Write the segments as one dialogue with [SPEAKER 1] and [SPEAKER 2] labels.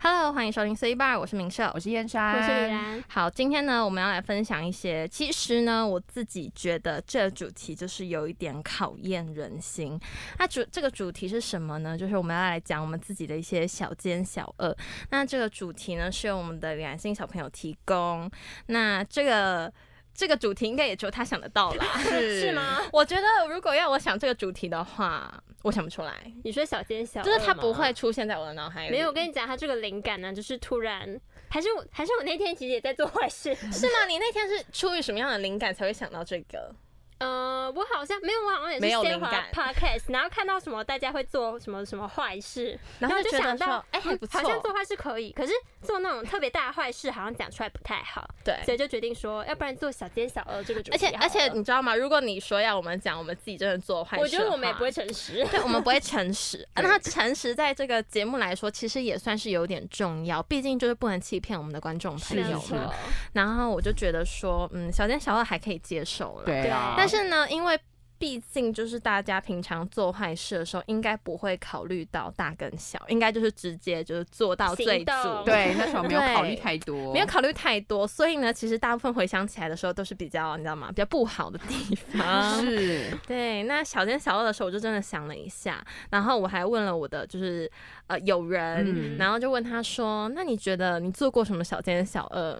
[SPEAKER 1] Hello，欢迎收听 C Bar，我是明秀，
[SPEAKER 2] 我是燕
[SPEAKER 3] 我是李
[SPEAKER 2] 山。
[SPEAKER 3] 然，
[SPEAKER 1] 好，今天呢，我们要来分享一些。其实呢，我自己觉得这个主题就是有一点考验人心。那主这个主题是什么呢？就是我们要来讲我们自己的一些小奸小恶。那这个主题呢，是由我们的两性小朋友提供。那这个这个主题应该也只有他想得到啦。
[SPEAKER 2] 是
[SPEAKER 3] 是吗？
[SPEAKER 1] 我觉得如果要我想这个主题的话，我想不出来，
[SPEAKER 3] 你说小奸小恶
[SPEAKER 1] 就
[SPEAKER 3] 吗，
[SPEAKER 1] 是它不会出现在我的脑海里。
[SPEAKER 3] 没有。我跟你讲，他这个灵感呢，就是突然，还是我，还是我那天其实也在做坏事。
[SPEAKER 1] 是吗？你那天是出于什么样的灵感才会想到这个？
[SPEAKER 3] 呃，我好像没有，我好像也是
[SPEAKER 1] 没有
[SPEAKER 3] 先
[SPEAKER 1] 灵
[SPEAKER 3] 滑
[SPEAKER 1] 感
[SPEAKER 3] podcast，然后看到什么大家会做什么什么坏事，
[SPEAKER 1] 然后
[SPEAKER 3] 后
[SPEAKER 1] 就
[SPEAKER 3] 就
[SPEAKER 1] 觉得
[SPEAKER 3] 想
[SPEAKER 1] 说
[SPEAKER 3] 到，嗯
[SPEAKER 1] 哎还不错
[SPEAKER 3] 好像做坏事可以，可是做那种特别大的坏事，好像讲出来不太好，
[SPEAKER 1] 对
[SPEAKER 3] 所以就决定说，要不然做小奸小恶这个主题
[SPEAKER 1] 而且
[SPEAKER 3] 好了
[SPEAKER 1] 而且你知道吗？如果你说要我们讲我们自己真的做坏事，
[SPEAKER 3] 我觉得我们也不会。诚实。
[SPEAKER 1] 对，我们不会诚 实。啊那诚实在这个节目来说，其实也算是有点重要，毕竟就是不能欺骗我们的观众朋
[SPEAKER 2] 是
[SPEAKER 3] 没
[SPEAKER 1] 友
[SPEAKER 2] 是
[SPEAKER 1] 嘛。
[SPEAKER 3] 错
[SPEAKER 1] 然后我就觉得说，嗯，小奸小恶还可以接受了。
[SPEAKER 2] 对啊，
[SPEAKER 1] 但是呢，因为毕竟就是大家平常做坏事的时候，应该不会考虑到大跟小，应该就是直接就是做到
[SPEAKER 3] 行
[SPEAKER 1] 最足
[SPEAKER 3] 动。
[SPEAKER 2] 对那时候没有
[SPEAKER 1] 对
[SPEAKER 2] 考虑太多，
[SPEAKER 1] 没有考虑太多，所以呢，其实大部分回想起来的时候都是比较，你知道吗？比较不好的地
[SPEAKER 2] 啊
[SPEAKER 1] 方。
[SPEAKER 2] 是
[SPEAKER 1] 对，那小奸小恶的时候，我就真的想了一下，然后我还问了我的就是呃友人，
[SPEAKER 2] 嗯
[SPEAKER 1] 然后就问他说：“那你觉得你做过什么小奸小恶？”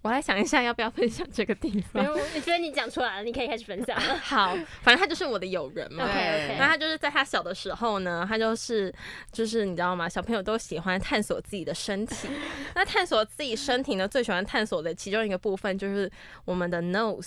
[SPEAKER 1] 我来想一下要不要分享这个地
[SPEAKER 3] 没
[SPEAKER 1] 方。
[SPEAKER 3] 有，我觉得你讲出来了，你可以开始分 享了。
[SPEAKER 1] 好，反正他就是我的友人嘛。
[SPEAKER 3] OK，OK
[SPEAKER 1] 那他就是在他小的时候呢，他就是就是你知道吗？小朋友都喜欢探索自己的身体。那探索自己身体呢，最喜欢探索的其中一个部分就是我们的 nose，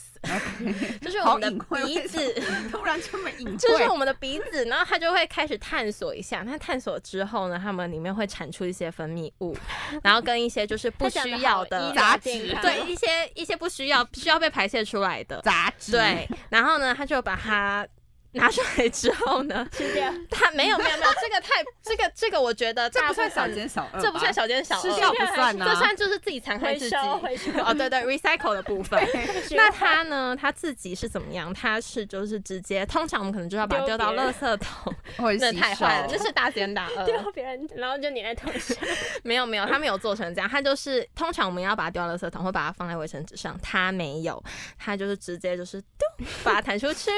[SPEAKER 1] 就是 我
[SPEAKER 2] 好
[SPEAKER 1] 们
[SPEAKER 2] 隐
[SPEAKER 1] 的
[SPEAKER 2] 晦，
[SPEAKER 1] 鼻子
[SPEAKER 2] 为。什么 突然这么隐
[SPEAKER 1] 就是我
[SPEAKER 2] 晦，
[SPEAKER 1] 们的鼻子，然后他就会开始探索一下。那探索之后呢，他们里面会产出一些分泌物，然后跟一些就是不
[SPEAKER 3] 他讲得
[SPEAKER 1] 需要
[SPEAKER 3] 好
[SPEAKER 1] 的
[SPEAKER 3] 医疗
[SPEAKER 2] 杂
[SPEAKER 3] 健
[SPEAKER 2] 质
[SPEAKER 3] 康
[SPEAKER 1] 对一些一些不需要需要被排泄出来的。
[SPEAKER 2] 杂质，
[SPEAKER 1] 对，然后呢，他就把它拿出来之后呢，
[SPEAKER 3] 吃掉。
[SPEAKER 1] 他没有没有没有，这个太这个这个，我觉得
[SPEAKER 2] 这
[SPEAKER 1] 大
[SPEAKER 2] 不
[SPEAKER 1] 部
[SPEAKER 2] 算
[SPEAKER 1] 分
[SPEAKER 2] 小，奸小恶吧，
[SPEAKER 1] 这不算小奸小恶，
[SPEAKER 2] 吃掉不算啊
[SPEAKER 1] 这算就是自己残害自己。
[SPEAKER 3] 回收回收
[SPEAKER 1] 哦，对对，recycle 的部分。
[SPEAKER 3] 学
[SPEAKER 1] 那他呢？他自己是怎么样？他是就是直接，通常我们可能就要把它丢
[SPEAKER 3] 丢
[SPEAKER 1] 到
[SPEAKER 3] 别人
[SPEAKER 1] 垃圾桶，
[SPEAKER 2] 或者
[SPEAKER 1] 那
[SPEAKER 2] 洗
[SPEAKER 1] 太坏了，
[SPEAKER 2] 手
[SPEAKER 1] 那是大奸大恶。
[SPEAKER 3] 丢别人，然后就粘在头上。
[SPEAKER 1] 没有没有，他没有做成这样，他就是通常我们要把它丢到垃圾桶，会把它放在卫生纸上，他没有，他就是直接就是丢把它弹出去，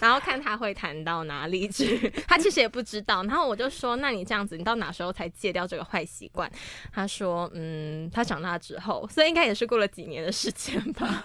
[SPEAKER 1] 然后看他会弹到哪里去，他其实也不知道。然后我就说，那你这样子，你到哪时候才戒掉这个坏习惯？他说，嗯，他长大之后，所以应该也是过了几年的时间吧。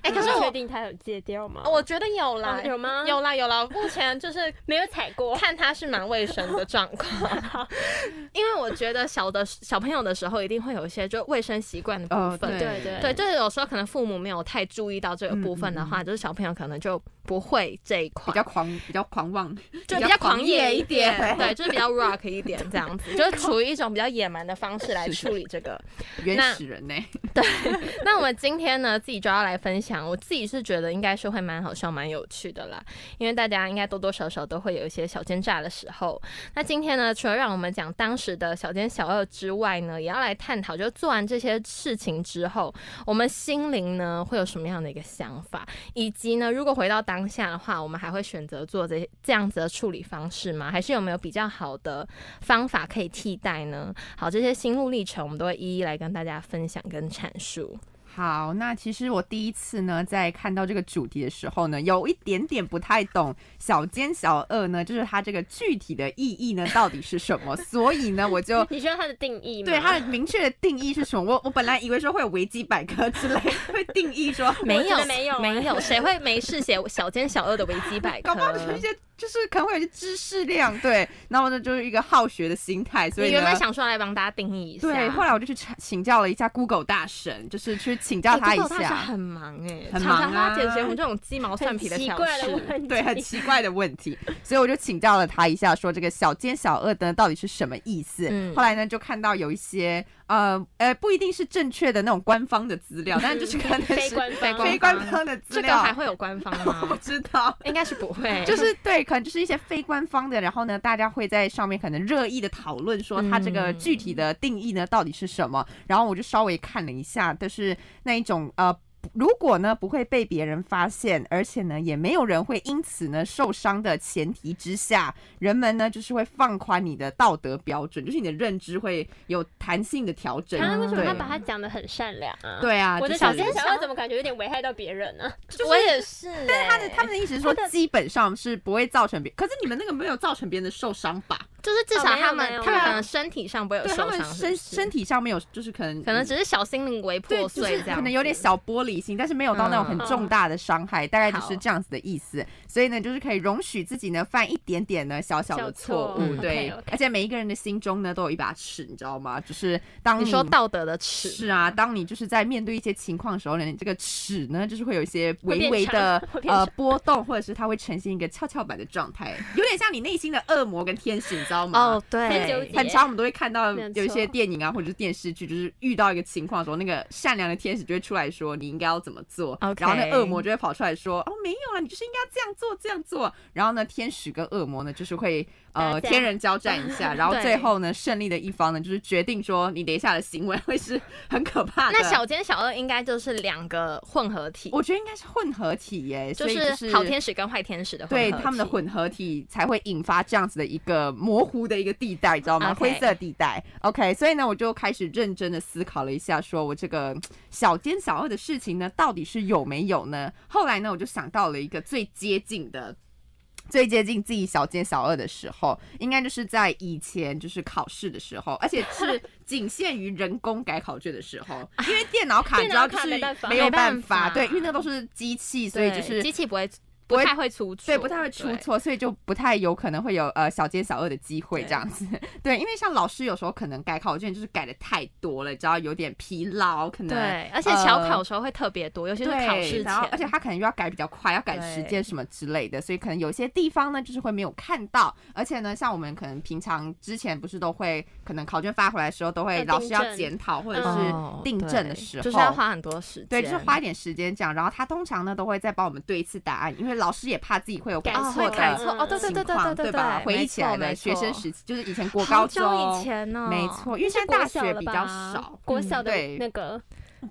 [SPEAKER 1] 哎、可是
[SPEAKER 3] 确
[SPEAKER 1] 我。
[SPEAKER 3] 定他有戒掉吗？
[SPEAKER 1] 我觉得有啦，
[SPEAKER 3] 哦有吗
[SPEAKER 1] 有啦，有啦。目前就是
[SPEAKER 3] 没有踩过。
[SPEAKER 1] 看他是蛮卫生的状况， 因为我觉得小的小朋友的时候一定会有一些就卫生习惯的部
[SPEAKER 2] 哦
[SPEAKER 1] 分，
[SPEAKER 2] 对
[SPEAKER 3] 对
[SPEAKER 1] 对，就是有时候可能父母没有太注意到这个部分的话，就是小朋友可能就不会这一块
[SPEAKER 2] 嗯比，较狂，比较狂妄，
[SPEAKER 1] 就比
[SPEAKER 2] 比较
[SPEAKER 1] 较
[SPEAKER 2] 狂
[SPEAKER 1] 狂
[SPEAKER 2] 野
[SPEAKER 1] 野
[SPEAKER 2] 一
[SPEAKER 1] 一
[SPEAKER 2] 点
[SPEAKER 1] 点，对，就是比较 rock 一点这样子， 就是处于一种比较野蛮的方式来处理这个。
[SPEAKER 2] 原始人呢，
[SPEAKER 1] 那我们今天呢，自己就要来分享，我自己是觉得应该是会蛮好笑、蛮有趣的啦，因为大家应该多多少少都会有一些小奸诈的时候。那今天呢，除了让我们讲当时的小奸小恶之外呢，也要来探讨，就做完这些事情之后，我们心灵呢会有什么样的一个想法，以及呢，如果回到当下的话，我们还会选择做这这样子的处理方式吗？还是有没有比较好的方法可以替代呢？好，这些心路历程我们都会一一来跟大家分享跟阐述。
[SPEAKER 2] 好，那其实我第一次呢，在看到这个主题的时候呢，有一点点不太懂“小奸小恶”呢，就是它这个具体的意义呢，到底是什么？所以呢，我就
[SPEAKER 3] 你知道它的定义吗？
[SPEAKER 2] 对它的明确的定义是什么？我我本来以为说会有维基百科之类会定义说，
[SPEAKER 3] 我
[SPEAKER 1] 没
[SPEAKER 3] 觉
[SPEAKER 1] 有
[SPEAKER 3] 得没有
[SPEAKER 1] 没有，谁会没事写小奸小恶的维基百科
[SPEAKER 2] 哎搞不？好有一些就是可能会有一些知识量，对，然后呢就是一个好学的心态，所
[SPEAKER 1] 你
[SPEAKER 2] 以
[SPEAKER 1] 原
[SPEAKER 2] 呢
[SPEAKER 1] 本。想说来帮大家定义一下，
[SPEAKER 2] 对，后来我就去查请教了一下 Google 大神，就是去就是请教他
[SPEAKER 1] 哎
[SPEAKER 2] 一
[SPEAKER 1] 豆豆大
[SPEAKER 2] 下
[SPEAKER 1] 侠，很忙哎，
[SPEAKER 2] 很
[SPEAKER 1] 常
[SPEAKER 2] 忙
[SPEAKER 1] 常他
[SPEAKER 2] 啊
[SPEAKER 1] 解决我们这种鸡毛蒜
[SPEAKER 3] 很
[SPEAKER 1] 皮的
[SPEAKER 3] 奇
[SPEAKER 1] 小
[SPEAKER 3] 怪的
[SPEAKER 1] 事。
[SPEAKER 3] 问题，
[SPEAKER 2] 对，很奇怪的问 题，所以我就请教了他一下，说这个小奸小恶呢到底是什么意思？
[SPEAKER 1] 嗯
[SPEAKER 2] 后来呢，就看到有一些呃呃不一定是正确的那种官方的资料，但就是可 能
[SPEAKER 3] 非
[SPEAKER 2] 是
[SPEAKER 3] 官方，
[SPEAKER 2] 非官方的 资
[SPEAKER 1] 这
[SPEAKER 2] 料，
[SPEAKER 1] 个还会有官方
[SPEAKER 2] 不？
[SPEAKER 1] 吗
[SPEAKER 2] 知道。
[SPEAKER 1] 应该是不会，
[SPEAKER 2] 就是对，可能就是一些非官方的，然后呢，大家会在上面可能热议的讨论说它这个
[SPEAKER 1] 嗯
[SPEAKER 2] 具体的定义呢到底是什么。然后我就稍微看了一下，就是那一种呃，不如果呢不会被别人发现，而且呢也没有人会因此呢受伤的前提之下，人们呢就是会放宽你的道德标准，就是你的认知会有弹性的调整。
[SPEAKER 3] 啊，为什么
[SPEAKER 2] 对
[SPEAKER 3] 他把他讲的很善良啊？
[SPEAKER 2] 对啊，
[SPEAKER 3] 我的
[SPEAKER 2] 就是
[SPEAKER 3] 小奸小恶怎么感觉有点危害到别人呢？
[SPEAKER 1] 我也是欸，但
[SPEAKER 2] 他的他们的意思是说，基本上是不会造成别，可是你们那个没有造成别人的受伤吧？
[SPEAKER 1] 就是至少
[SPEAKER 3] 哦没有
[SPEAKER 1] 他们
[SPEAKER 3] 没有
[SPEAKER 1] 他们
[SPEAKER 3] 没有
[SPEAKER 1] 可能身体上不会有
[SPEAKER 2] 对他
[SPEAKER 1] 呃受
[SPEAKER 2] 们
[SPEAKER 1] 伤，是
[SPEAKER 2] 身
[SPEAKER 1] 不是
[SPEAKER 2] 身体上面有，就是可能
[SPEAKER 1] 可能只是小心灵为
[SPEAKER 2] 对，
[SPEAKER 1] 破
[SPEAKER 2] 就
[SPEAKER 1] 碎
[SPEAKER 2] 是
[SPEAKER 1] 这样，嗯
[SPEAKER 2] 可能有点。小玻璃心，但是没有到那种很重大的伤害，大概就是这样子的意思。所以呢，就是可以容许自己呢犯一点点呢小小的错
[SPEAKER 3] 小
[SPEAKER 2] 误，
[SPEAKER 1] 错
[SPEAKER 2] 对。
[SPEAKER 3] OK，OK
[SPEAKER 2] 而且每一个人的心中呢都有一把尺，你知道吗？就是当
[SPEAKER 1] 你说道德的尺
[SPEAKER 2] 是啊，当你就是在面对一些情况的时候呢，你这个尺呢就是会有一些微微的
[SPEAKER 3] 会变长会变
[SPEAKER 2] 呃
[SPEAKER 3] 长
[SPEAKER 2] 波动，或者是它会呈现一个跷跷板的状态，有点像你内心的恶魔跟天使，你知道吗？
[SPEAKER 1] 哦，
[SPEAKER 3] 很纠
[SPEAKER 1] 对
[SPEAKER 3] 结，
[SPEAKER 2] 很常我们都会看到
[SPEAKER 3] 没有
[SPEAKER 2] 有一些
[SPEAKER 3] 错
[SPEAKER 2] 电影啊，或者是电视剧，就是遇到一个情况的时候，那个善良的天使就会出来说你应该要怎么做
[SPEAKER 1] OK
[SPEAKER 2] 然后那恶魔就会跑出来说哦没有啊，你就是应该要这样做这样做。然后呢，天使跟恶魔呢就是会呃
[SPEAKER 3] 打架
[SPEAKER 2] 天人交战一下，然后
[SPEAKER 1] 对
[SPEAKER 2] 最后呢胜利的一方呢就是决定说你等一下的行为会是很可怕的。
[SPEAKER 1] 那小奸小恶应该就是两个混合体，
[SPEAKER 2] 我觉得应该是混合体耶，所
[SPEAKER 1] 就
[SPEAKER 2] 以
[SPEAKER 1] 是好天使跟坏天使的混合
[SPEAKER 2] 对
[SPEAKER 1] 体
[SPEAKER 2] 他们的混合体才会引发这样子的一个模糊的一个地带，你知道吗
[SPEAKER 1] OK
[SPEAKER 2] 灰色地带。OK，所以呢，我就开始认真的思考了一下，说我这个嗯小奸小恶的事情呢，到底是有没有呢？后来呢，我就想到了一个最接近的。最接近自己小奸小恶的时候，应该就是在以前就是考试的时候，而且是仅限于人工改考卷的时候，因为电脑卡你知道就是
[SPEAKER 3] 电脑卡没办法
[SPEAKER 2] 没有
[SPEAKER 1] 没办
[SPEAKER 2] 办法，
[SPEAKER 1] 法
[SPEAKER 2] 对，因为那都是机器，所以
[SPEAKER 1] 对
[SPEAKER 2] 就是
[SPEAKER 1] 机器不会
[SPEAKER 2] 不
[SPEAKER 1] 不
[SPEAKER 2] 会
[SPEAKER 1] 太会出错，
[SPEAKER 2] 对，不太会出错，所以就不太有可能会有呃小奸小恶的机会
[SPEAKER 1] 对
[SPEAKER 2] 这样子。 对，因为像老师有时候可能改考卷就是改的太多了，只要有点疲劳，可
[SPEAKER 1] 对。
[SPEAKER 2] 能
[SPEAKER 1] 对，而且小
[SPEAKER 2] 呃
[SPEAKER 1] 考的时候会特别多，尤其是
[SPEAKER 2] 对
[SPEAKER 1] 考试前
[SPEAKER 2] 然后，而且他可能又要改比较快，要赶时间什么之类的，所以可能有些地方呢，就是会没有看到。而且呢，像我们可能平常之前不是都会，可能考卷发回来的时候，都会
[SPEAKER 3] 要
[SPEAKER 2] 老师要
[SPEAKER 3] 订正
[SPEAKER 2] 检讨或者是
[SPEAKER 1] 哦
[SPEAKER 2] 订正
[SPEAKER 1] 对
[SPEAKER 2] 的时候，
[SPEAKER 1] 就是要花很多时间，
[SPEAKER 2] 对，就是花一点时间讲，然后他通常呢都会再帮我们对一次答案，因为老师也怕自己会有改
[SPEAKER 3] 改
[SPEAKER 1] 哦，
[SPEAKER 3] 错
[SPEAKER 1] 会
[SPEAKER 2] 错
[SPEAKER 3] 的
[SPEAKER 1] 改
[SPEAKER 2] 的
[SPEAKER 1] 错哦，对对
[SPEAKER 2] 情
[SPEAKER 1] 对对
[SPEAKER 2] 况，
[SPEAKER 1] 对
[SPEAKER 2] 对吧？回忆起来的学生
[SPEAKER 1] 时，
[SPEAKER 2] 时期，就是以前国
[SPEAKER 1] 好
[SPEAKER 2] 高
[SPEAKER 1] 久
[SPEAKER 2] 中
[SPEAKER 1] 以前哦，
[SPEAKER 2] 没错，因为
[SPEAKER 3] 是
[SPEAKER 2] 现在
[SPEAKER 3] 国
[SPEAKER 2] 大
[SPEAKER 3] 小
[SPEAKER 2] 学
[SPEAKER 3] 了
[SPEAKER 2] 比较
[SPEAKER 3] 吧
[SPEAKER 2] 少，
[SPEAKER 1] 嗯
[SPEAKER 2] 嗯
[SPEAKER 3] 国小的
[SPEAKER 2] 对
[SPEAKER 3] 那个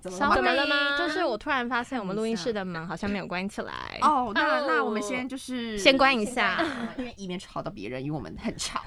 [SPEAKER 1] 稍
[SPEAKER 3] 怎么
[SPEAKER 1] 微
[SPEAKER 3] 了吗
[SPEAKER 1] 就是我突然发现我 们录音室的门好像没有关起来，
[SPEAKER 2] 哦，那那我们
[SPEAKER 3] 哦
[SPEAKER 2] 先就是
[SPEAKER 1] 先关一下，
[SPEAKER 2] 因为以免吵到别人，因为我们很吵。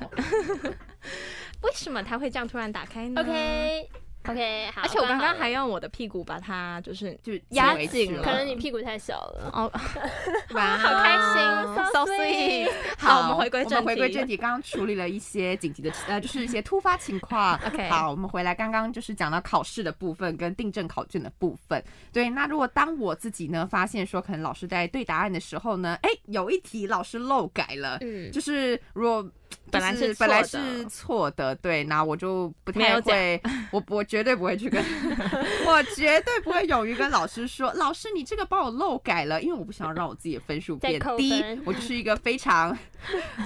[SPEAKER 1] 为什么它会这样突然打开呢
[SPEAKER 3] OK OK，好，
[SPEAKER 1] 嗯而且我刚刚还嗯
[SPEAKER 3] 有，
[SPEAKER 1] 用我的屁股把它就是
[SPEAKER 2] 就
[SPEAKER 1] 压
[SPEAKER 2] 围
[SPEAKER 1] 紧
[SPEAKER 2] 住
[SPEAKER 1] 了
[SPEAKER 3] 可 能你屁股太小了，
[SPEAKER 1] 哦，
[SPEAKER 2] 哇，
[SPEAKER 1] 好开心，so
[SPEAKER 3] so sweet
[SPEAKER 1] sweet。好，我们回归
[SPEAKER 2] 我们
[SPEAKER 1] 正
[SPEAKER 2] 回归正
[SPEAKER 1] 题。
[SPEAKER 2] 题，刚刚处理了一些紧急的呃，就是一些突发情况。
[SPEAKER 1] OK
[SPEAKER 2] 好，我们回来刚刚就是讲到考试的部分跟订正考卷的部分。对，那如果当我自己呢发现说，可能老师在对答案的时候呢，哎，有一题老师漏改了，
[SPEAKER 3] 嗯，
[SPEAKER 2] 就是如果。
[SPEAKER 1] 本来
[SPEAKER 2] 就是本来
[SPEAKER 1] 错的
[SPEAKER 2] 是错的，对，那我就不
[SPEAKER 1] 没
[SPEAKER 2] 太
[SPEAKER 1] 有讲
[SPEAKER 2] 会，我我绝对不会 去跟，我绝对不会勇于跟老师说，老师你这个帮我漏改了，因为我不想要让我自己的分数
[SPEAKER 3] 再
[SPEAKER 2] 变
[SPEAKER 3] 扣
[SPEAKER 2] 低
[SPEAKER 3] 分，
[SPEAKER 2] 我就是一个非常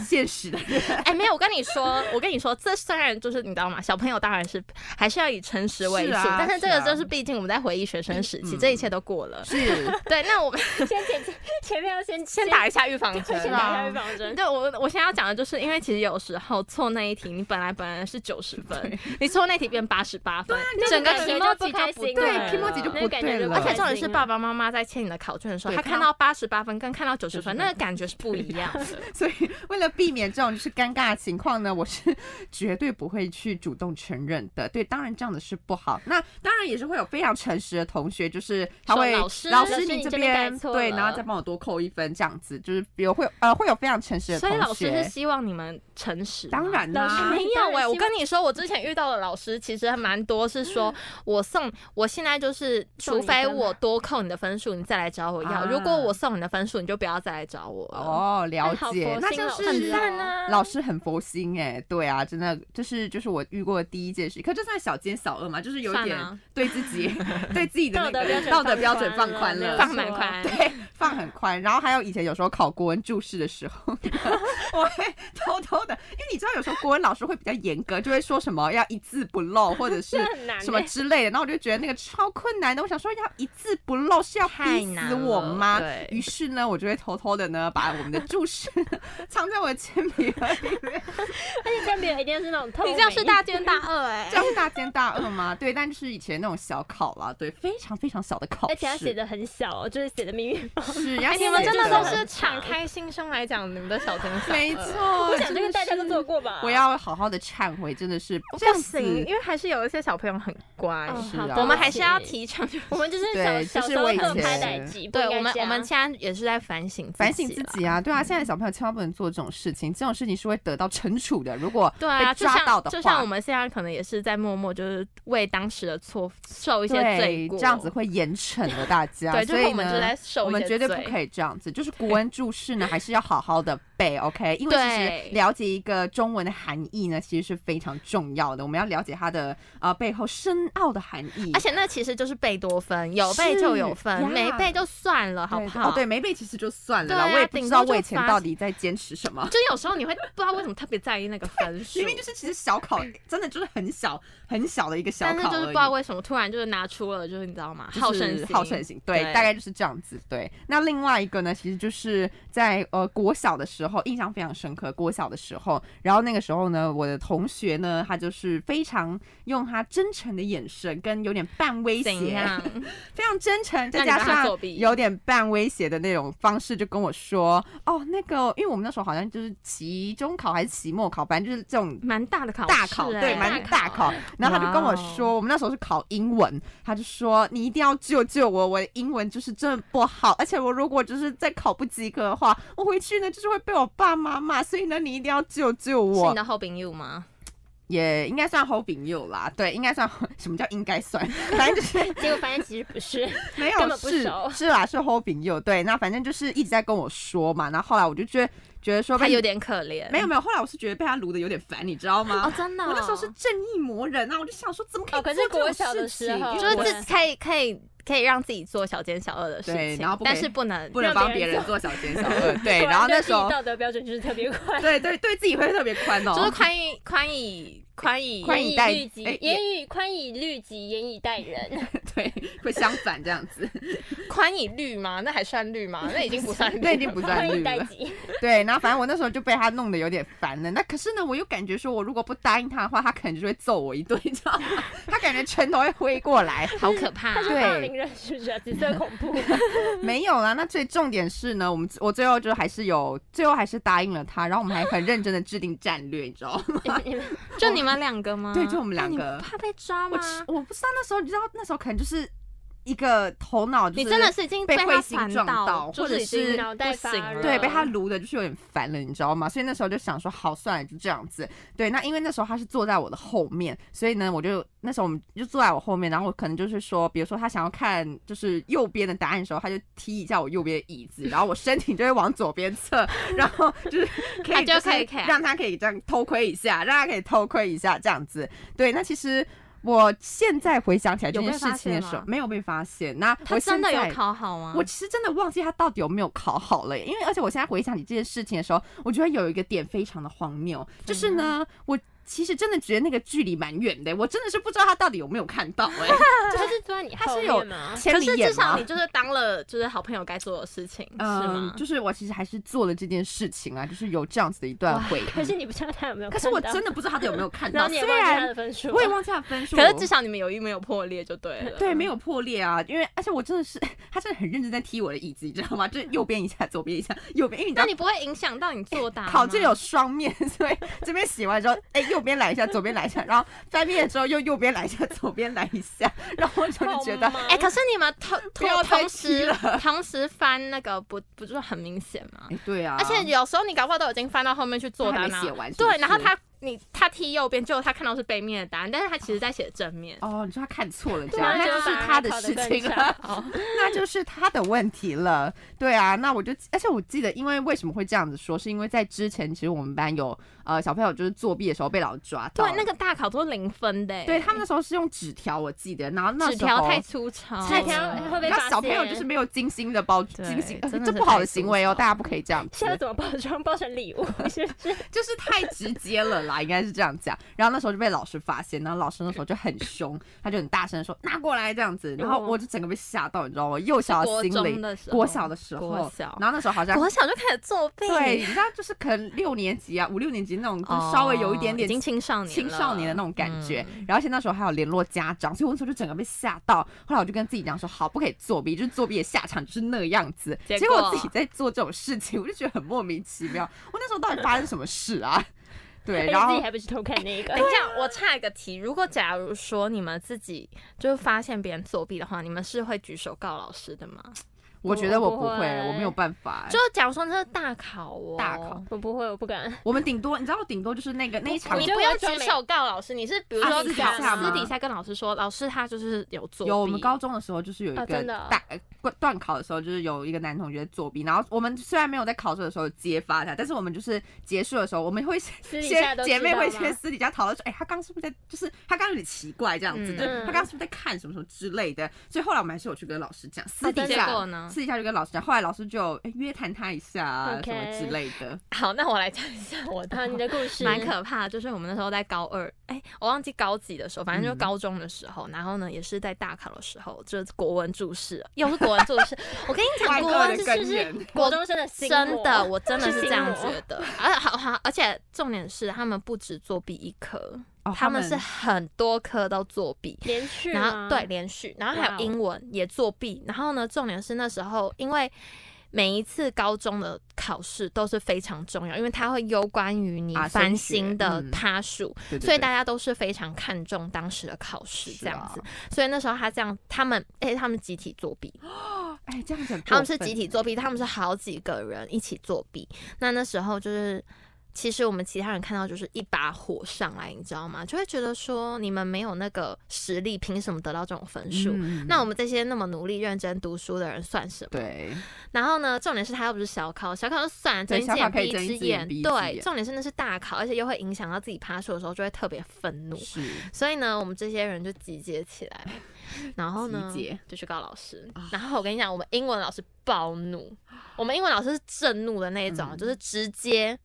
[SPEAKER 2] 现实的人。
[SPEAKER 1] 哎，没有，我跟你说，我跟你说，这虽然就是你知道吗？小朋友当然是还是要以诚实为主
[SPEAKER 2] 是，啊
[SPEAKER 1] 但是这
[SPEAKER 2] 是
[SPEAKER 1] 个
[SPEAKER 2] 啊
[SPEAKER 1] 就是毕竟我们在回忆学生时期，
[SPEAKER 2] 嗯
[SPEAKER 1] 这一切都过了。
[SPEAKER 2] 是，
[SPEAKER 1] 对，那我们
[SPEAKER 3] 先前前前面要先
[SPEAKER 1] 先打一下预防针
[SPEAKER 3] 先。
[SPEAKER 2] 啊
[SPEAKER 3] 打一下预防针，
[SPEAKER 1] 对我，我现在要讲的就是，因为其实有时候错那一题，你本来本来是九十分，你错那题变八十八分，整个
[SPEAKER 3] 感
[SPEAKER 1] 题
[SPEAKER 3] 觉
[SPEAKER 1] 目
[SPEAKER 3] 啊就
[SPEAKER 1] 题
[SPEAKER 3] 不
[SPEAKER 1] 就
[SPEAKER 3] 开
[SPEAKER 1] 不
[SPEAKER 3] 心
[SPEAKER 1] 对
[SPEAKER 3] 了，
[SPEAKER 1] 了，
[SPEAKER 2] 题目题就不
[SPEAKER 3] 那个感觉
[SPEAKER 2] 对
[SPEAKER 3] 就不
[SPEAKER 2] 了
[SPEAKER 1] 而且
[SPEAKER 3] 开
[SPEAKER 1] 重点是
[SPEAKER 3] 心
[SPEAKER 1] 爸
[SPEAKER 3] 了，
[SPEAKER 1] 爸妈妈在签你的考卷的时候，
[SPEAKER 2] 对
[SPEAKER 1] 他看到八十八分跟看到九十分，
[SPEAKER 2] 90分
[SPEAKER 1] 那个感觉是不一样的。
[SPEAKER 2] 所以为了避免这种就是尴尬的情况呢，我是 绝对不会去主动承认的。对，当然这样的是不好。那当然也是会有非常诚实的同学，就是他会
[SPEAKER 1] 说老师
[SPEAKER 2] 老
[SPEAKER 3] 老
[SPEAKER 2] 师
[SPEAKER 3] 师
[SPEAKER 2] 你
[SPEAKER 3] 你
[SPEAKER 2] 这
[SPEAKER 3] 这边
[SPEAKER 2] 边
[SPEAKER 3] 改错
[SPEAKER 2] 对，
[SPEAKER 3] 了
[SPEAKER 2] 然后再帮我多扣一分这样子，就是有会呃会有非常诚实的
[SPEAKER 1] 所
[SPEAKER 2] 同
[SPEAKER 1] 以老师是
[SPEAKER 2] 学。
[SPEAKER 1] 希望你们诚实吗？
[SPEAKER 2] 啊当然啦、
[SPEAKER 3] 老师
[SPEAKER 1] 没
[SPEAKER 3] 没
[SPEAKER 1] 有
[SPEAKER 3] 有
[SPEAKER 1] 哎、
[SPEAKER 3] 哎
[SPEAKER 1] 我
[SPEAKER 3] 我
[SPEAKER 1] 跟
[SPEAKER 3] 跟
[SPEAKER 1] 你说，我之前遇到的老师其实还蛮多，是说我送，我现在就是，
[SPEAKER 3] 送
[SPEAKER 1] 除
[SPEAKER 3] 你
[SPEAKER 1] 非
[SPEAKER 3] 分嘛
[SPEAKER 1] 我多扣你的分数，你再来找我要；
[SPEAKER 2] 啊
[SPEAKER 1] 如果我送你的分数，你就不要再来找我了。
[SPEAKER 2] 哦，了
[SPEAKER 3] 好
[SPEAKER 2] 解
[SPEAKER 3] 佛，
[SPEAKER 2] 那
[SPEAKER 3] 心
[SPEAKER 2] 就
[SPEAKER 3] 老师
[SPEAKER 2] 是
[SPEAKER 1] 很赞啊！
[SPEAKER 2] 老师很佛心哎、对啊，真的，这是就是我遇过的第一件事，可这算小奸小恶嘛，就是有
[SPEAKER 1] 算
[SPEAKER 2] 点
[SPEAKER 1] 啊
[SPEAKER 2] 对自 己对自己的
[SPEAKER 3] 道
[SPEAKER 2] 那
[SPEAKER 3] 德标
[SPEAKER 2] 个
[SPEAKER 3] 准
[SPEAKER 2] 道德标准放宽
[SPEAKER 3] 没有
[SPEAKER 2] 了，
[SPEAKER 1] 放蛮
[SPEAKER 3] 错
[SPEAKER 1] 宽
[SPEAKER 2] 对，放很宽。然后还有以前有时候考国文注释的 时候，我会偷偷的，因为你知道有时候国文老师会比较严格，就会说什么要一字不漏，或者是
[SPEAKER 3] 这很难
[SPEAKER 2] 什么
[SPEAKER 1] 哎
[SPEAKER 3] 欸
[SPEAKER 2] 之类的。然后我就觉得那个超困难的，我想说要一字不漏是要
[SPEAKER 1] 太
[SPEAKER 2] 逼
[SPEAKER 1] 难
[SPEAKER 2] 死我
[SPEAKER 1] 了
[SPEAKER 2] 吗
[SPEAKER 1] 对？
[SPEAKER 2] 于是呢，我就会偷偷的呢把我们的注释 藏在我的铅笔盒 里面。
[SPEAKER 3] 而且铅笔盒一定是那种透
[SPEAKER 1] 你这样是
[SPEAKER 3] 明
[SPEAKER 1] 大奸大恶 哎、
[SPEAKER 2] 这样是大奸大恶吗？对，但就是以前那种小考啦，对，非常非常小的考试，
[SPEAKER 3] 而且他写的很小哦，就是写的明明白白。
[SPEAKER 2] 是，
[SPEAKER 1] 哎、
[SPEAKER 2] 要
[SPEAKER 1] 你
[SPEAKER 2] 写
[SPEAKER 1] 们真的
[SPEAKER 3] 这
[SPEAKER 1] 都
[SPEAKER 3] 个
[SPEAKER 1] 是
[SPEAKER 3] 很
[SPEAKER 1] 敞
[SPEAKER 3] 长
[SPEAKER 1] 开心胸来讲你们的小奸小恶，
[SPEAKER 2] 没错，
[SPEAKER 3] 我想这个大家都
[SPEAKER 2] 真的是
[SPEAKER 3] 做过吧？
[SPEAKER 2] 我要好好的忏悔，真的是
[SPEAKER 1] 不
[SPEAKER 2] 这样子。
[SPEAKER 1] 行，因为还是有一些小朋友很乖，
[SPEAKER 3] 哦
[SPEAKER 2] 是
[SPEAKER 3] 好
[SPEAKER 2] 啊
[SPEAKER 3] 对
[SPEAKER 1] 嗯我们
[SPEAKER 3] 不
[SPEAKER 1] 还
[SPEAKER 3] 起
[SPEAKER 1] 是要提倡就是
[SPEAKER 3] 我们就是小
[SPEAKER 2] 对
[SPEAKER 3] 小
[SPEAKER 2] 这是
[SPEAKER 3] 时候
[SPEAKER 2] 我以
[SPEAKER 3] 各拍
[SPEAKER 1] 前
[SPEAKER 3] 歹机，不
[SPEAKER 1] 对
[SPEAKER 3] 应该
[SPEAKER 1] 我们，
[SPEAKER 3] 这
[SPEAKER 1] 我们
[SPEAKER 3] 样
[SPEAKER 1] 现在也是在反省
[SPEAKER 2] 反省自
[SPEAKER 1] 啦
[SPEAKER 2] 己啊，对啊，
[SPEAKER 1] 嗯
[SPEAKER 2] 现在小朋友千万不能做这种事情，这种事情是会得到惩处的。如果
[SPEAKER 1] 对啊，
[SPEAKER 2] 被
[SPEAKER 1] 就
[SPEAKER 2] 抓到
[SPEAKER 1] 像
[SPEAKER 2] 的话，
[SPEAKER 1] 就像我们现在可能也是在默默就是为当时的错受一些罪
[SPEAKER 2] 对
[SPEAKER 1] 过，
[SPEAKER 2] 这样子会严惩的 大家。
[SPEAKER 1] 对，就
[SPEAKER 2] 所
[SPEAKER 1] 是
[SPEAKER 2] 以
[SPEAKER 1] 我们就
[SPEAKER 2] 呢
[SPEAKER 1] 在受
[SPEAKER 2] 我
[SPEAKER 1] 一
[SPEAKER 2] 们
[SPEAKER 1] 些
[SPEAKER 2] 绝对
[SPEAKER 1] 罪
[SPEAKER 2] 不可以这样子，就是古文注释呢，还是要好好的背，OK？因为
[SPEAKER 1] 对
[SPEAKER 2] 其实了解一个中文的含义呢，其实是非常重要的。我们要了解它的呃背后深奥的含义，
[SPEAKER 1] 而且那其实就是贝多芬，有背就有分，
[SPEAKER 2] 呀
[SPEAKER 1] 没背就算了，好不
[SPEAKER 2] 对
[SPEAKER 1] 好？
[SPEAKER 2] 哦，对，没背其实就算了啦，
[SPEAKER 1] 对啊
[SPEAKER 2] 我也不知道
[SPEAKER 1] 顶多就
[SPEAKER 2] 我以前
[SPEAKER 1] 罚
[SPEAKER 2] 到底在坚持 什么。
[SPEAKER 1] 就有时候你会不知道为什么特别在意那个分数
[SPEAKER 2] 明，明就是其实小考，真的就是很小很小的一个小
[SPEAKER 1] 但是
[SPEAKER 2] 考
[SPEAKER 1] 就是
[SPEAKER 2] 而
[SPEAKER 1] 不
[SPEAKER 2] 已
[SPEAKER 1] 知。道为什么突然就是拿出了，就是你知道吗？
[SPEAKER 2] 就是
[SPEAKER 1] 好胜心，
[SPEAKER 2] 好胜心，对，
[SPEAKER 1] 对
[SPEAKER 2] 大概就是这样子，对。那另外一个呢，其实就是在呃国小的时候，印象非常深刻。国小的时候，然后那个时候呢，我的同学呢，他就是非常用他真诚的眼神跟有点半威
[SPEAKER 1] 怎
[SPEAKER 2] 胁，
[SPEAKER 1] 样？
[SPEAKER 2] 非常真诚，
[SPEAKER 1] 那
[SPEAKER 2] 再
[SPEAKER 1] 啊你帮
[SPEAKER 2] 加
[SPEAKER 1] 他
[SPEAKER 2] 上
[SPEAKER 1] 作弊
[SPEAKER 2] 有点半威胁的那种方式，就跟我说：“哦，那个，因为我们那时候好像就是期中考还是期末考，反正就是这种
[SPEAKER 1] 蛮大的考
[SPEAKER 2] 大
[SPEAKER 1] 试
[SPEAKER 2] 考，
[SPEAKER 1] 欸
[SPEAKER 2] 对，蛮大考。然后他就跟我说，
[SPEAKER 1] 哇哦
[SPEAKER 2] 我们那时候是考英文，他就说你一定要救救我，我的英文就是真的不好，而且我如果就是再考不及格的话，我回去呢就是会被我爸妈骂，所以呢你一定要救救
[SPEAKER 1] 是你
[SPEAKER 2] 我。
[SPEAKER 1] 的后朋友吗？
[SPEAKER 2] 也应该算好朋友啦，对，应该算 什么叫应该算，反正就是
[SPEAKER 3] 结果发现 其实不是，
[SPEAKER 2] 没
[SPEAKER 3] 根
[SPEAKER 2] 有
[SPEAKER 3] 本不
[SPEAKER 2] 是
[SPEAKER 3] 熟
[SPEAKER 2] 是啦，是好朋友，对，那反正就是一直在跟我说嘛，然后后来我就觉得觉得说
[SPEAKER 1] 他
[SPEAKER 2] 被
[SPEAKER 1] 有点可怜，
[SPEAKER 2] 没有没有，后来我是觉得被他撸的有点烦，你知道吗？
[SPEAKER 1] 哦，真的哦，
[SPEAKER 2] 我那时候是正义魔人啊，我就想说怎么可以
[SPEAKER 3] 哦可
[SPEAKER 2] 做
[SPEAKER 3] 是
[SPEAKER 2] 这种
[SPEAKER 3] 国小的时
[SPEAKER 2] 事情？
[SPEAKER 3] 候
[SPEAKER 2] 因
[SPEAKER 1] 就
[SPEAKER 2] 为
[SPEAKER 1] 是
[SPEAKER 2] 我
[SPEAKER 1] 自可以可以可以让自己做小奸小恶的事
[SPEAKER 2] 对
[SPEAKER 1] 情，
[SPEAKER 2] 然后不可以
[SPEAKER 1] 但是不能
[SPEAKER 2] 不
[SPEAKER 3] 让
[SPEAKER 2] 能帮
[SPEAKER 3] 别
[SPEAKER 2] 别
[SPEAKER 3] 人
[SPEAKER 2] 人做小奸小 恶，对。
[SPEAKER 3] 果
[SPEAKER 2] 然后
[SPEAKER 3] 对
[SPEAKER 2] 那
[SPEAKER 3] 自
[SPEAKER 2] 时
[SPEAKER 3] 己
[SPEAKER 2] 候，
[SPEAKER 3] 道德标准就是特别宽，
[SPEAKER 2] 对对对自己会特别宽哦，
[SPEAKER 1] 就是宽以宽以宽以
[SPEAKER 2] 宽以
[SPEAKER 3] 以
[SPEAKER 2] 待
[SPEAKER 3] 律己
[SPEAKER 2] 哎，
[SPEAKER 3] 严以宽以律己，严以待人。
[SPEAKER 2] 对会相反这样 子，
[SPEAKER 1] 宽以律吗？那还算律吗？那已经不 算
[SPEAKER 2] 那已
[SPEAKER 1] 律。
[SPEAKER 2] 经不算
[SPEAKER 3] 宽以
[SPEAKER 2] 绿
[SPEAKER 3] 待
[SPEAKER 2] 了。
[SPEAKER 3] 己，
[SPEAKER 2] 对，然后反正我那时候就被他弄得有点烦了。那可是呢，我又感觉说我如果不答应他的话，他可能就会揍我一顿，你知道吗？ 他感觉拳头会挥过来。
[SPEAKER 1] 好可怕、
[SPEAKER 3] 他是
[SPEAKER 2] 对
[SPEAKER 3] 霸凌人是不是啊？紫色恐怖，
[SPEAKER 2] 没有啦，那最重点是呢，我们我最后就还是有，最后还是答应了他，然后我们还很认真的制定战略，你知道吗？
[SPEAKER 3] 你们
[SPEAKER 1] 就你们两个吗？
[SPEAKER 2] 对就我们两个
[SPEAKER 1] 那你不怕被抓
[SPEAKER 2] 我
[SPEAKER 1] 吗？
[SPEAKER 2] 其我不知道那时候，你知道那时候可能就是一个头脑就是
[SPEAKER 1] 你真的是已经
[SPEAKER 2] 被
[SPEAKER 1] 他
[SPEAKER 2] 彗星
[SPEAKER 1] 烦
[SPEAKER 2] 撞到
[SPEAKER 1] 就
[SPEAKER 2] 或者
[SPEAKER 1] 已经
[SPEAKER 2] 是
[SPEAKER 3] 脑袋
[SPEAKER 1] 不
[SPEAKER 3] 发
[SPEAKER 1] 行
[SPEAKER 3] 热
[SPEAKER 1] 了。
[SPEAKER 2] 对被他撸的，就是有点烦了，你知道吗？所以那时候就想说，好，算了，就这样子。对，那因为那时候他是坐在我的后面，所以呢，我就那时候我们就坐在我后面，然后我可能就是说，比如说他想要看就是右边的答案的时候，他就踢一下我右边的椅子，然后我身体就会往左边侧，然后就是 可
[SPEAKER 1] 他
[SPEAKER 2] 以
[SPEAKER 1] 就是可以看
[SPEAKER 2] 让他可以这样偷窥一下，让他可以偷窥一下这样子。对，那其实。我现在回想起来
[SPEAKER 1] 有
[SPEAKER 2] 这件
[SPEAKER 1] 被发
[SPEAKER 2] 事情的
[SPEAKER 1] 现
[SPEAKER 2] 时候
[SPEAKER 1] 吗，
[SPEAKER 2] 没有被发现。那
[SPEAKER 1] 他
[SPEAKER 2] 我
[SPEAKER 1] 真的
[SPEAKER 2] 现在
[SPEAKER 1] 有考好吗？
[SPEAKER 2] 我其实真的忘记他到底有没有考好了耶，因为而且我现在回想起这件事情的时候，我觉得有一个点非常的荒谬，就是
[SPEAKER 1] 嗯
[SPEAKER 2] 呢，我其实真的觉得那个距离蛮远的，我真的是不知道他到底有没有看到 哎，
[SPEAKER 3] 他是坐在你
[SPEAKER 2] 他
[SPEAKER 3] 后
[SPEAKER 2] 是有
[SPEAKER 3] 面吗？
[SPEAKER 2] 千
[SPEAKER 1] 可
[SPEAKER 2] 里
[SPEAKER 1] 是至
[SPEAKER 2] 眼
[SPEAKER 1] 少
[SPEAKER 2] 吗
[SPEAKER 1] 你？就是当了就是好朋友该做的事情，是
[SPEAKER 2] 嗯
[SPEAKER 1] 吗，？
[SPEAKER 2] 就是我其实还是做了这件事情啊，就是有这样子的一段回忆。
[SPEAKER 3] 可是你不知道他有没有
[SPEAKER 2] 可
[SPEAKER 3] 看
[SPEAKER 2] 是
[SPEAKER 3] 到，
[SPEAKER 2] 我真的不知道他有没有看
[SPEAKER 3] 然
[SPEAKER 2] 到，
[SPEAKER 3] 后你
[SPEAKER 2] 虽
[SPEAKER 3] 也忘记他
[SPEAKER 2] 然
[SPEAKER 3] 的分数，
[SPEAKER 2] 我也忘记他的分数，
[SPEAKER 1] 可是至少你们友谊没有破裂就对了。
[SPEAKER 2] 对，没有破裂啊，因为而且我真的是，他真的很认真在踢我的椅子，你知道吗？就是右边一下，左边一下，右边，因为你知
[SPEAKER 1] 嗯
[SPEAKER 2] 道
[SPEAKER 1] 那你不会影响到你作答吗？
[SPEAKER 2] 考卷有双面，所以这边写完之后，哎、右边来一下，左边来一下，然后翻面的时候又右边来一下，左边来一下， 然后我就是觉得
[SPEAKER 3] 好忙
[SPEAKER 1] 哎、可是你们 同
[SPEAKER 2] 不要
[SPEAKER 1] 同
[SPEAKER 2] 再
[SPEAKER 1] 同时
[SPEAKER 2] 踢了
[SPEAKER 1] 同时翻那个不不就是很明显吗？
[SPEAKER 2] 哎，对啊，
[SPEAKER 1] 而且有时候你搞不好都已经翻到后面去做
[SPEAKER 2] 他还
[SPEAKER 1] 单
[SPEAKER 2] 没
[SPEAKER 1] 了，
[SPEAKER 2] 写完是不
[SPEAKER 1] 对，
[SPEAKER 2] 是
[SPEAKER 1] 然后他你他踢右边，结果他看到是背面的答案，但是他其实在写正面。
[SPEAKER 2] 哦，你说他看错了，这
[SPEAKER 3] 对
[SPEAKER 2] 样
[SPEAKER 3] 啊
[SPEAKER 2] 那
[SPEAKER 3] 就
[SPEAKER 2] 就是
[SPEAKER 3] 把它
[SPEAKER 2] 他的
[SPEAKER 3] 考得
[SPEAKER 2] 事
[SPEAKER 3] 更
[SPEAKER 2] 情了
[SPEAKER 3] 差。
[SPEAKER 1] 哦，
[SPEAKER 2] 那就是他的问题了。对啊，那我就，而且我记得，因为为什么会这样子说，是因为在之前，其实我们班有呃小朋友就是作弊的时候被老师抓到，
[SPEAKER 1] 对，那个大考都零分的，
[SPEAKER 2] 对他们那时候是用纸条，我记得，然后那
[SPEAKER 1] 纸
[SPEAKER 2] 时
[SPEAKER 1] 条
[SPEAKER 2] 候
[SPEAKER 1] 太粗糙，
[SPEAKER 3] 菜条会被
[SPEAKER 2] 那
[SPEAKER 3] 发
[SPEAKER 2] 小朋友就
[SPEAKER 3] 现
[SPEAKER 2] 是没有精心的包
[SPEAKER 1] 对
[SPEAKER 2] 精心，呃
[SPEAKER 1] 真的
[SPEAKER 2] 这
[SPEAKER 1] 是
[SPEAKER 2] 不好
[SPEAKER 1] 太
[SPEAKER 2] 的
[SPEAKER 1] 粗
[SPEAKER 2] 行为哦，
[SPEAKER 1] 糙
[SPEAKER 2] 大家不可以这样子
[SPEAKER 3] 现，在怎么包装？包成 礼物是不是？
[SPEAKER 2] 就是太直接了啦，应该是这样讲。然后那时候就被老师发现，然后老师那时候就很凶，他就很大声地说拿过来这样子，然后
[SPEAKER 3] 哦
[SPEAKER 2] 我就整个被吓到，你知道吗？幼小
[SPEAKER 1] 是国
[SPEAKER 2] 心
[SPEAKER 1] 中
[SPEAKER 2] 灵
[SPEAKER 1] 的时，候
[SPEAKER 2] 国小的时候，
[SPEAKER 1] 国小
[SPEAKER 2] 然后那时候好像
[SPEAKER 1] 我小就开始作弊，
[SPEAKER 2] 对，你知道，就是可能六年级啊，五六年级那种，就
[SPEAKER 1] 哦，
[SPEAKER 2] 是稍微有一点点
[SPEAKER 1] 已经青少年
[SPEAKER 2] 青少年的那
[SPEAKER 1] 种。
[SPEAKER 2] 种感觉。
[SPEAKER 1] 嗯
[SPEAKER 2] 然后而且那时候还有联络家长，所以我那时候就整个被吓到。后来我就跟自己讲说，好，不可以作弊，就是作弊的下场就是那样子。
[SPEAKER 1] 结
[SPEAKER 2] 结
[SPEAKER 1] 果
[SPEAKER 2] 我自己在做这种事情，我就觉得很莫名其妙。我那时候到底发生什么事啊？
[SPEAKER 1] 哎
[SPEAKER 2] 对，
[SPEAKER 3] 而且
[SPEAKER 2] 然
[SPEAKER 3] 自
[SPEAKER 2] 后
[SPEAKER 3] 己还不是偷看那个
[SPEAKER 1] 等一？下，我差一个题。如果假如说你们自己就是发现别人作弊的话，你们是会举手告老师的吗？
[SPEAKER 2] 我觉得我不
[SPEAKER 3] 我不
[SPEAKER 2] 会，我没有
[SPEAKER 3] 会
[SPEAKER 2] 办法。
[SPEAKER 1] 就假如说那是大考哦，
[SPEAKER 2] 大考
[SPEAKER 3] 我不会，我不敢。
[SPEAKER 2] 我们顶多，你知道，我顶多就是那个那一场
[SPEAKER 1] 你
[SPEAKER 3] 觉得
[SPEAKER 1] 不
[SPEAKER 3] 我
[SPEAKER 1] 用
[SPEAKER 3] 专
[SPEAKER 1] 举
[SPEAKER 3] 门
[SPEAKER 1] 手告老师，你是比如
[SPEAKER 2] 啊
[SPEAKER 1] 说
[SPEAKER 2] 私底
[SPEAKER 1] 考
[SPEAKER 3] 下吗
[SPEAKER 1] 私底下跟老师说，老师他就是有作弊。哦
[SPEAKER 2] 有我们高中的时候就是有一
[SPEAKER 3] 啊
[SPEAKER 2] 个
[SPEAKER 3] 真的啊
[SPEAKER 2] 大呃断断考的时候，就是有一个男同学作弊，然后我们虽然没有在考试的时候揭发他，但是我们就是结束的时候，我们会先
[SPEAKER 3] 私底下
[SPEAKER 2] 先
[SPEAKER 3] 都
[SPEAKER 2] 姐妹会
[SPEAKER 3] 知道吗
[SPEAKER 2] 先私底下讨论说，哎、他刚刚是不是在，就是他刚刚有点奇怪这样子，
[SPEAKER 1] 嗯
[SPEAKER 2] 就是他刚刚是不是在看什么什么之类的，所以后来我们还是有去跟老师讲，私底
[SPEAKER 1] 结
[SPEAKER 2] 下、
[SPEAKER 1] 果呢
[SPEAKER 2] 私底下就跟老师讲，后来老师就、哎约谈他一下啊
[SPEAKER 3] OK
[SPEAKER 2] 什么之类的，
[SPEAKER 1] 好，那我来讲一下我的
[SPEAKER 3] 啊，你的 故事
[SPEAKER 1] 蛮可怕的，就是我们那时候在高二，哎、我忘记高几的时候，反正就
[SPEAKER 2] 嗯
[SPEAKER 1] 高中的时候，然后呢，也是在大考的时候，就是国文注释，又是国文注 释。我跟你讲，
[SPEAKER 2] 万
[SPEAKER 1] 国
[SPEAKER 3] 啊
[SPEAKER 2] 恶
[SPEAKER 1] 文
[SPEAKER 2] 的
[SPEAKER 1] 是
[SPEAKER 2] 根
[SPEAKER 1] 是
[SPEAKER 2] 源。
[SPEAKER 3] 国中生的心魔
[SPEAKER 1] 真的，我真的
[SPEAKER 3] 是
[SPEAKER 1] 是这
[SPEAKER 3] 心
[SPEAKER 1] 样
[SPEAKER 3] 魔
[SPEAKER 1] 觉得。而 好好，而且重点是，他们不止作弊一科，
[SPEAKER 2] 哦
[SPEAKER 1] 他们是很多科都作弊。
[SPEAKER 3] 连续啊
[SPEAKER 1] 然
[SPEAKER 3] 吗
[SPEAKER 1] 后对，连续，然后还
[SPEAKER 3] 哇
[SPEAKER 1] 有
[SPEAKER 3] 哦
[SPEAKER 1] 英文也作弊，然后呢，重点是那时候因为每一次高中的考试都是非常重要，因为它会攸关于你
[SPEAKER 2] 啊升
[SPEAKER 1] 繁
[SPEAKER 2] 学
[SPEAKER 1] 星的
[SPEAKER 2] 嗯
[SPEAKER 1] 趴数，
[SPEAKER 2] 对对对
[SPEAKER 1] 所以大家都是非常看重当时的考试
[SPEAKER 2] 是
[SPEAKER 1] 这样子。
[SPEAKER 2] 啊
[SPEAKER 1] 所以那时候他这样，他们哎、他们集体作弊，
[SPEAKER 2] 哎、这样子很过
[SPEAKER 1] 他们是
[SPEAKER 2] 分嗯
[SPEAKER 1] 集体作弊，他们是好几个人一起作弊。那那时候就是，其实我们其他人看到就是一把火上来，你知道吗？就会觉得说你们没有那个实力，凭什么得到这种分数？
[SPEAKER 2] 嗯
[SPEAKER 1] 那我们这些那么努力、认真读书的人算什么？。
[SPEAKER 2] 对
[SPEAKER 1] 然后呢，重点是他又不是小考，小考就算了，睁
[SPEAKER 2] 对
[SPEAKER 1] 一
[SPEAKER 2] 小考
[SPEAKER 1] 眼
[SPEAKER 2] 可以
[SPEAKER 1] 闭
[SPEAKER 2] 睁
[SPEAKER 1] 一
[SPEAKER 2] 一
[SPEAKER 1] 只
[SPEAKER 2] 只眼
[SPEAKER 1] 眼。
[SPEAKER 2] 闭一只
[SPEAKER 1] 对，
[SPEAKER 2] 眼
[SPEAKER 1] 重点是那是大考，而且又会影响到自己爬树的时候，就会特别愤怒。
[SPEAKER 2] 是
[SPEAKER 1] 所以呢，我们这些人就集结起 来，然后呢
[SPEAKER 2] 集结啊
[SPEAKER 1] 就去告老师。然后我跟你讲，我们英文老师暴怒，我们英文老师是震怒的那一种，
[SPEAKER 2] 嗯
[SPEAKER 1] 就是直接，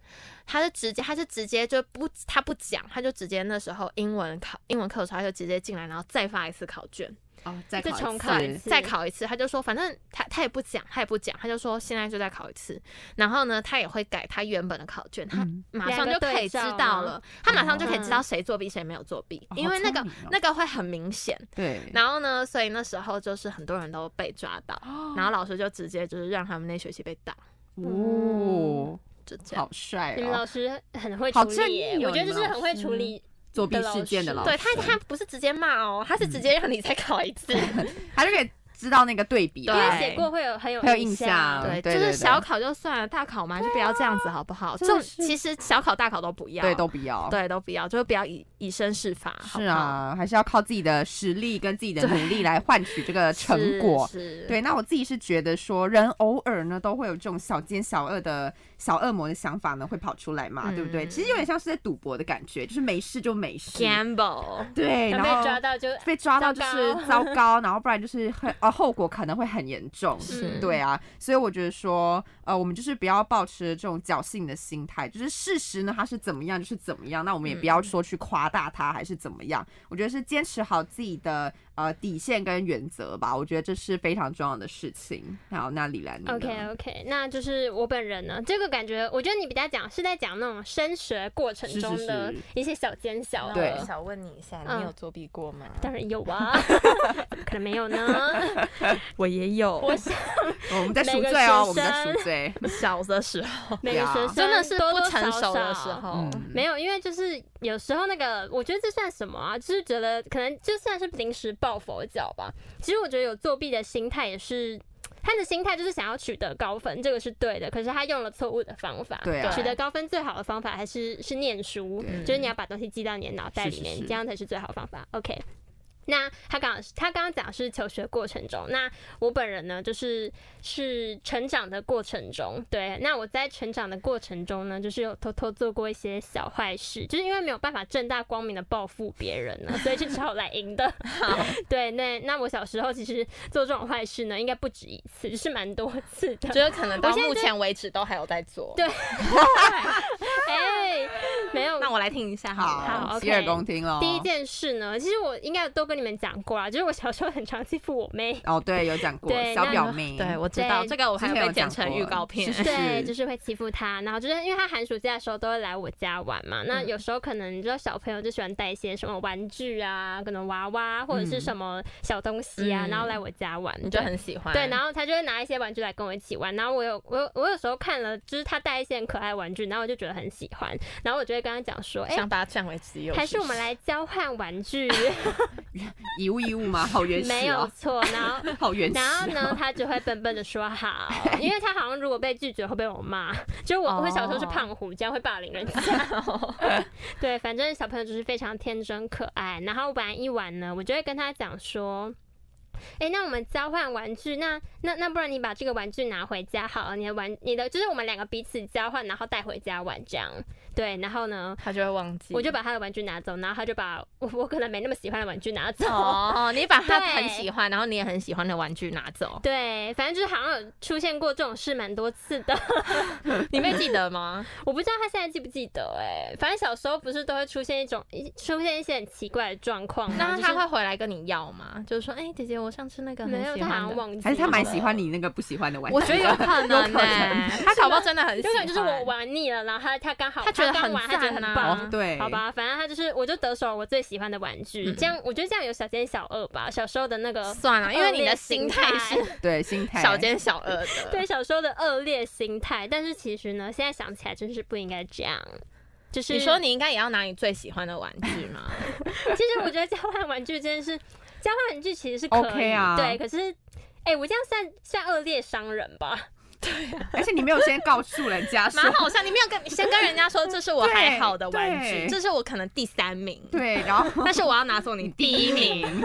[SPEAKER 1] 他是直接，他是直接就不，他不讲，他就直接那时候英文考英文课的时候，他就直接进来，然后再发一次考卷，
[SPEAKER 2] 哦，再
[SPEAKER 3] 再
[SPEAKER 2] 考一
[SPEAKER 3] 重
[SPEAKER 2] 次
[SPEAKER 3] 考一次
[SPEAKER 1] 再考一次。他就说，反正他他也不讲，他也不讲，他就说现在就再考一次。然后呢，他也会改他原本的考卷，他
[SPEAKER 2] 嗯
[SPEAKER 1] 马上就
[SPEAKER 3] 两个对
[SPEAKER 1] 可以知
[SPEAKER 3] 照
[SPEAKER 1] 道
[SPEAKER 3] 吗
[SPEAKER 1] 了，他马上就可以知道
[SPEAKER 3] 嗯
[SPEAKER 1] 谁作弊谁没有作弊，
[SPEAKER 2] 啊哦
[SPEAKER 1] 因
[SPEAKER 2] 好
[SPEAKER 1] 为那
[SPEAKER 2] 聪
[SPEAKER 1] 个
[SPEAKER 2] 明哦
[SPEAKER 1] 那个会很明显。
[SPEAKER 2] 对，哦
[SPEAKER 1] 然后呢，所以那时候就是很多人都被抓到，然后老师就直接就是让他们那学期被打，
[SPEAKER 2] 哦，
[SPEAKER 1] 就这样。
[SPEAKER 2] 好帅
[SPEAKER 3] 你们
[SPEAKER 2] 哦
[SPEAKER 3] 老！师很会处
[SPEAKER 2] 好正
[SPEAKER 3] 理耶，
[SPEAKER 2] 义哦
[SPEAKER 3] 我觉得
[SPEAKER 2] 你
[SPEAKER 3] 就
[SPEAKER 2] 们
[SPEAKER 3] 是
[SPEAKER 2] 老
[SPEAKER 3] 很会
[SPEAKER 2] 师
[SPEAKER 3] 处理。
[SPEAKER 2] 作弊事件的老师，
[SPEAKER 1] 对他，他不是直接骂哦，他是直接让你再考一次。
[SPEAKER 2] 他就可以知道那个嗯对比，
[SPEAKER 1] 对啊因
[SPEAKER 3] 因为
[SPEAKER 1] 为
[SPEAKER 3] 写过会有很有
[SPEAKER 2] 很有 印象
[SPEAKER 1] 对，
[SPEAKER 2] 嗯对
[SPEAKER 1] 就是
[SPEAKER 2] 对对
[SPEAKER 1] 小考就算了，大考嘛就不要这样子好不好？这
[SPEAKER 2] 真的
[SPEAKER 1] 种
[SPEAKER 2] 是
[SPEAKER 1] 其实小考大考都不要，
[SPEAKER 2] 对都不要，
[SPEAKER 1] 对都不要，就是不要以以身试法，好
[SPEAKER 2] 是
[SPEAKER 1] 不好，
[SPEAKER 2] 啊，还是要靠自己的实力跟自己的努力来换取这个 成
[SPEAKER 1] 是
[SPEAKER 2] 果。
[SPEAKER 1] 是，
[SPEAKER 2] 对，那我自己是觉得说，人偶尔呢都会有这种小奸小恶的小恶魔的想法呢，会跑出来嘛，对不对？
[SPEAKER 1] 嗯
[SPEAKER 2] 其实有点像是在赌博的感觉，就是没事就 没事，
[SPEAKER 1] gamble。
[SPEAKER 2] 对，
[SPEAKER 3] 然
[SPEAKER 2] 然
[SPEAKER 3] 后被
[SPEAKER 2] 后
[SPEAKER 3] 抓到就
[SPEAKER 2] 被抓到就是
[SPEAKER 3] 糟
[SPEAKER 2] 糟糕，然后不然就是很呃后果可能会很严重，
[SPEAKER 1] 是
[SPEAKER 2] 对啊，所以我觉得说呃我们就是不要抱持这种侥幸的心态，就是事实呢它是怎么样就是怎么样，那我们也不
[SPEAKER 3] 嗯
[SPEAKER 2] 要说去夸大它还是怎么样，我觉得是坚持好自己的呃底线跟原则吧，我觉得这是非常重要的事情。好，那李兰你呢哦
[SPEAKER 3] OK OK，那就是我本人呢，这个感觉，我觉得你比较讲是在讲那种升学过程
[SPEAKER 2] 是是
[SPEAKER 3] 中的
[SPEAKER 2] 是
[SPEAKER 3] 一些小奸小恶。
[SPEAKER 2] 对
[SPEAKER 1] 想问你一下，
[SPEAKER 3] 嗯
[SPEAKER 1] 作弊过吗？
[SPEAKER 3] 当然有啊，怎么可能没有呢？
[SPEAKER 1] 我也有，
[SPEAKER 3] 我想，
[SPEAKER 2] 我们在赎
[SPEAKER 3] 每个
[SPEAKER 2] 罪哦，
[SPEAKER 3] 学
[SPEAKER 2] 我们在
[SPEAKER 3] 生
[SPEAKER 2] 赎罪，
[SPEAKER 1] 小的时候，
[SPEAKER 3] 每个
[SPEAKER 2] 呀
[SPEAKER 3] 学生
[SPEAKER 1] 真的是
[SPEAKER 3] 多
[SPEAKER 1] 不
[SPEAKER 3] 多
[SPEAKER 1] 成
[SPEAKER 3] 少
[SPEAKER 1] 熟的
[SPEAKER 3] 少
[SPEAKER 1] 时候，
[SPEAKER 2] 嗯，
[SPEAKER 3] 没有，因为就是有时候那个，我觉得这算什么啊？就是觉得可能就算是临时抱佛脚吧。其实我觉得有作弊的心态也是，他的心态就是想要取得高分，这个是对的。可是他用了错误的方法，
[SPEAKER 2] 对啊
[SPEAKER 3] 取得高分最好的方法还是是念书
[SPEAKER 2] 对，
[SPEAKER 3] 就是你要把东西记到你的脑袋
[SPEAKER 2] 是
[SPEAKER 3] 里
[SPEAKER 2] 是
[SPEAKER 3] 面，
[SPEAKER 2] 是
[SPEAKER 3] 这样才是最好的方法。OK。那他刚他刚刚讲是求学过程中，那我本人呢，就是是成长的过程中，对，那我在成长的过程中呢，就是有偷偷做过一些小坏事，就是因为没有办法正大光明的报复别人呢，所以就只 好来赢的。对，那那我小时候其实做这种坏事呢，应该不止一次，就是蛮多次的。
[SPEAKER 1] 觉得可能到
[SPEAKER 3] 我现在
[SPEAKER 1] 目前为止都还有在做。
[SPEAKER 3] 对哎、没有，
[SPEAKER 1] 那我来听一下好了。
[SPEAKER 3] 好
[SPEAKER 2] 好，
[SPEAKER 3] ，OK
[SPEAKER 2] 洗耳恭听喽。
[SPEAKER 3] 第一件事呢，其实我应该都跟你们讲过啊，就是我小时候很常欺负我妹。
[SPEAKER 2] 哦，对，有讲过
[SPEAKER 3] 对
[SPEAKER 2] 小
[SPEAKER 3] 那
[SPEAKER 2] 表妹，
[SPEAKER 1] 对，我知道
[SPEAKER 3] 对
[SPEAKER 1] 这个，我还
[SPEAKER 2] 之前有
[SPEAKER 1] 被剪
[SPEAKER 2] 讲
[SPEAKER 1] 成
[SPEAKER 2] 过
[SPEAKER 1] 预告片。
[SPEAKER 2] 是
[SPEAKER 3] 对，就是会欺负他，然后就是因为他寒暑假的时候都会来我家玩嘛，那
[SPEAKER 1] 嗯
[SPEAKER 3] 有时候可能你知道小朋友就喜欢带一些什么玩具啊，可能娃娃或者是什么小东西啊，
[SPEAKER 1] 嗯
[SPEAKER 3] 然后来我家玩，
[SPEAKER 1] 你就
[SPEAKER 3] 对
[SPEAKER 1] 很喜欢，
[SPEAKER 3] 对，然后他就会拿一些玩具来跟我一起玩，然后我有我有我有时候看了，就是他带一些很可爱的玩具，然后我就觉得很喜欢，然后我就会跟他讲说，哎、
[SPEAKER 1] 想把它占为己有，
[SPEAKER 3] 还是
[SPEAKER 1] 不
[SPEAKER 3] 我们来交换 玩具，
[SPEAKER 2] 一物一物嘛，好
[SPEAKER 1] 啊
[SPEAKER 2] 原始
[SPEAKER 3] 没有
[SPEAKER 2] 哦，
[SPEAKER 3] 错。然后，
[SPEAKER 2] 好 原始。哦
[SPEAKER 3] 然后呢，？他就会笨笨的说好，因为他好像如果被拒绝会被我骂，就我会小时候是胖虎，这样会霸凌人家。对，反正小朋友就是非常天真可爱。然后我本来一玩呢，我就会跟他讲说。哎、那我们交换玩具，那那那不然你把这个玩具拿回家好了，你的玩你的就是我们两个彼此交换，然后带回家玩这样。对，然后呢，
[SPEAKER 1] 他就会 忘记。
[SPEAKER 3] 我就把他的玩具拿走，然后他就把我我可能没那么喜欢的玩具拿走。
[SPEAKER 1] 哦，你把他
[SPEAKER 3] 对
[SPEAKER 1] 很喜欢，然后你也很喜欢的玩具拿 走，
[SPEAKER 3] 对，反正就是好像有出现过这种事蛮多次的，
[SPEAKER 1] 你会记得吗？
[SPEAKER 3] 我不知道他现在记不记得哎、反正小时候不是都会出现一种一出现一些很奇怪的状况吗，
[SPEAKER 1] 那
[SPEAKER 3] 就
[SPEAKER 1] 他
[SPEAKER 3] 是
[SPEAKER 1] 会回来跟你要吗？就是说，哎，姐姐，我上次那个很
[SPEAKER 3] 没有，
[SPEAKER 1] 喜
[SPEAKER 3] 他好
[SPEAKER 1] 欢
[SPEAKER 3] 像
[SPEAKER 1] 的，
[SPEAKER 3] 忘记，
[SPEAKER 2] 还是他蛮喜。欢你那个不喜欢的玩具？
[SPEAKER 1] 我觉得 有可能呢，他搞不好真的很喜
[SPEAKER 3] 有可能
[SPEAKER 1] 欢，
[SPEAKER 3] 就是我玩腻了，然后他他刚好
[SPEAKER 1] 他觉得
[SPEAKER 3] 刚
[SPEAKER 1] 很
[SPEAKER 3] 玩，他觉得很
[SPEAKER 1] 赞啊
[SPEAKER 3] 棒，
[SPEAKER 2] 哦对
[SPEAKER 3] 好吧，反正他就是我就得手我最喜欢的玩具，
[SPEAKER 1] 嗯
[SPEAKER 3] 这样我觉得这样有小奸小恶吧，小时候的那个
[SPEAKER 1] 算了，因为你
[SPEAKER 3] 恶
[SPEAKER 1] 的
[SPEAKER 3] 劣
[SPEAKER 1] 心
[SPEAKER 3] 心
[SPEAKER 1] 态
[SPEAKER 3] 态
[SPEAKER 1] 是
[SPEAKER 2] 对心态
[SPEAKER 1] 小奸小恶 的，
[SPEAKER 3] 对小时候的恶劣心态，但是其实呢，现在想起来真是不应该这样。就是
[SPEAKER 1] 你说你应该也要拿你最喜欢的玩具吗？
[SPEAKER 3] 其实我觉得交换玩具真的是，交换玩具其实是可以
[SPEAKER 2] OK 啊
[SPEAKER 3] 对，可是。哎、我这样算算恶劣商人吧？
[SPEAKER 2] 而且你没有先告诉人家 说
[SPEAKER 1] 蛮，好笑，你没有跟你先跟人家说这是我还好的玩具，
[SPEAKER 2] 对对
[SPEAKER 1] 这是我可能第三名，
[SPEAKER 2] 对，然后
[SPEAKER 1] 但是我要拿走你第一名，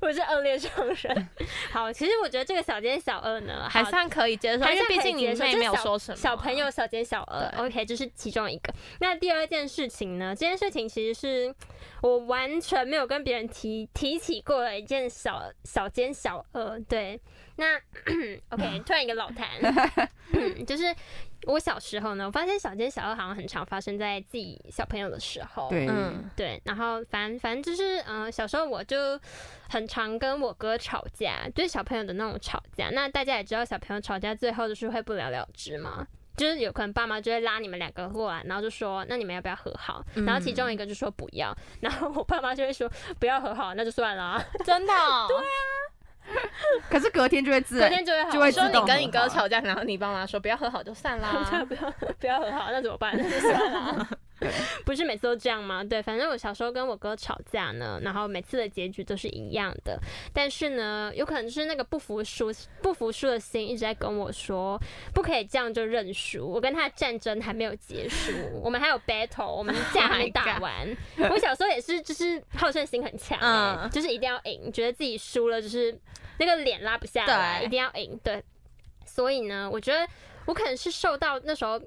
[SPEAKER 3] 我是恶劣商人。好，其实我觉得这个小奸小恶呢，
[SPEAKER 1] 还
[SPEAKER 3] 好
[SPEAKER 1] 算可以接受，
[SPEAKER 3] 还
[SPEAKER 1] 因为
[SPEAKER 3] 算
[SPEAKER 1] 毕
[SPEAKER 3] 可以
[SPEAKER 1] 竟你
[SPEAKER 3] 接受
[SPEAKER 1] 妹
[SPEAKER 3] 就是
[SPEAKER 1] 没有
[SPEAKER 3] 小
[SPEAKER 1] 说什么啊，
[SPEAKER 3] 小朋友小奸小恶
[SPEAKER 1] 对
[SPEAKER 3] ，OK，这是其中一个。那第二件事情呢？这件事情其实是我完全没有跟别人提提起过的一件小小奸小恶。对，那 OK，突然一个老痰，嗯就是我小时候呢，我发现小奸小恶好像很常发生在自己小朋友的时候。
[SPEAKER 2] 对，
[SPEAKER 1] 嗯，
[SPEAKER 3] 对，然后反反正就是，嗯、小时候我就很常跟我哥吵架，就是小朋友的那种吵架。那大家也知道，小朋友吵架最后就是会不了了之嘛。就是有可能爸妈就会拉你们两个过来，然后就说那你们要不要和好？然后其中一个就说不要， 然后我爸妈就会说不要和好，那就算了、啊。
[SPEAKER 1] 真的哦，
[SPEAKER 2] 可是隔天就会自
[SPEAKER 3] 昨
[SPEAKER 2] 然
[SPEAKER 3] 天就会好
[SPEAKER 2] 就会
[SPEAKER 3] 说
[SPEAKER 2] 自
[SPEAKER 1] 说
[SPEAKER 2] 动
[SPEAKER 1] 你跟你
[SPEAKER 2] 和
[SPEAKER 1] 哥
[SPEAKER 2] 好
[SPEAKER 1] 吵架，然后你爸妈说不要和好就散啦，
[SPEAKER 3] 不要和好，那怎么 办？那就算
[SPEAKER 1] 啊
[SPEAKER 3] 了
[SPEAKER 2] 对。
[SPEAKER 3] 不是每次都这样吗？对，反正我小时候跟我哥吵架呢，然后每次的结局都是一样的。但是呢，有可能就是那个不服输、不服输的心一直在跟我说，不可以这样就认输。我跟他的战争还没有 结束，我们还有 battle，我们架还没
[SPEAKER 1] Oh my
[SPEAKER 3] 打
[SPEAKER 1] God
[SPEAKER 3] 完。我小时候也是，就是好胜心很 强、欸，
[SPEAKER 1] 嗯
[SPEAKER 3] 就是一定要赢，觉得自己输了就是那个脸拉不下来，
[SPEAKER 1] 对
[SPEAKER 3] 一定要赢。对，所以呢，我觉得我可能是受到那时候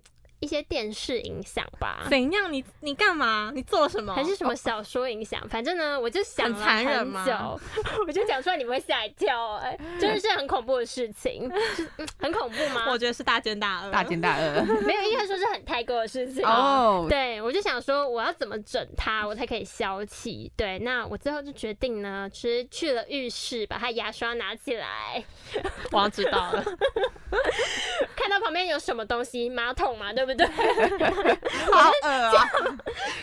[SPEAKER 3] 一些电视影响吧，
[SPEAKER 1] 怎样？你你干嘛？你做什么
[SPEAKER 3] 还是什么小说影响，反正呢，我就想了
[SPEAKER 1] 哦很残忍
[SPEAKER 3] 很
[SPEAKER 1] 吗
[SPEAKER 3] 久， 我就讲出来你们会吓一跳、 哎，真的是很恐怖的事情， 是嗯很恐怖吗？
[SPEAKER 1] 觉得是大奸大恶
[SPEAKER 2] 大奸大恶
[SPEAKER 3] 没有，应该说是很泰国的事情。
[SPEAKER 2] 哦，
[SPEAKER 3] 对，我就想说我要怎么整他，我才可以消气。对，那我最后就决定呢，其实去了浴室，把他牙刷拿起来，
[SPEAKER 1] 我要知道 了，
[SPEAKER 3] 看到旁边有什么东西，马桶嘛，对 不对？
[SPEAKER 2] 好恶啊！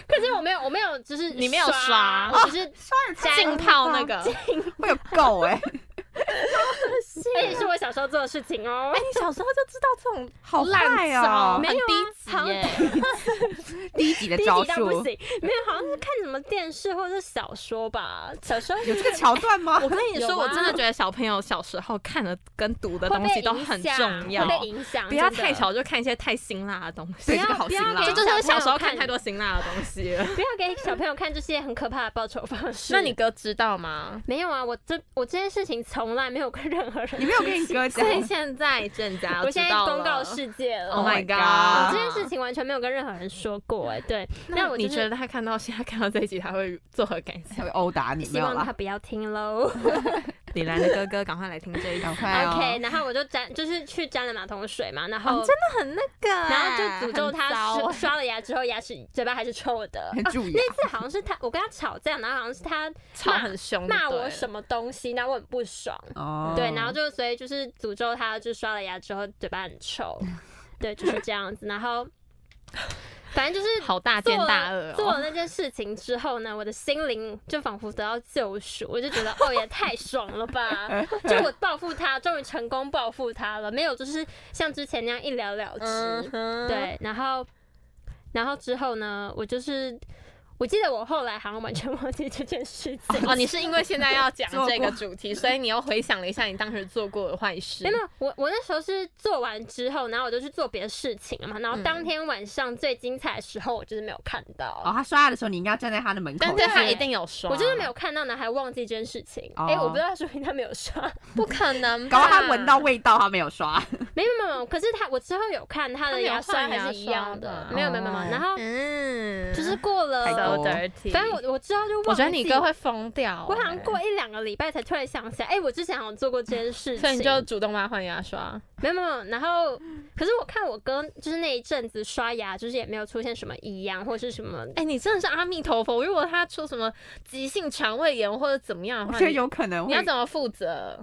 [SPEAKER 3] 可是我没有，我没有，就是
[SPEAKER 1] 你没有刷
[SPEAKER 3] 刷，我只是
[SPEAKER 2] 刷
[SPEAKER 3] 沾
[SPEAKER 1] 浸泡那个，
[SPEAKER 2] 哦会有够哎，
[SPEAKER 3] 哎而且是我小时时候做的事情哦
[SPEAKER 1] 哎、。你小时候就知道这种
[SPEAKER 2] 好
[SPEAKER 1] 烂
[SPEAKER 2] 快
[SPEAKER 1] 招，
[SPEAKER 2] 哦
[SPEAKER 1] 很！
[SPEAKER 3] 没有啊
[SPEAKER 1] 低级
[SPEAKER 3] 好像
[SPEAKER 1] 耶、
[SPEAKER 2] 低级的
[SPEAKER 3] 低
[SPEAKER 2] 招
[SPEAKER 3] 级到不
[SPEAKER 2] 数，
[SPEAKER 3] 行，没有，好像是看什么电视或者是小说吧。小时候
[SPEAKER 2] 有这个桥段吗？
[SPEAKER 1] 我跟你说，
[SPEAKER 3] 有啊
[SPEAKER 1] 我真的觉得小朋友小时候看的跟读的
[SPEAKER 3] 会
[SPEAKER 1] 东
[SPEAKER 3] 被
[SPEAKER 1] 西
[SPEAKER 3] 影
[SPEAKER 1] 都很
[SPEAKER 3] 响
[SPEAKER 1] 重要，
[SPEAKER 3] 会被影响。
[SPEAKER 1] 不要
[SPEAKER 3] 真的
[SPEAKER 1] 太，小就看一些太辛辣的东
[SPEAKER 2] 对
[SPEAKER 1] 西
[SPEAKER 2] 这。个好辛
[SPEAKER 3] 不要
[SPEAKER 2] 辣
[SPEAKER 3] 给
[SPEAKER 1] 这
[SPEAKER 2] 哦。
[SPEAKER 1] 就是小时候
[SPEAKER 3] 小朋友看
[SPEAKER 1] 看太多辛辣的东 西了。
[SPEAKER 3] 不要给小朋友看这些很可怕的报仇方 式。
[SPEAKER 1] 那你哥知道吗？
[SPEAKER 3] 没有啊？我这我这件事情从来没有跟任何人
[SPEAKER 2] 你没有跟你哥讲
[SPEAKER 1] 所，以现在郑家，
[SPEAKER 3] 我现在公告。世界了。
[SPEAKER 1] Oh my
[SPEAKER 2] god
[SPEAKER 3] 我
[SPEAKER 1] god！
[SPEAKER 3] 这件事情完全没有跟任何人说过哎、对，
[SPEAKER 1] 那
[SPEAKER 3] 我
[SPEAKER 1] 你
[SPEAKER 3] 就
[SPEAKER 1] 觉
[SPEAKER 3] 是
[SPEAKER 1] 得他看到现在看到这一集，他会作何感
[SPEAKER 2] 才
[SPEAKER 1] 想？
[SPEAKER 2] 会殴打你，没
[SPEAKER 3] 希
[SPEAKER 2] 有
[SPEAKER 3] 望他
[SPEAKER 2] 啦，
[SPEAKER 3] 不要听喽。
[SPEAKER 1] 李兰的哥哥，赶快来听这一集，
[SPEAKER 2] 赶快哦
[SPEAKER 3] OK，然后我就沾，就是去沾了马桶水嘛，然后、
[SPEAKER 1] 哦真的很那个啊，
[SPEAKER 3] 然后就诅咒他
[SPEAKER 1] 很糟
[SPEAKER 3] 刷刷了牙之后牙齿嘴巴还是臭的。
[SPEAKER 2] 很注意啊。
[SPEAKER 3] 那次好像是他，我跟他吵架，然后好像是他
[SPEAKER 1] 吵很凶，
[SPEAKER 3] 骂我
[SPEAKER 1] 么？
[SPEAKER 3] 什么东西，然后我很不爽，
[SPEAKER 2] 哦，
[SPEAKER 3] 对，然后就所以就是诅咒他，就刷了牙之后嘴巴很臭，对，就是这样子。然后反正就是
[SPEAKER 1] 好大
[SPEAKER 3] 做
[SPEAKER 1] 奸大恶
[SPEAKER 3] 做了
[SPEAKER 1] 哦！
[SPEAKER 3] 那件事情之后呢，我的心灵就仿佛得到救赎，我就觉得哦，也太爽了 吧！
[SPEAKER 1] 嗯
[SPEAKER 3] 就我报复他，终于成功报复他了，没有就是像之前那样一了了之。
[SPEAKER 1] 嗯
[SPEAKER 2] 嗯
[SPEAKER 1] 哼，
[SPEAKER 3] 对，然后然后之后呢，我就是我记得我后来好像完全 忘记这件事情。
[SPEAKER 1] 哦，你是因为现在要 讲
[SPEAKER 2] 做过
[SPEAKER 1] 这个主题，所以你又回想了一下你当时做过的坏 事
[SPEAKER 3] 没。有，我我那时候是做完之后，然后我就去做别的事情了嘛。然后
[SPEAKER 1] 嗯
[SPEAKER 3] 当天晚上最精彩的时候，我就是没有看到。
[SPEAKER 2] 哦，他刷牙的时候，你应该站在他的门口，
[SPEAKER 1] 但是他
[SPEAKER 3] 对
[SPEAKER 1] 一定有刷，
[SPEAKER 3] 我就是没有，看到呢，还忘记这件事情。哎、
[SPEAKER 2] 哦
[SPEAKER 3] 我不知道说明他没有刷，
[SPEAKER 1] 不可能吧，
[SPEAKER 2] 搞不好他闻到味道，他没有刷。
[SPEAKER 3] 没有没有没有。可是他，我之后有看他
[SPEAKER 1] 他
[SPEAKER 3] 的
[SPEAKER 1] 没有
[SPEAKER 3] 牙刷
[SPEAKER 1] 换
[SPEAKER 3] 还
[SPEAKER 1] 牙
[SPEAKER 3] 是一
[SPEAKER 1] 刷
[SPEAKER 3] 样的
[SPEAKER 1] 吧，
[SPEAKER 3] 没有没有没有。没有然后
[SPEAKER 1] 嗯，
[SPEAKER 3] 就是过了，
[SPEAKER 2] 太
[SPEAKER 1] ，so
[SPEAKER 2] 多
[SPEAKER 1] dirty。
[SPEAKER 3] 反正我我之后就忘记。
[SPEAKER 1] 我觉得你哥，会欸疯掉，
[SPEAKER 3] 我好像
[SPEAKER 1] 哎
[SPEAKER 3] 过一两个礼拜才突然想起来，哎、我之前好像做过这件事情。
[SPEAKER 1] 所以你就主动帮他换牙刷，
[SPEAKER 3] 没有没有没有。然后，可是我看我哥就是那一阵子刷牙，就是也没有出现什么异样或是什么。
[SPEAKER 1] 哎、你真的是阿弥陀佛！如果他出什么急性肠胃炎或者怎么样
[SPEAKER 2] 我
[SPEAKER 1] 的话，
[SPEAKER 2] 觉得
[SPEAKER 1] 你
[SPEAKER 2] 有可能
[SPEAKER 1] 你
[SPEAKER 2] 会
[SPEAKER 1] 要怎么负责？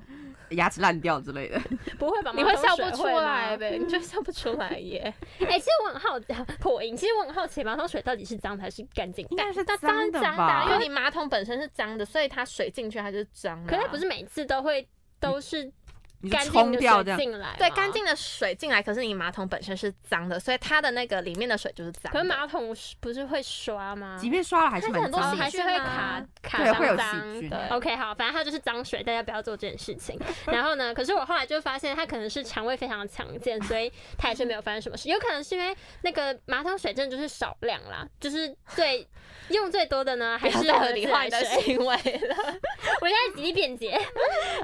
[SPEAKER 2] 牙齿烂掉之类的。
[SPEAKER 3] 不会吧？
[SPEAKER 1] 你会
[SPEAKER 3] 马
[SPEAKER 1] 笑
[SPEAKER 3] 桶水
[SPEAKER 1] 不出
[SPEAKER 3] 吗
[SPEAKER 1] 来。呗，你就笑不出来耶。
[SPEAKER 3] 哎、其实我很好奇，破音。其实我很好奇，马桶水到底是脏的还是干净的？
[SPEAKER 2] 应该是
[SPEAKER 1] 那当
[SPEAKER 2] 脏
[SPEAKER 1] 然
[SPEAKER 2] 的
[SPEAKER 1] 脏的
[SPEAKER 2] 吧
[SPEAKER 1] 啊，因为你马桶本身是脏的，所以它水进去它就是脏的啊。
[SPEAKER 3] 可是它不是每次都会都是
[SPEAKER 2] 嗯你就
[SPEAKER 3] 干净
[SPEAKER 2] 冲
[SPEAKER 3] 的
[SPEAKER 2] 掉
[SPEAKER 3] 水
[SPEAKER 2] 这样，
[SPEAKER 3] 进来吗，
[SPEAKER 1] 对干净的水进来，可是你马桶本身是脏的，所以它的那个里面的水就是脏的。
[SPEAKER 3] 可是马桶不是会刷吗？
[SPEAKER 2] 即便刷了还是
[SPEAKER 1] 但是很
[SPEAKER 2] 蛮
[SPEAKER 1] 多
[SPEAKER 2] 脏
[SPEAKER 1] 细
[SPEAKER 2] 的
[SPEAKER 3] 还。是会
[SPEAKER 1] 细菌啊
[SPEAKER 3] 卡卡
[SPEAKER 2] 对会有
[SPEAKER 3] 脏
[SPEAKER 2] 细
[SPEAKER 3] 脏
[SPEAKER 2] 菌
[SPEAKER 3] 的。OK，好，反正它就是脏水，大家不要做这件事 情。然后呢，可是我后来就发现它可能是肠胃非常强健，所以它也是没有发生什么事。有可能是因为那个马桶水真的就是少量啦，就是 最用最多的呢还
[SPEAKER 1] 还
[SPEAKER 3] 是
[SPEAKER 1] 是合理化你的
[SPEAKER 3] 自来水。
[SPEAKER 1] 行为 了。
[SPEAKER 3] 我现在极力辩解。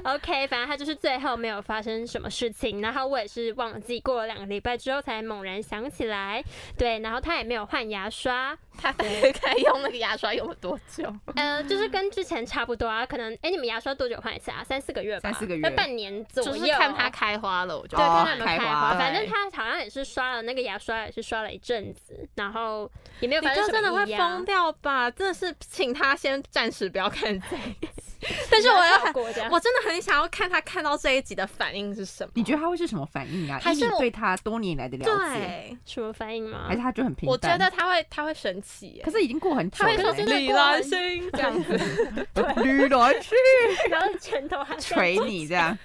[SPEAKER 3] OK，反正他就是最后没有发生什么事情，然后我也是忘记过了两个礼拜之后才猛然想起来，对，然后他也没有换牙刷，
[SPEAKER 1] 他大概用那个牙刷用了多久？
[SPEAKER 3] 呃，就是跟之前差不多啊，可能哎、你们牙刷多久换一次啊？三四个月吧，
[SPEAKER 2] 三四个月
[SPEAKER 3] 那半年左右，
[SPEAKER 1] 就是看它开花了，我觉
[SPEAKER 3] 对，
[SPEAKER 1] 得。
[SPEAKER 2] 哦
[SPEAKER 3] 看它有没有开
[SPEAKER 2] 开花
[SPEAKER 3] 花，
[SPEAKER 1] 对
[SPEAKER 3] 反正他好像也是刷了那个牙刷，也是刷了一阵子，然后也没有
[SPEAKER 1] 你
[SPEAKER 3] 发生
[SPEAKER 1] 就
[SPEAKER 3] 什
[SPEAKER 1] 真的
[SPEAKER 3] 么
[SPEAKER 1] 会
[SPEAKER 3] 异样
[SPEAKER 1] 疯，掉吧？真的是，请他先暂时不要看这一集。但是我又
[SPEAKER 3] 跳
[SPEAKER 1] 很，
[SPEAKER 3] 过这样
[SPEAKER 1] 我真的很想要看他看到这一集的反应是什么。
[SPEAKER 2] 你觉得他会是什么反应啊？
[SPEAKER 1] 还
[SPEAKER 2] 以
[SPEAKER 1] 是
[SPEAKER 2] 你
[SPEAKER 1] 我
[SPEAKER 2] 对他多年以来的了解，
[SPEAKER 1] 对，
[SPEAKER 3] 什么反应吗
[SPEAKER 2] 还是？他就很平淡？
[SPEAKER 1] 我觉得，他会，他会生气耶。
[SPEAKER 2] 可是已经过很久
[SPEAKER 1] 他会说
[SPEAKER 2] 了
[SPEAKER 1] 真
[SPEAKER 2] 欸。
[SPEAKER 1] 的
[SPEAKER 3] 李
[SPEAKER 1] 过
[SPEAKER 3] 兰
[SPEAKER 1] 完心这样子。
[SPEAKER 2] 女来去
[SPEAKER 3] 然后拳头还这样
[SPEAKER 2] 捶你这样，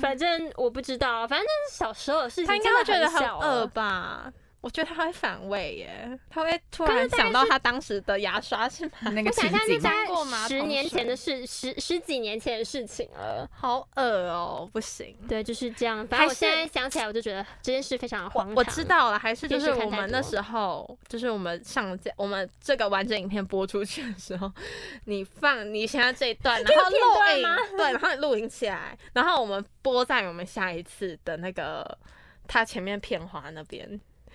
[SPEAKER 3] 反正我不知道，啊反正那是小时候的事情，
[SPEAKER 1] 他应该会觉
[SPEAKER 3] 真
[SPEAKER 1] 得
[SPEAKER 3] 的
[SPEAKER 1] 很
[SPEAKER 3] 很小
[SPEAKER 1] 饿
[SPEAKER 3] 哦。
[SPEAKER 1] 吧？ 我觉得他会反胃耶，他会突
[SPEAKER 3] 可
[SPEAKER 1] 然
[SPEAKER 3] 是大概
[SPEAKER 1] 想到他当时的牙刷是吗？
[SPEAKER 2] 那个
[SPEAKER 3] 我想一
[SPEAKER 2] 情
[SPEAKER 3] 下，那
[SPEAKER 2] 景
[SPEAKER 3] 大
[SPEAKER 1] 过马
[SPEAKER 3] 概
[SPEAKER 1] 桶
[SPEAKER 3] 十年
[SPEAKER 1] 水
[SPEAKER 3] 前的事，十十几年前的事情了。
[SPEAKER 1] 好恶哦，不行。
[SPEAKER 3] 对，就是这样。反
[SPEAKER 1] 还
[SPEAKER 3] 正我现
[SPEAKER 1] 是
[SPEAKER 3] 在想起来，我就觉得这件事非常的
[SPEAKER 1] 我
[SPEAKER 3] 荒唐。
[SPEAKER 1] 我知，道了，还是就
[SPEAKER 3] 电
[SPEAKER 1] 是
[SPEAKER 3] 视
[SPEAKER 1] 我
[SPEAKER 3] 看太
[SPEAKER 1] 们那
[SPEAKER 3] 多
[SPEAKER 1] 时候，就是我们上架我们这个完整影片播出去的时候，你放你现在这一段，然后
[SPEAKER 3] 片
[SPEAKER 1] 录
[SPEAKER 3] 段
[SPEAKER 1] 影
[SPEAKER 3] 吗，
[SPEAKER 1] 对，然后你录影起来，然后我们播在我们下一次的那个他前面片花那边，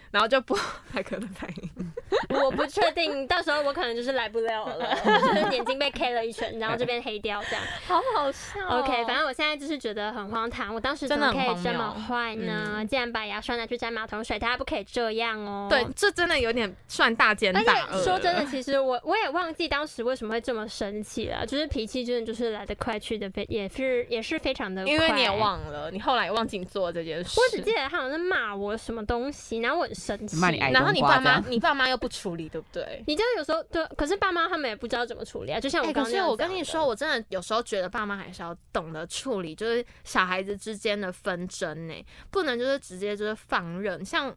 [SPEAKER 1] 然后就播 他可能反应。
[SPEAKER 3] 我不确定，到时候我可能就是来不了了，就是眼睛被 K 了一拳，然后这边黑掉这样。
[SPEAKER 1] 好好笑哦
[SPEAKER 3] OK，反正我现在就是觉得很荒唐，我当时
[SPEAKER 1] 真
[SPEAKER 3] 怎
[SPEAKER 1] 的
[SPEAKER 3] 么可
[SPEAKER 1] 很
[SPEAKER 3] 以
[SPEAKER 1] 荒
[SPEAKER 3] 这
[SPEAKER 1] 谬嗯
[SPEAKER 3] 么坏呢？竟然把牙刷拿去沾马桶水，大家不可以这样哦。
[SPEAKER 1] 对，这真的有点算大奸
[SPEAKER 3] 而
[SPEAKER 1] 大呃恶。
[SPEAKER 3] 且说真的，，其实我我也忘记当时为什么会这么生气了，就是脾气真的就是来得快去得非，也是也是非常的快。
[SPEAKER 1] 因为你也，忘了，你后来也忘记你做这件事。
[SPEAKER 3] 我只记得他好像是骂我什么东西，然后我很生气，
[SPEAKER 2] 骂你矮
[SPEAKER 1] 然后你
[SPEAKER 2] 冬
[SPEAKER 1] 爸
[SPEAKER 2] 瓜这
[SPEAKER 1] 妈
[SPEAKER 2] 样，
[SPEAKER 1] 你爸妈又不处理，对不对？
[SPEAKER 3] 你知道有时候对，可是爸妈他们也不知道怎么处理啊。就 像
[SPEAKER 1] 哎、
[SPEAKER 3] 我刚
[SPEAKER 1] 可
[SPEAKER 3] 刚、
[SPEAKER 1] 是我跟你说，，我真的有时候觉得爸妈还是要懂得处理，就是小孩子之间的纷争呢、欸不能就是直接就是放任。像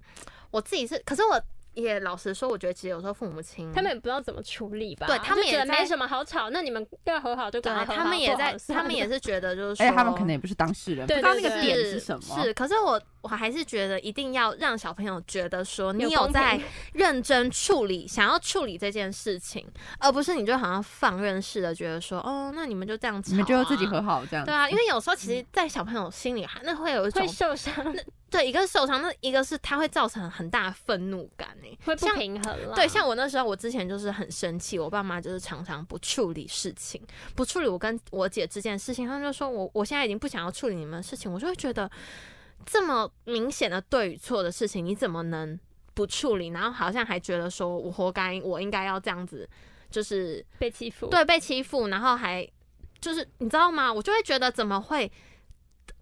[SPEAKER 1] 我自己是，可是我也老实说，我觉得其实有时候父母亲
[SPEAKER 3] 他们也不知道怎么处理吧？
[SPEAKER 1] 对他们
[SPEAKER 3] 就觉
[SPEAKER 1] 也
[SPEAKER 3] 得没
[SPEAKER 1] 在
[SPEAKER 3] 什么好吵，那你们要和好就
[SPEAKER 1] 对
[SPEAKER 3] 赶快和好
[SPEAKER 1] 他们也在，他们也
[SPEAKER 3] 是
[SPEAKER 1] 是觉得 就是说，
[SPEAKER 2] 而哎且他们可能也不是当事人，不
[SPEAKER 3] 对
[SPEAKER 2] 知道那
[SPEAKER 3] 对
[SPEAKER 2] 个
[SPEAKER 3] 对
[SPEAKER 2] 点是什么。
[SPEAKER 1] 是，可是我我还是觉得一定要让小朋友觉得说你
[SPEAKER 3] 有
[SPEAKER 1] 有
[SPEAKER 3] 公
[SPEAKER 1] 在
[SPEAKER 3] 平
[SPEAKER 1] 认真处理， 想要处理这件事情，而不是你就好像放任似的觉得说，哦，那你们就这样吵、啊，
[SPEAKER 2] 你们就自己和好这样
[SPEAKER 1] 对。啊，因为有时候其实，在小朋友心里，啊那会有一种
[SPEAKER 3] 会受伤，
[SPEAKER 1] 对，一个是受伤，那一个是他会造成很大的愤怒感欸诶、
[SPEAKER 3] 会不
[SPEAKER 1] 像
[SPEAKER 3] 平衡了。
[SPEAKER 1] 对，像我那时候，我之前就是很生气，我爸妈就是常常不处理事情，不处理我跟我姐之间的事情，他们就说我我现在已经不想要处理你们的事情，我就会觉得这么明显的对与错的事情，你怎么能不处理？然后好像还觉得说我活该，我应该要这样子，就是
[SPEAKER 3] 被欺负，
[SPEAKER 1] 对被欺负，然后还就是你知道吗？我就会觉得怎么会，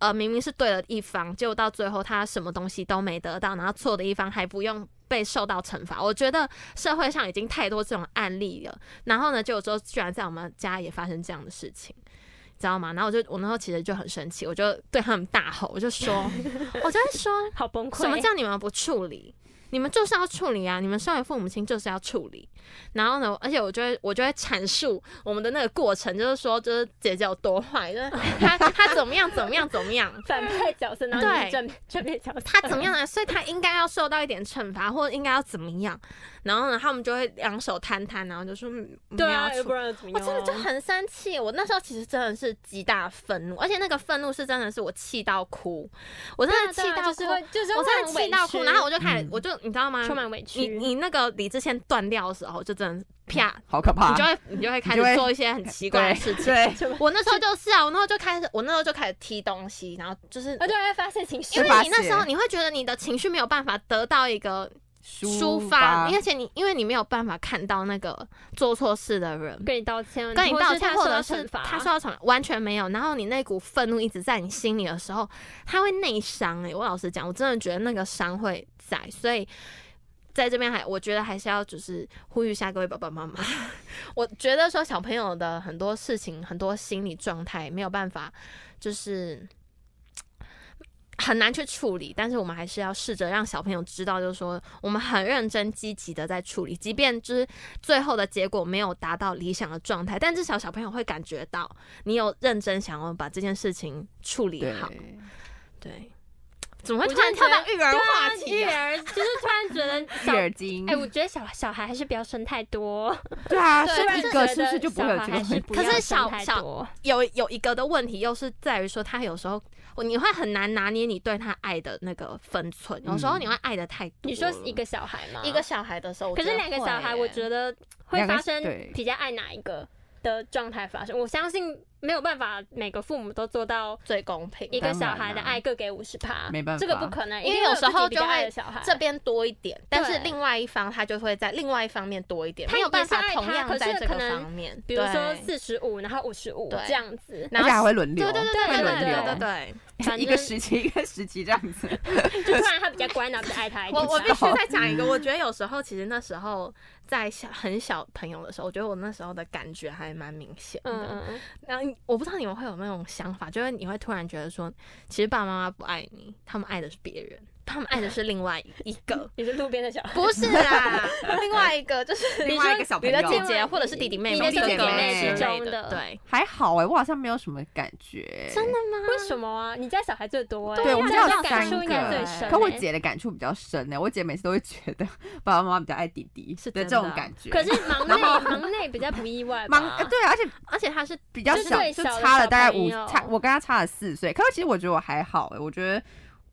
[SPEAKER 1] 呃，明明是对的一方，结果到最后他什么东西都没得到，然后错的一方还不用被受到惩罚。我觉得社会上已经太多这种案例了。然后呢，结果之后居然在我们家也发生这样的事情。你知道吗？然后我就我那时候其实就很生气，我就对他们大吼，我就说，我就在说，
[SPEAKER 3] 好崩溃。
[SPEAKER 1] 什么叫你们不处理？你们就是要处理啊！你们身为父母亲就是要处理。然后呢，而且我就会我就会阐述我们的那个过程，就是说，就是姐姐有多坏，就是她她怎么样怎么样怎么样，
[SPEAKER 3] 反派角色？然后你是正正面角色，
[SPEAKER 1] 她怎么样呢？啊所以她应该要受到一点惩罚，或者应该要怎么样。然后呢，他们就会两手摊摊，然后就说嗯没
[SPEAKER 3] 对
[SPEAKER 1] 有要
[SPEAKER 3] 啊，
[SPEAKER 1] 处
[SPEAKER 3] 要
[SPEAKER 1] 理哦
[SPEAKER 3] 不然又怎么
[SPEAKER 1] 我
[SPEAKER 3] 样？
[SPEAKER 1] 真的就很生气，我那时候其实真的是极大愤怒，而且那个愤怒是真的是我气到哭，我真的气
[SPEAKER 3] 对啊
[SPEAKER 1] 到哭，
[SPEAKER 3] 就是会，就是
[SPEAKER 1] 我真的
[SPEAKER 3] 会很
[SPEAKER 1] 气到
[SPEAKER 3] 委
[SPEAKER 1] 哭，
[SPEAKER 3] 屈
[SPEAKER 1] 然后我就
[SPEAKER 2] 嗯
[SPEAKER 1] 开始，我就你知道吗？
[SPEAKER 3] 充满委
[SPEAKER 1] 你
[SPEAKER 3] 屈。
[SPEAKER 1] 你那个理智线断掉的时候，就真的啪，
[SPEAKER 2] 好可怕！
[SPEAKER 1] 你就会你就会开
[SPEAKER 2] 你就
[SPEAKER 1] 始
[SPEAKER 2] 会
[SPEAKER 1] 做一些很奇怪
[SPEAKER 2] 对
[SPEAKER 1] 的事情。
[SPEAKER 2] 对，
[SPEAKER 1] 我那时候 就是啊，我那时候就开始，我那时候就开始踢东西，然后就是
[SPEAKER 3] 而且会发泄情绪
[SPEAKER 1] 因为
[SPEAKER 2] 因为，发
[SPEAKER 1] 你那时候
[SPEAKER 2] 泄
[SPEAKER 1] 你会觉得你的情绪没有办法得到一个抒
[SPEAKER 2] 抒
[SPEAKER 1] 发，
[SPEAKER 2] 发
[SPEAKER 1] 而且你因为你没有办法看到那个做错事的人，
[SPEAKER 3] 跟你道歉，
[SPEAKER 1] 跟你道歉，嗯或
[SPEAKER 3] 或
[SPEAKER 1] 者
[SPEAKER 3] 者
[SPEAKER 1] 是
[SPEAKER 3] 是
[SPEAKER 1] 他
[SPEAKER 3] 他
[SPEAKER 1] 受到惩罚，完全没有。然后你那股愤怒一直在你心里的时候，他会内伤欸诶。我老实讲，我真的觉得那个伤会在，所以在这边还我觉得还是要就是呼吁一下各位爸爸妈 妈。我觉得说小朋友的很多事情，很多心理状态没有办法，就是。很难去处理，但是我们还是要试着让小朋友知道，就是说我们很认真、积极的在处理，即便就是最后的结果没有达到理想的状态，但至少小朋友会感觉到你有认真想要把这件事情处理
[SPEAKER 2] 对，
[SPEAKER 1] 好。对，怎么会
[SPEAKER 3] 我
[SPEAKER 1] 突然
[SPEAKER 3] 真的
[SPEAKER 1] 跳到
[SPEAKER 3] 觉得
[SPEAKER 1] 育儿话
[SPEAKER 3] 育
[SPEAKER 1] 题、啊？
[SPEAKER 3] 儿，就是突然觉得
[SPEAKER 2] 育
[SPEAKER 3] 小
[SPEAKER 2] 儿经
[SPEAKER 3] 哎、，我觉得小小孩还是不要生太多，
[SPEAKER 2] 对啊，
[SPEAKER 1] 对
[SPEAKER 2] 生
[SPEAKER 1] 不然
[SPEAKER 2] 一
[SPEAKER 1] 就
[SPEAKER 2] 个
[SPEAKER 3] 觉
[SPEAKER 2] 是不
[SPEAKER 3] 得
[SPEAKER 2] 是就不会有
[SPEAKER 3] 小
[SPEAKER 2] 这
[SPEAKER 3] 孩
[SPEAKER 2] 个
[SPEAKER 3] 还
[SPEAKER 2] 问
[SPEAKER 3] 是
[SPEAKER 2] 题？
[SPEAKER 3] 不
[SPEAKER 1] 可
[SPEAKER 3] 要
[SPEAKER 1] 是
[SPEAKER 3] 生
[SPEAKER 1] 小
[SPEAKER 3] 太
[SPEAKER 1] 小
[SPEAKER 3] 多
[SPEAKER 1] 有有一个的问题，又是在于说他有时候哦你会很难拿捏你对他爱的那个分寸，有时候
[SPEAKER 2] 嗯
[SPEAKER 1] 你会爱的太多了。
[SPEAKER 3] 你说一个小孩吗？
[SPEAKER 1] 一个，小孩的时候，我
[SPEAKER 3] 可
[SPEAKER 1] 觉
[SPEAKER 3] 是
[SPEAKER 1] 得
[SPEAKER 3] 两个
[SPEAKER 1] 会
[SPEAKER 3] 小孩，我
[SPEAKER 1] 耶
[SPEAKER 3] 觉得会
[SPEAKER 2] 两个
[SPEAKER 3] 发生
[SPEAKER 2] 对
[SPEAKER 3] 比较爱哪一个的状态发生。我相信没有办法，每个父母都做到
[SPEAKER 1] 最公平。
[SPEAKER 3] 一个小
[SPEAKER 2] 当然
[SPEAKER 3] 孩的
[SPEAKER 2] 啦
[SPEAKER 3] 爱各给五十趴，
[SPEAKER 2] 没办法
[SPEAKER 3] 这个不可能，
[SPEAKER 1] 因为
[SPEAKER 3] 一定会
[SPEAKER 1] 有时候
[SPEAKER 3] 自己比较
[SPEAKER 1] 就会
[SPEAKER 3] 爱的小孩
[SPEAKER 1] 这边多一点，但是
[SPEAKER 3] 对
[SPEAKER 1] 另外一方他就会在另外一方面多一点，
[SPEAKER 3] 他
[SPEAKER 1] 没有
[SPEAKER 3] 也
[SPEAKER 1] 办
[SPEAKER 3] 是
[SPEAKER 1] 法
[SPEAKER 3] 爱
[SPEAKER 1] 同
[SPEAKER 3] 他
[SPEAKER 1] 样
[SPEAKER 3] 可
[SPEAKER 1] 在
[SPEAKER 3] 是
[SPEAKER 1] 这
[SPEAKER 3] 可
[SPEAKER 1] 个
[SPEAKER 3] 能
[SPEAKER 1] 方面。
[SPEAKER 3] 比如说
[SPEAKER 1] 对，
[SPEAKER 3] 四十五，然后五十五
[SPEAKER 1] 对
[SPEAKER 3] 这样子，
[SPEAKER 2] 而
[SPEAKER 1] 然
[SPEAKER 2] 且还
[SPEAKER 1] 后
[SPEAKER 2] 会轮流，
[SPEAKER 1] 对对对
[SPEAKER 2] 会
[SPEAKER 1] 对对
[SPEAKER 2] 轮
[SPEAKER 1] 对对
[SPEAKER 2] 流，
[SPEAKER 1] 对，
[SPEAKER 3] 反
[SPEAKER 2] 一个
[SPEAKER 3] 正
[SPEAKER 2] 时期一个时期这样子。
[SPEAKER 3] 就突然他比较乖，然后比较爱他一
[SPEAKER 1] 我
[SPEAKER 3] 点。
[SPEAKER 1] 我
[SPEAKER 3] 这
[SPEAKER 1] 必
[SPEAKER 3] 样
[SPEAKER 1] 须再讲一个，我觉得有时候其实那时候在小很小朋友的时候，我觉得我那时候的感觉还蛮明显
[SPEAKER 3] 嗯
[SPEAKER 1] 的。
[SPEAKER 3] 嗯嗯，
[SPEAKER 1] 然后你我不知道你们会有那种想法，就是你会突然觉得说，其实爸爸妈妈不爱你，他们爱的是别人，他们爱的是另外一个。
[SPEAKER 3] 你是路边的小孩，
[SPEAKER 1] 不是啦， 另外一个就是
[SPEAKER 2] 另外一个小朋
[SPEAKER 1] 你
[SPEAKER 2] 友
[SPEAKER 1] 的姐姐或者是弟弟妹妹、
[SPEAKER 3] 你的
[SPEAKER 2] 弟弟
[SPEAKER 1] 哥哥
[SPEAKER 2] 妹妹
[SPEAKER 1] 之类
[SPEAKER 3] 之中的
[SPEAKER 1] 对，
[SPEAKER 2] 还好哎、我好像没有什么感觉，欸
[SPEAKER 1] 真的。吗？
[SPEAKER 3] 为什么啊？你家小孩最多哎，
[SPEAKER 2] 嗯对，我们家有
[SPEAKER 3] 感
[SPEAKER 2] 三
[SPEAKER 3] 触应该最深
[SPEAKER 2] 个，
[SPEAKER 3] 欸。
[SPEAKER 2] 可我姐的感触比较深呢、欸我姐每次都会觉得 爸爸妈妈比较爱弟弟，
[SPEAKER 1] 是
[SPEAKER 2] 的
[SPEAKER 1] 真
[SPEAKER 2] 这
[SPEAKER 1] 的
[SPEAKER 2] 种
[SPEAKER 1] 啊
[SPEAKER 2] 感觉。
[SPEAKER 3] 可是忙内
[SPEAKER 2] 然后
[SPEAKER 3] 忙内比较不意外吧，
[SPEAKER 2] 忙呃对啊，而且
[SPEAKER 1] 而且他是
[SPEAKER 2] 比较
[SPEAKER 3] 就是
[SPEAKER 2] 小，
[SPEAKER 3] 最
[SPEAKER 2] 就
[SPEAKER 3] 小的
[SPEAKER 2] 差了
[SPEAKER 3] 小
[SPEAKER 2] 大概
[SPEAKER 3] 朋
[SPEAKER 2] 五
[SPEAKER 3] 友
[SPEAKER 2] 差，我跟他差了四岁。可是其实我觉得我还好哎、我觉得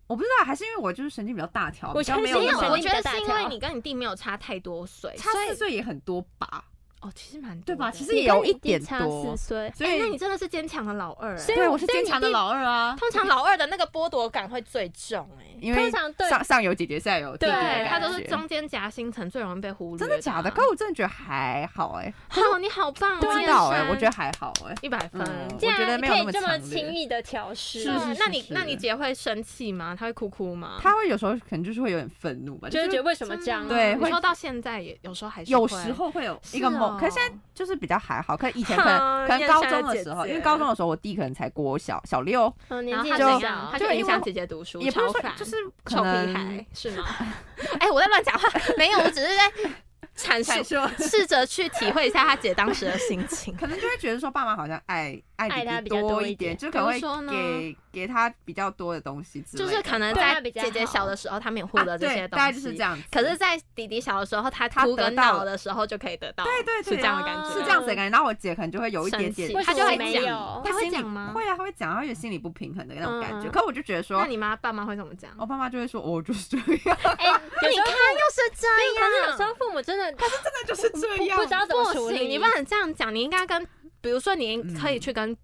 [SPEAKER 2] 我不知道，还是因为我就是神经比较大条，
[SPEAKER 3] 我
[SPEAKER 2] 比较
[SPEAKER 3] 觉得
[SPEAKER 2] 没
[SPEAKER 3] 是
[SPEAKER 2] 有
[SPEAKER 1] 没
[SPEAKER 3] 因
[SPEAKER 2] 那
[SPEAKER 1] 有，
[SPEAKER 3] 为神
[SPEAKER 1] 我
[SPEAKER 2] 么
[SPEAKER 3] 经
[SPEAKER 1] 觉得
[SPEAKER 3] 比较大
[SPEAKER 1] 是因为
[SPEAKER 3] 条
[SPEAKER 1] 你跟你弟没有差太多岁，
[SPEAKER 2] 差
[SPEAKER 1] 所以
[SPEAKER 2] 四岁也很多吧，
[SPEAKER 1] 哦，其实蛮多
[SPEAKER 2] 对吧？
[SPEAKER 1] 的
[SPEAKER 2] 其实
[SPEAKER 3] 你
[SPEAKER 2] 也
[SPEAKER 3] 跟
[SPEAKER 2] 有
[SPEAKER 3] 你
[SPEAKER 2] 一
[SPEAKER 3] 弟
[SPEAKER 2] 点
[SPEAKER 3] 差
[SPEAKER 2] 多
[SPEAKER 3] 四，岁，
[SPEAKER 2] 所
[SPEAKER 1] 哎
[SPEAKER 2] 以
[SPEAKER 1] 那你真的是坚强的老二，哎
[SPEAKER 3] 所以
[SPEAKER 2] 对我是
[SPEAKER 3] 所以
[SPEAKER 2] 坚
[SPEAKER 3] 你
[SPEAKER 2] 强的
[SPEAKER 3] 弟
[SPEAKER 2] 老二啊。
[SPEAKER 1] 通常老二的那个剥夺感会最重哎。
[SPEAKER 2] 因为
[SPEAKER 3] 通常对
[SPEAKER 2] 上上有姐姐，下有弟弟
[SPEAKER 1] 对
[SPEAKER 2] 的感觉，
[SPEAKER 1] 他都是中间夹心层最容易被忽略
[SPEAKER 2] 真的假的？可
[SPEAKER 1] 啊
[SPEAKER 2] 我真的觉得还好哎、
[SPEAKER 1] 好，你好棒哦，
[SPEAKER 2] 不知道哎、我觉得还好哎、
[SPEAKER 1] 一百分。
[SPEAKER 2] 嗯
[SPEAKER 3] 竟
[SPEAKER 2] 我觉得
[SPEAKER 3] 然
[SPEAKER 2] 没有
[SPEAKER 3] 可
[SPEAKER 2] 那
[SPEAKER 3] 以
[SPEAKER 2] 么
[SPEAKER 3] 这么
[SPEAKER 2] 强烈
[SPEAKER 3] 轻易的调试，啊
[SPEAKER 2] 是是
[SPEAKER 1] 那你
[SPEAKER 2] 是
[SPEAKER 1] 那你姐会生气吗？她会哭哭吗？
[SPEAKER 2] 他会有时候可能就是会有点愤怒吧，
[SPEAKER 3] 就是
[SPEAKER 2] 是
[SPEAKER 3] 觉得为什么这样？啊
[SPEAKER 2] 对
[SPEAKER 1] 你
[SPEAKER 2] 会
[SPEAKER 1] 说到现在也有时候还是
[SPEAKER 2] 有
[SPEAKER 1] 会
[SPEAKER 2] 时候会有一
[SPEAKER 1] 是
[SPEAKER 2] 个梦，
[SPEAKER 1] 哦
[SPEAKER 2] 可是现在就是比较还好。可是以前可
[SPEAKER 1] 哈
[SPEAKER 2] 能可能
[SPEAKER 1] 燕
[SPEAKER 2] 高
[SPEAKER 1] 山
[SPEAKER 2] 中
[SPEAKER 1] 的
[SPEAKER 2] 的
[SPEAKER 1] 姐
[SPEAKER 2] 时候，
[SPEAKER 1] 姐
[SPEAKER 2] 因为高中的时候我弟可能才国小小六，
[SPEAKER 3] 嗯，年
[SPEAKER 1] 然
[SPEAKER 3] 纪
[SPEAKER 1] 后他
[SPEAKER 2] 就
[SPEAKER 1] 怎
[SPEAKER 3] 小
[SPEAKER 1] 样，他，
[SPEAKER 2] 就
[SPEAKER 1] 就影
[SPEAKER 2] 因为
[SPEAKER 1] 响
[SPEAKER 2] 我
[SPEAKER 1] 姐姐读书，
[SPEAKER 2] 也不
[SPEAKER 1] 超
[SPEAKER 2] 是说
[SPEAKER 1] 烦，
[SPEAKER 2] 就是可
[SPEAKER 1] 臭屁
[SPEAKER 2] 能
[SPEAKER 1] 孩是吗？ 哎，我在乱讲话，没有，我只是在阐
[SPEAKER 2] 阐
[SPEAKER 1] 述，
[SPEAKER 2] 述，
[SPEAKER 1] 试着去体会一下她姐当时的心 情。
[SPEAKER 2] 可能就会觉得说爸妈好像爱爱
[SPEAKER 3] 爱他比
[SPEAKER 2] 弟弟
[SPEAKER 3] 较多
[SPEAKER 2] 多
[SPEAKER 3] 一
[SPEAKER 2] 一点，
[SPEAKER 1] 比
[SPEAKER 3] 点
[SPEAKER 2] 就可能
[SPEAKER 1] 如
[SPEAKER 2] 会
[SPEAKER 1] 说呢
[SPEAKER 2] 给给他比较多的东西之类
[SPEAKER 1] 就
[SPEAKER 2] 的吧，
[SPEAKER 1] 是可能
[SPEAKER 3] 对
[SPEAKER 1] 在
[SPEAKER 3] 她比较
[SPEAKER 1] 姐姐
[SPEAKER 3] 好
[SPEAKER 1] 小的时候，她没有获
[SPEAKER 2] 啊
[SPEAKER 1] 得这
[SPEAKER 2] 对
[SPEAKER 1] 些东
[SPEAKER 2] 大概
[SPEAKER 1] 西，
[SPEAKER 2] 就是这样子。
[SPEAKER 1] 可是，在弟弟小的时候，他
[SPEAKER 2] 他
[SPEAKER 1] 哭
[SPEAKER 2] 得
[SPEAKER 1] 跟
[SPEAKER 2] 到
[SPEAKER 1] 闹的时候就可以得到，
[SPEAKER 2] 对对哦
[SPEAKER 1] 是
[SPEAKER 2] 对
[SPEAKER 1] 这样的感觉，
[SPEAKER 2] 是这样子的感觉，然后我姐可能就会有一
[SPEAKER 1] 生
[SPEAKER 2] 点
[SPEAKER 1] 气
[SPEAKER 2] 点
[SPEAKER 3] 为
[SPEAKER 1] 他
[SPEAKER 3] 什
[SPEAKER 1] 就
[SPEAKER 3] 么
[SPEAKER 1] 会
[SPEAKER 3] 没有
[SPEAKER 1] 讲，他
[SPEAKER 2] 她
[SPEAKER 1] 会
[SPEAKER 2] 心里
[SPEAKER 1] 讲吗？
[SPEAKER 2] 会啊，她会讲，她有心理不平衡的那种感觉。
[SPEAKER 3] 嗯
[SPEAKER 2] 可我就觉得哦说哦
[SPEAKER 1] 那，你妈爸妈会怎么讲？
[SPEAKER 2] 我爸妈就会说，我就是这样，
[SPEAKER 3] 哎，有时候
[SPEAKER 1] 又是这
[SPEAKER 3] 可是有时候父母真的
[SPEAKER 2] 真的就是这样，
[SPEAKER 3] 不知道怎么处
[SPEAKER 1] 不
[SPEAKER 3] 理，
[SPEAKER 1] 行，你不能这样讲，你应该跟，比如说你可以
[SPEAKER 2] 嗯
[SPEAKER 1] 去跟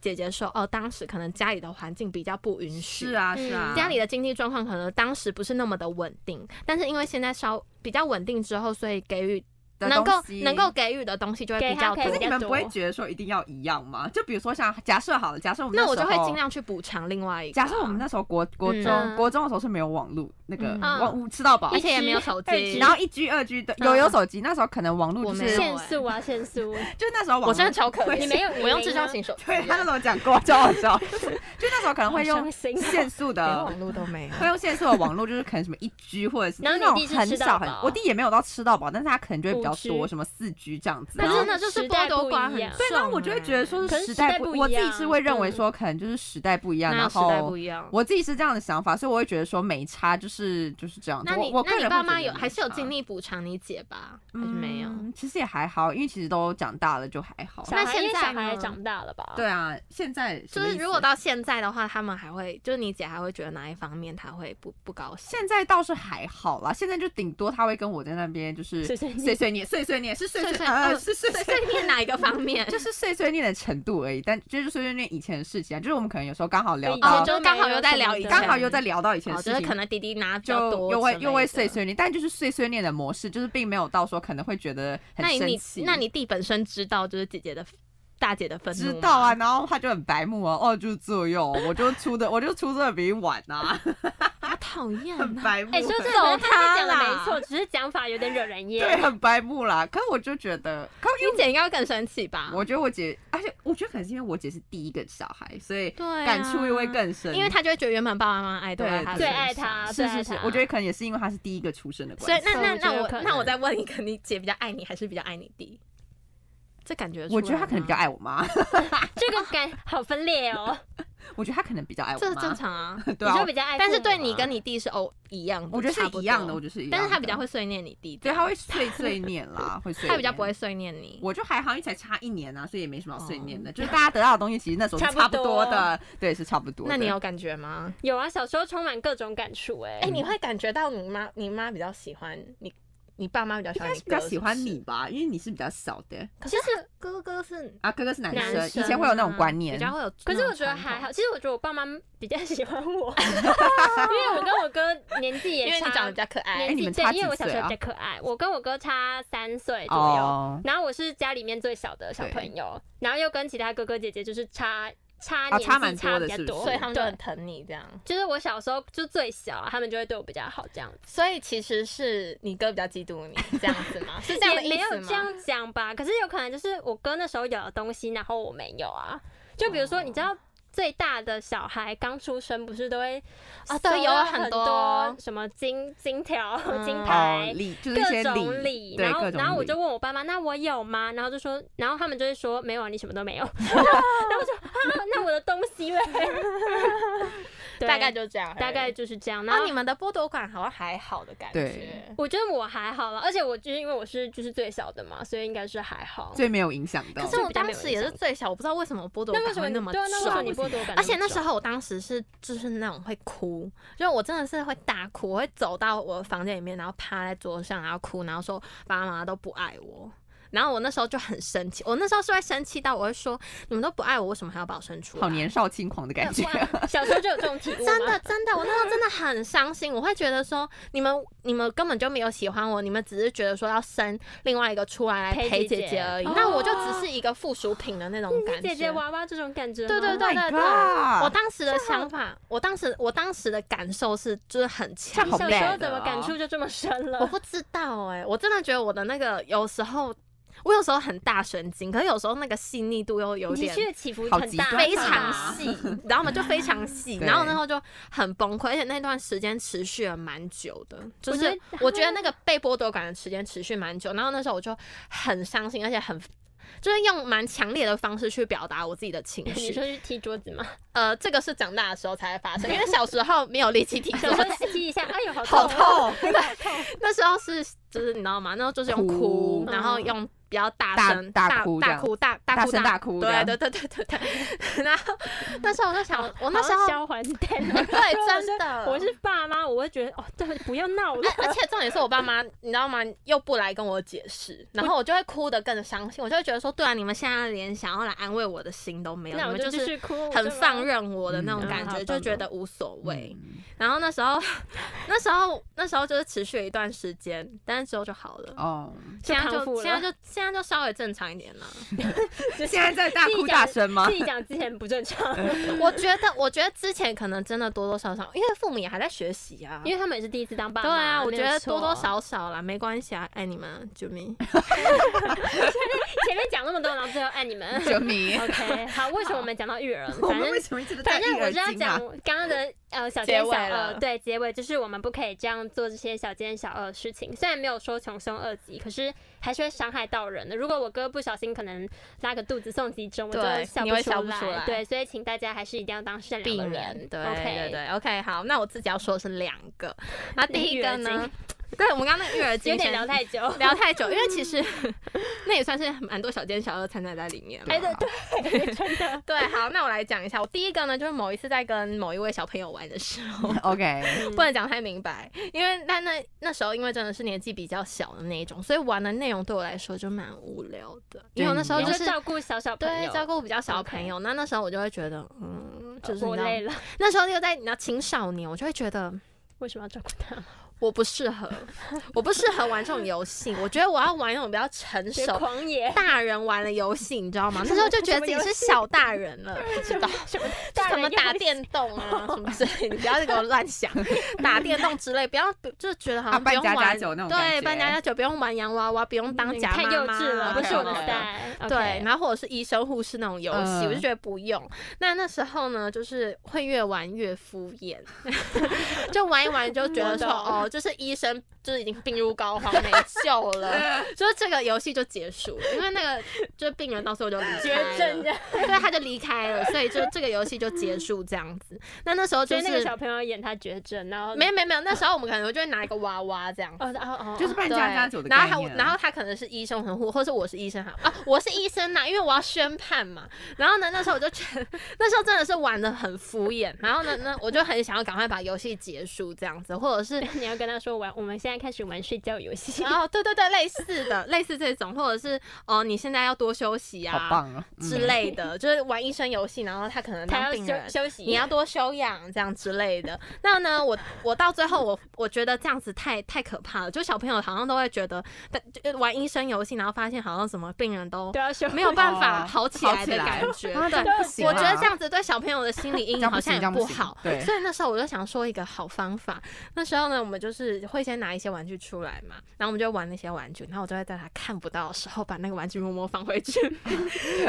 [SPEAKER 1] 姐姐说，哦，当时可能家里的环境比较不允许，
[SPEAKER 2] 是啊，是啊，
[SPEAKER 1] 嗯家里的经济状况可能当时不是那么的稳定，但是因为现在稍比较稳定之后，所以给予
[SPEAKER 2] 的
[SPEAKER 1] 能够
[SPEAKER 2] 东西
[SPEAKER 1] 能够给予的东西就会
[SPEAKER 3] 给
[SPEAKER 1] 比
[SPEAKER 3] 她
[SPEAKER 1] 较
[SPEAKER 3] 可
[SPEAKER 1] 多
[SPEAKER 3] 以。
[SPEAKER 2] 可是
[SPEAKER 3] 比
[SPEAKER 2] 你
[SPEAKER 3] 较
[SPEAKER 2] 们不会
[SPEAKER 3] 多
[SPEAKER 2] 觉得说一定要一样吗？就比如说像假设好了，假设我们
[SPEAKER 1] 那
[SPEAKER 2] 时
[SPEAKER 1] 我就会
[SPEAKER 2] 候
[SPEAKER 1] 尽。量去补偿另外一个啊。
[SPEAKER 2] 假设我们那时候国国中、
[SPEAKER 1] 嗯
[SPEAKER 2] 国中的时候是没有网络那个
[SPEAKER 1] 嗯
[SPEAKER 2] 网物吃到饱
[SPEAKER 1] 而，且也没有手
[SPEAKER 3] 一直
[SPEAKER 1] 机，
[SPEAKER 2] 然后一 G 二 G 的有有手机，那时候可能网络
[SPEAKER 1] 嗯我
[SPEAKER 2] 就
[SPEAKER 1] 没
[SPEAKER 2] 是
[SPEAKER 1] 有
[SPEAKER 3] 限速啊，限速，
[SPEAKER 2] 就那时候网
[SPEAKER 1] 我
[SPEAKER 2] 络
[SPEAKER 1] 真的超可怜，
[SPEAKER 3] 你没有
[SPEAKER 1] 我用
[SPEAKER 3] 语音
[SPEAKER 1] 智
[SPEAKER 3] 吗
[SPEAKER 1] 障型手机，
[SPEAKER 2] 对他那时候讲 过，超好笑。 就那时候可能会
[SPEAKER 3] 好伤
[SPEAKER 2] 用
[SPEAKER 3] 心哦
[SPEAKER 2] 限速的
[SPEAKER 1] 络都没有
[SPEAKER 2] 会用限速的网络，就是可能什么一 G 或者是
[SPEAKER 3] 然后
[SPEAKER 2] 就是那
[SPEAKER 3] 你弟是
[SPEAKER 2] 种很
[SPEAKER 3] 吃到
[SPEAKER 2] 少很
[SPEAKER 3] 饱，
[SPEAKER 2] 我弟也没有到吃到饱，但是他可能就会比较
[SPEAKER 3] 5G
[SPEAKER 2] 多，什么四 G 这样子。
[SPEAKER 1] 可
[SPEAKER 2] 然
[SPEAKER 1] 是
[SPEAKER 2] 后
[SPEAKER 1] 呢，就是
[SPEAKER 3] 时
[SPEAKER 1] 剥
[SPEAKER 3] 代
[SPEAKER 1] 夺
[SPEAKER 3] 不一
[SPEAKER 1] 感很
[SPEAKER 3] 样
[SPEAKER 1] 重，
[SPEAKER 2] 对，然后我就会觉得说
[SPEAKER 1] 欸
[SPEAKER 3] 可是
[SPEAKER 2] 是
[SPEAKER 3] 时
[SPEAKER 2] 时
[SPEAKER 3] 代
[SPEAKER 2] 代
[SPEAKER 3] 不
[SPEAKER 2] 不，
[SPEAKER 3] 一
[SPEAKER 2] 我自己
[SPEAKER 3] 样
[SPEAKER 2] 是会认为
[SPEAKER 3] 嗯
[SPEAKER 2] 说可能就是时代不一样，
[SPEAKER 1] 那
[SPEAKER 2] 然
[SPEAKER 1] 时代
[SPEAKER 2] 后
[SPEAKER 1] 不一样。
[SPEAKER 2] 我自己是这样的想法，所以我会觉得说没差，就是就是这样子。
[SPEAKER 1] 那你
[SPEAKER 2] 我我
[SPEAKER 1] 那
[SPEAKER 2] 个
[SPEAKER 1] 你
[SPEAKER 2] 人
[SPEAKER 1] 爸
[SPEAKER 2] 会觉
[SPEAKER 1] 妈
[SPEAKER 2] 得
[SPEAKER 1] 有
[SPEAKER 2] 没
[SPEAKER 1] 还是有
[SPEAKER 2] 差
[SPEAKER 1] 尽力补偿你姐吧？还是没有？
[SPEAKER 2] 嗯其实也还好，因为其实都长大了就还好。
[SPEAKER 3] 小
[SPEAKER 1] 那
[SPEAKER 3] 孩
[SPEAKER 1] 现
[SPEAKER 3] 因为
[SPEAKER 1] 在
[SPEAKER 3] 小孩
[SPEAKER 1] 呢
[SPEAKER 3] 也长大了吧？
[SPEAKER 2] 对啊，现在什
[SPEAKER 1] 就
[SPEAKER 2] 么
[SPEAKER 1] 是
[SPEAKER 2] 意
[SPEAKER 1] 如果
[SPEAKER 2] 思
[SPEAKER 1] 到现在的话，他们还会就是你姐还会觉得哪一方面她会不不高兴？
[SPEAKER 2] 现在倒是还好啦，现在就顶多他会跟我在那边就是
[SPEAKER 3] 碎
[SPEAKER 2] 碎
[SPEAKER 3] 碎念
[SPEAKER 2] 碎念，碎碎念是碎
[SPEAKER 1] 碎碎
[SPEAKER 2] 呃
[SPEAKER 1] 呃
[SPEAKER 2] 是碎碎
[SPEAKER 1] 碎。碎念哪一个方面？
[SPEAKER 2] 就是碎碎念的程度而已，但就是碎碎念以前的事情啊，就是我们可能有时候刚好聊
[SPEAKER 3] 以前
[SPEAKER 1] 哦，
[SPEAKER 2] 到，
[SPEAKER 1] 就刚好又在聊以前，
[SPEAKER 2] 刚好又在聊到以前
[SPEAKER 1] 哦，
[SPEAKER 2] 的
[SPEAKER 1] 就
[SPEAKER 2] 事
[SPEAKER 1] 是
[SPEAKER 2] 情，
[SPEAKER 1] 可能弟弟拿比较
[SPEAKER 2] 就
[SPEAKER 1] 多
[SPEAKER 2] 又
[SPEAKER 1] 之
[SPEAKER 2] 会
[SPEAKER 1] 类
[SPEAKER 2] 又会
[SPEAKER 1] 的
[SPEAKER 2] 碎。碎念，但就是碎碎念的模式，就是并没有到说可能会觉得很
[SPEAKER 1] 那你
[SPEAKER 2] 生
[SPEAKER 1] 你
[SPEAKER 2] 气。
[SPEAKER 1] 那你弟本身知道就是姐姐的大姐的愤怒
[SPEAKER 2] 知
[SPEAKER 1] 吗
[SPEAKER 2] 道啊，，然后他就很白目哦，哦就这样哦，我就出的 我就出的比你晚 啊，
[SPEAKER 1] 他讨厌
[SPEAKER 2] 很
[SPEAKER 1] 啊。
[SPEAKER 2] 白目。
[SPEAKER 3] 哎，说真的，
[SPEAKER 1] 走
[SPEAKER 3] 他
[SPEAKER 1] 他
[SPEAKER 3] 讲的没
[SPEAKER 1] 啦
[SPEAKER 3] 错，只是讲法有点惹人厌。
[SPEAKER 2] 对，很白目啦。可我就觉得，可因为
[SPEAKER 1] 你姐应该会更生气吧？
[SPEAKER 2] 我觉得我姐，而且我觉得可能是因为我姐是第一个小孩，所以
[SPEAKER 1] 对啊
[SPEAKER 2] 感触又会更深。
[SPEAKER 1] 因为她就会觉得原本爸爸妈妈爱都
[SPEAKER 2] 对
[SPEAKER 1] 爱她
[SPEAKER 2] 对
[SPEAKER 3] 最
[SPEAKER 1] 身
[SPEAKER 3] 爱
[SPEAKER 1] 上啊
[SPEAKER 3] 他，
[SPEAKER 2] 是是是，我觉
[SPEAKER 3] 得
[SPEAKER 2] 得可能也是因为她是第一个出生的
[SPEAKER 1] 所以
[SPEAKER 2] 关系。
[SPEAKER 1] 那那
[SPEAKER 3] 我觉
[SPEAKER 1] 那
[SPEAKER 3] 得
[SPEAKER 1] 我
[SPEAKER 3] 可
[SPEAKER 1] 那我
[SPEAKER 3] 能
[SPEAKER 1] 再问一个，你姐比较爱你还是比较爱你弟？这感觉出
[SPEAKER 2] 我觉得
[SPEAKER 1] 来
[SPEAKER 2] 她可能比较
[SPEAKER 1] 吗
[SPEAKER 2] 爱我妈，
[SPEAKER 3] 这个感好分 裂哦。
[SPEAKER 2] 我觉得她可能比较爱我
[SPEAKER 1] 这
[SPEAKER 2] 妈。
[SPEAKER 1] 正常啊，
[SPEAKER 2] 对啊
[SPEAKER 3] 你，就比较爱父母啊，
[SPEAKER 1] 但是对你跟你弟是哦一样的，
[SPEAKER 2] 我觉得
[SPEAKER 1] 差
[SPEAKER 2] 是
[SPEAKER 1] 不
[SPEAKER 2] 一样的，
[SPEAKER 1] 多
[SPEAKER 2] 我觉得是一样的。
[SPEAKER 1] 但是他比较会，碎念你弟，
[SPEAKER 2] 对，她会碎碎念啦，会碎。
[SPEAKER 1] 他比较不会。碎念你。
[SPEAKER 2] 我就还好，因为才差一年啊，所以也没什么好碎念
[SPEAKER 1] 哦
[SPEAKER 2] 的。就是大家得到的东西，其实那时候是
[SPEAKER 3] 差不
[SPEAKER 2] 差不多
[SPEAKER 3] 多
[SPEAKER 2] 的，对，是差不多的。
[SPEAKER 1] 那你有感觉吗？
[SPEAKER 3] 有啊，小时候充满各种感触哎
[SPEAKER 1] 哎、。你会感觉到你妈，你妈比较喜欢你，你爸妈比较喜
[SPEAKER 2] 应
[SPEAKER 1] 欢
[SPEAKER 2] 该
[SPEAKER 1] 你
[SPEAKER 2] 是比
[SPEAKER 1] 哥，
[SPEAKER 2] 较喜欢
[SPEAKER 1] 是不是
[SPEAKER 2] 你。吧，因为你是比较小的
[SPEAKER 1] 可是他哥哥是
[SPEAKER 2] 啊，哥哥是男
[SPEAKER 3] 男
[SPEAKER 2] 生，
[SPEAKER 3] 生
[SPEAKER 2] 以前会有那种
[SPEAKER 1] 啊
[SPEAKER 2] 观念
[SPEAKER 1] 比，较会有。
[SPEAKER 3] 可是我觉得还好，，其实我觉得我爸妈比较 喜欢 我，因为我跟我哥年纪
[SPEAKER 1] 因
[SPEAKER 3] 也
[SPEAKER 1] 为哎你
[SPEAKER 3] 差，
[SPEAKER 1] 长得比较可爱。
[SPEAKER 3] 年
[SPEAKER 2] 你
[SPEAKER 3] 纪
[SPEAKER 2] 们
[SPEAKER 3] 对
[SPEAKER 2] 差，
[SPEAKER 3] 因为
[SPEAKER 2] 几
[SPEAKER 3] 我小
[SPEAKER 2] 岁
[SPEAKER 3] 时候
[SPEAKER 2] 啊
[SPEAKER 3] 比较可爱，我跟我哥差三岁左右，
[SPEAKER 2] 哦，
[SPEAKER 3] 然后我是家里面最小的小朋友，然后又跟其他哥哥姐姐就是差差
[SPEAKER 2] 啊
[SPEAKER 3] 年纪
[SPEAKER 2] 差蛮
[SPEAKER 3] 差
[SPEAKER 2] 多
[SPEAKER 3] 比
[SPEAKER 2] 的
[SPEAKER 3] 较
[SPEAKER 2] 是不
[SPEAKER 3] 多，
[SPEAKER 2] 是
[SPEAKER 1] 所以他们就
[SPEAKER 3] 对
[SPEAKER 1] 很疼你这样，
[SPEAKER 3] 就是我小时候就最小啊，他们就会对我比较好这样子，
[SPEAKER 1] 所以其实是你哥比较嫉妒你这样子 吗？是这样的
[SPEAKER 3] 也
[SPEAKER 1] 意
[SPEAKER 3] 没有
[SPEAKER 1] 思
[SPEAKER 3] 这
[SPEAKER 1] 吗？
[SPEAKER 3] 样讲吧，可是有可能就是我哥那时候有的东西，然后我没有啊，就比如
[SPEAKER 2] 哦
[SPEAKER 3] 说你知道。最大的小孩刚出生，不是都会
[SPEAKER 1] 啊对
[SPEAKER 3] 收
[SPEAKER 1] 有
[SPEAKER 3] 到
[SPEAKER 1] 很
[SPEAKER 3] 很
[SPEAKER 1] 多
[SPEAKER 3] 什么金金条、
[SPEAKER 1] 嗯
[SPEAKER 3] 金
[SPEAKER 2] 哦
[SPEAKER 3] 牌，
[SPEAKER 2] 礼就是一
[SPEAKER 3] 各
[SPEAKER 2] 些
[SPEAKER 3] 种
[SPEAKER 2] 礼，对，
[SPEAKER 3] 然后
[SPEAKER 2] 各种
[SPEAKER 3] 然后我
[SPEAKER 2] 礼
[SPEAKER 3] 就问我爸妈，那我有吗？然后就说，然后他们就会说没有啊，你什么都没有。 然后我就啊，那我的东西嘞？ 对
[SPEAKER 1] 大概就这样，
[SPEAKER 3] 大概。就是这样。然
[SPEAKER 1] 然
[SPEAKER 3] 后
[SPEAKER 1] 后你们的剥夺感好像还好的感
[SPEAKER 2] 对
[SPEAKER 1] 觉。
[SPEAKER 3] 我觉得我还好了，而且我就是因为我是就是最小的嘛，所以应该是还好。
[SPEAKER 2] 最没有影响到
[SPEAKER 1] 可。是我当时也是最小，我不知道为什么剥夺
[SPEAKER 3] 那为
[SPEAKER 1] 感
[SPEAKER 3] 什么
[SPEAKER 1] 会
[SPEAKER 3] 你
[SPEAKER 1] 那么
[SPEAKER 3] 对啊？那为什么
[SPEAKER 1] 重
[SPEAKER 3] 你。剥夺感那么重？
[SPEAKER 1] 而且那时候我当时是就是那种会哭，就是我真的是会大哭，我会走到我的房间里面，然后趴在桌上，然后哭，然后说爸爸妈妈都不爱我。然后我那时候就很生气，我那时候是会生气到我会说，你们都不爱我，为什么还要把我生出来？
[SPEAKER 2] 好年少轻狂的感觉。
[SPEAKER 3] 哇小时候就有这种 体
[SPEAKER 1] 真
[SPEAKER 3] 悟吗
[SPEAKER 1] 的，真的，我那时候真的很伤心，我会觉得说，你们你们根本就没有喜欢我，你们只是觉得说要生另外一个出来来
[SPEAKER 3] 陪
[SPEAKER 1] 陪
[SPEAKER 3] 姐
[SPEAKER 1] 姐
[SPEAKER 3] 姐
[SPEAKER 1] 姐而已，
[SPEAKER 3] 哦
[SPEAKER 1] 那我就只是一个附属品的那种感
[SPEAKER 3] 是
[SPEAKER 1] 觉。
[SPEAKER 3] 姐姐娃娃这种感觉吗，
[SPEAKER 1] 对对
[SPEAKER 2] Oh
[SPEAKER 1] 对对
[SPEAKER 2] my
[SPEAKER 1] 对，
[SPEAKER 2] God
[SPEAKER 1] 我当时的想法，我当时我当时的感受是，就是很强
[SPEAKER 2] 这
[SPEAKER 3] 你
[SPEAKER 2] 好
[SPEAKER 3] 小时
[SPEAKER 2] bad
[SPEAKER 3] 候怎么
[SPEAKER 2] 哦
[SPEAKER 3] 感触就这么深
[SPEAKER 1] 我
[SPEAKER 3] 了？
[SPEAKER 1] 不知道哎、我真的觉得我的那个有时候，我有时候很大神经，可是有时候那个细腻度又有
[SPEAKER 3] 情
[SPEAKER 1] 点
[SPEAKER 3] 绪的起伏
[SPEAKER 2] 好
[SPEAKER 3] 很
[SPEAKER 2] 极
[SPEAKER 3] 大，
[SPEAKER 2] 端
[SPEAKER 1] 非
[SPEAKER 2] 啊
[SPEAKER 1] 常 细，然后我们就非常细，
[SPEAKER 2] 对
[SPEAKER 1] 然后那时候就很崩溃，而且那段时间持续了蛮久的，就
[SPEAKER 3] 我
[SPEAKER 1] 是
[SPEAKER 3] 觉得
[SPEAKER 1] 我觉得那个被剥夺感的时间持续蛮久，然后那时候我就很伤心，而且很就是用蛮强烈的方式去表达我自己的情
[SPEAKER 3] 你
[SPEAKER 1] 绪。
[SPEAKER 3] 说去踢桌子吗？
[SPEAKER 1] 呃，这个是长大的时候才会发生，因为小时候没有力 气提
[SPEAKER 3] 小时
[SPEAKER 1] 升。
[SPEAKER 3] 候踢一下，哎呦， 好
[SPEAKER 1] 好
[SPEAKER 3] 痛哦！
[SPEAKER 1] 痛，对，那时候是就是你知道吗？那时候就是用哭
[SPEAKER 2] 哭，
[SPEAKER 1] 然
[SPEAKER 3] 嗯
[SPEAKER 1] 后用比较大
[SPEAKER 2] 大
[SPEAKER 1] 声、
[SPEAKER 2] 大
[SPEAKER 1] 大
[SPEAKER 2] 哭这
[SPEAKER 1] 大
[SPEAKER 2] 样
[SPEAKER 1] 哭、大大
[SPEAKER 2] 大
[SPEAKER 1] 哭、
[SPEAKER 2] 声大哭这
[SPEAKER 1] 对
[SPEAKER 2] 样
[SPEAKER 1] 对对对对 对。然后那时候我就想，我那时
[SPEAKER 3] 好像
[SPEAKER 1] 候，
[SPEAKER 3] 消 还蛋
[SPEAKER 1] 对，真
[SPEAKER 3] 如
[SPEAKER 1] 的，
[SPEAKER 3] 果我是。我是爸妈，我会觉得哦，对，不要闹了。
[SPEAKER 1] 而而且重点是我爸妈，你知道吗？又不来跟我解释，然后我就会哭得更伤心，我就会觉得说，对啊，你们现在连想要来安慰我的心都没有，
[SPEAKER 3] 那
[SPEAKER 1] 你
[SPEAKER 3] 我
[SPEAKER 1] 们
[SPEAKER 3] 就继
[SPEAKER 1] 是
[SPEAKER 3] 续哭，
[SPEAKER 1] 很放
[SPEAKER 3] 任。
[SPEAKER 1] 任我的那种
[SPEAKER 3] 嗯
[SPEAKER 1] 感
[SPEAKER 3] 好嗯
[SPEAKER 1] 觉，
[SPEAKER 3] 棒
[SPEAKER 1] 就觉得无所谓。
[SPEAKER 2] 嗯
[SPEAKER 1] 然后那时候， 那时候那时候就是持续了一段时间，但是之后就好了。
[SPEAKER 2] 哦，
[SPEAKER 1] 现在
[SPEAKER 3] 就康复
[SPEAKER 1] 就
[SPEAKER 3] 了
[SPEAKER 1] 现在就现在就稍微正常一点了。
[SPEAKER 3] 就是
[SPEAKER 2] 现在在大哭大声吗
[SPEAKER 3] 自？己讲之前不正 常，
[SPEAKER 1] 我觉得，我觉得之前可能真的多多少少，因为父母也还在学习啊。
[SPEAKER 3] 因为他们也是第一次当爸妈。
[SPEAKER 1] 对啊，我
[SPEAKER 3] 没
[SPEAKER 1] 觉
[SPEAKER 3] 有
[SPEAKER 1] 得
[SPEAKER 3] 错
[SPEAKER 1] 多多少少啦，没关系啊，爱你们，救命！
[SPEAKER 3] 前面讲那么多，然后最后爱你们。
[SPEAKER 2] 哲迷，
[SPEAKER 3] OK，好，为 什么我们讲到育儿了？
[SPEAKER 2] 我
[SPEAKER 3] 反
[SPEAKER 2] 们
[SPEAKER 3] 正
[SPEAKER 2] 为什么一直都在
[SPEAKER 3] 反正
[SPEAKER 2] 育
[SPEAKER 3] 我
[SPEAKER 2] 儿
[SPEAKER 3] 是要
[SPEAKER 2] 经
[SPEAKER 3] 讲
[SPEAKER 2] 啊？
[SPEAKER 3] 刚刚的 呃小
[SPEAKER 1] 结
[SPEAKER 3] 奸小
[SPEAKER 1] 尾
[SPEAKER 3] 恶，
[SPEAKER 1] 了
[SPEAKER 3] 对，结尾就是我们不可以这样做这些小奸小恶的事情。虽然没有说穷凶恶极，可是还是会伤害到人的。如果我哥不小心可能拉个肚子送急诊，我就
[SPEAKER 1] 对
[SPEAKER 3] 笑
[SPEAKER 1] 你会笑
[SPEAKER 3] 不
[SPEAKER 1] 不出来
[SPEAKER 3] 对，所以请大家还是一定要当善良
[SPEAKER 1] 避
[SPEAKER 3] 的
[SPEAKER 1] 免
[SPEAKER 3] 人。
[SPEAKER 1] 对
[SPEAKER 3] OK
[SPEAKER 1] 对对，OK，好，那我自己要说的是两个，那第一个
[SPEAKER 3] 育儿
[SPEAKER 1] 呢， 对我们刚刚那育儿经
[SPEAKER 3] 有
[SPEAKER 1] 先
[SPEAKER 3] 点聊太 久。
[SPEAKER 1] 聊太久，因为其实 那也算是蛮多小奸小恶掺杂在里面了。
[SPEAKER 3] 哎，对对，真的。
[SPEAKER 1] 对，好，那我来讲一下，我第一个呢，就是某一次在跟某一位小朋友玩的时候，
[SPEAKER 3] 嗯
[SPEAKER 2] OK，
[SPEAKER 1] 不能讲太明白，因为但那那时候因为真的是年纪比较小的那一种，所以玩的内容对我来说就蛮无聊的，因为我那时候
[SPEAKER 3] 你
[SPEAKER 1] 就
[SPEAKER 3] 就是照顾小小朋
[SPEAKER 1] 对
[SPEAKER 3] 友，
[SPEAKER 1] 照顾比较小的朋友，那那时候我就会觉得，嗯，就是你
[SPEAKER 3] 我
[SPEAKER 1] 知道
[SPEAKER 3] 累了，
[SPEAKER 1] 那时候又在你知道青少年，我就会觉得
[SPEAKER 3] 为什么要照顾他？
[SPEAKER 1] 我不适合，我不适合玩这种游戏，我觉得我要玩那种比较成
[SPEAKER 3] 学
[SPEAKER 1] 熟。
[SPEAKER 3] 狂野，
[SPEAKER 1] 大人玩的游戏，你知 道吗？那时候就觉得自己是小大人了，不知道
[SPEAKER 3] 什么
[SPEAKER 1] 就
[SPEAKER 3] 大
[SPEAKER 1] 什
[SPEAKER 3] 人
[SPEAKER 1] 么打
[SPEAKER 3] 游戏
[SPEAKER 1] 电动啊，什么之类，你不要给我乱 想，打电动之类，不要就觉得好
[SPEAKER 2] 啊，
[SPEAKER 1] 像不
[SPEAKER 2] 扮
[SPEAKER 1] 用
[SPEAKER 2] 家家
[SPEAKER 1] 玩，
[SPEAKER 2] 酒那种感
[SPEAKER 1] 对，
[SPEAKER 2] 觉
[SPEAKER 1] 扮家家酒不用玩洋娃娃，不用 当
[SPEAKER 3] 嗯
[SPEAKER 1] 假
[SPEAKER 3] 太
[SPEAKER 1] 妈
[SPEAKER 3] 幼
[SPEAKER 1] 妈
[SPEAKER 3] 稚了，不是我的
[SPEAKER 2] OK，OK
[SPEAKER 3] 时代。
[SPEAKER 1] 对，
[SPEAKER 3] OK，
[SPEAKER 1] 然后或者是医生护士那种游戏，
[SPEAKER 2] 嗯
[SPEAKER 1] 我就觉得不用。那那时候呢，就是会越玩越敷衍， 就玩一玩就觉得说，
[SPEAKER 3] 我懂
[SPEAKER 1] 哦，就是医生就是已经病入膏肓，没救 了，就是这个游戏就结束了，因为那个就是病人到时候就离
[SPEAKER 3] 绝
[SPEAKER 1] 开
[SPEAKER 3] 症
[SPEAKER 1] 了
[SPEAKER 3] 这，样，
[SPEAKER 1] 对，他就离开了，所以就这个游戏就结束这样子。那那时候
[SPEAKER 3] 所
[SPEAKER 1] 就
[SPEAKER 3] 以那个
[SPEAKER 1] 是
[SPEAKER 3] 小朋友演他绝症，然后
[SPEAKER 1] 没没没有，那时候我们可能就会拿一个娃娃这样
[SPEAKER 3] 哦哦哦，
[SPEAKER 2] 就是扮
[SPEAKER 1] 对，
[SPEAKER 2] 家家酒的
[SPEAKER 1] 然后
[SPEAKER 2] 概
[SPEAKER 1] 还有
[SPEAKER 2] 念。
[SPEAKER 1] 然后他可能是医生，可能或或是我是医生哈啊，我是医生呐、因为我要宣判嘛。然后呢，那时候我就觉得 那时候真的是玩的很敷衍。然后呢，那我就很想要赶快把游戏结束这样子，或者是。
[SPEAKER 3] 你要跟他说玩，我们现在开始玩睡觉 游戏，
[SPEAKER 1] 然后对对对，类似的， 类似这种，或者是哦，你现在要多休息
[SPEAKER 2] 好
[SPEAKER 1] 啊
[SPEAKER 2] 棒哦！
[SPEAKER 1] 之
[SPEAKER 2] 嗯，
[SPEAKER 1] 类的，就是玩医生游戏，然后他可能
[SPEAKER 3] 他
[SPEAKER 1] 当
[SPEAKER 3] 要
[SPEAKER 1] 病
[SPEAKER 3] 休
[SPEAKER 1] 人，
[SPEAKER 3] 休息，
[SPEAKER 1] 你要多休养这样之类的。那呢，我我到最后我我觉得这样子太太可怕了，就小朋友好像都会觉得，但就玩医生游戏，然后发现好像什么病人都
[SPEAKER 3] 都要休，
[SPEAKER 1] 没有办法
[SPEAKER 2] 哦
[SPEAKER 1] 好起
[SPEAKER 2] 好
[SPEAKER 1] 来
[SPEAKER 2] 起
[SPEAKER 1] 的
[SPEAKER 2] 来
[SPEAKER 1] 感觉。
[SPEAKER 2] 啊
[SPEAKER 1] 对，
[SPEAKER 2] 不行啊，
[SPEAKER 1] 我觉得这样子对小朋友的心理阴
[SPEAKER 2] 这
[SPEAKER 1] 影
[SPEAKER 2] 样
[SPEAKER 1] 好
[SPEAKER 2] 不
[SPEAKER 1] 像
[SPEAKER 2] 行这
[SPEAKER 1] 也
[SPEAKER 2] 样不
[SPEAKER 1] 不
[SPEAKER 2] 行
[SPEAKER 1] 好。
[SPEAKER 2] 对
[SPEAKER 1] 所以那时候我就想说一个好方法。那时候呢，我们就是会先拿一些玩具出来嘛，然后我们就玩那些玩具，然后我就会在他看不到的时候把那个玩具默默放回 去，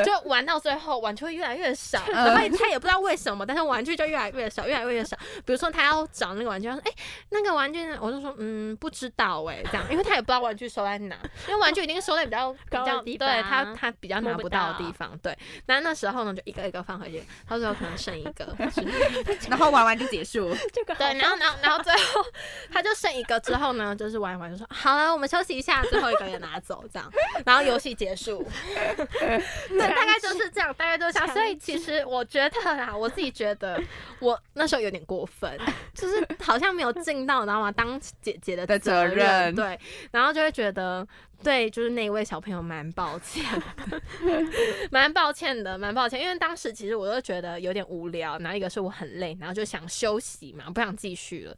[SPEAKER 1] 就玩到最后玩具会越来越少，然后他也不知道为什么，但是玩具就越来越少，越来越少。比如说他要找那个玩具，他说：“哎、那个玩具呢？”我就说：“嗯，不知道哎、这样，因为他也不知道玩具收在哪，因为玩具已经收在比较比
[SPEAKER 3] 高的
[SPEAKER 1] 较
[SPEAKER 2] 啊
[SPEAKER 3] 地
[SPEAKER 1] 对
[SPEAKER 3] 方
[SPEAKER 1] 他他比较拿
[SPEAKER 3] 摸不
[SPEAKER 1] 不到的
[SPEAKER 3] 到
[SPEAKER 1] 地方，对。那那时候呢，就一个一个放回去，他说有可能剩一个，
[SPEAKER 2] 然后玩完就 结束。
[SPEAKER 3] 这个好
[SPEAKER 1] 对，然后然后然后最后他就剩一个之后呢，就是玩一玩就说好了，我们休息一下，最后一个也拿走这样，然后游戏结束。 对，大概就是这样，大概就是这样。所以其实我觉得啦，我自己觉得我那时候有点过分，就是好像没有尽到，你知道吗？当姐姐的
[SPEAKER 2] 的责
[SPEAKER 1] 责
[SPEAKER 2] 任
[SPEAKER 1] 对，然后就会觉得。对，就是那一位小朋友蛮抱歉的，蛮抱歉的，蛮抱歉。因为当时其实我就觉得有点无聊，然后一个是我很累，然后就想休息嘛，不想继续了，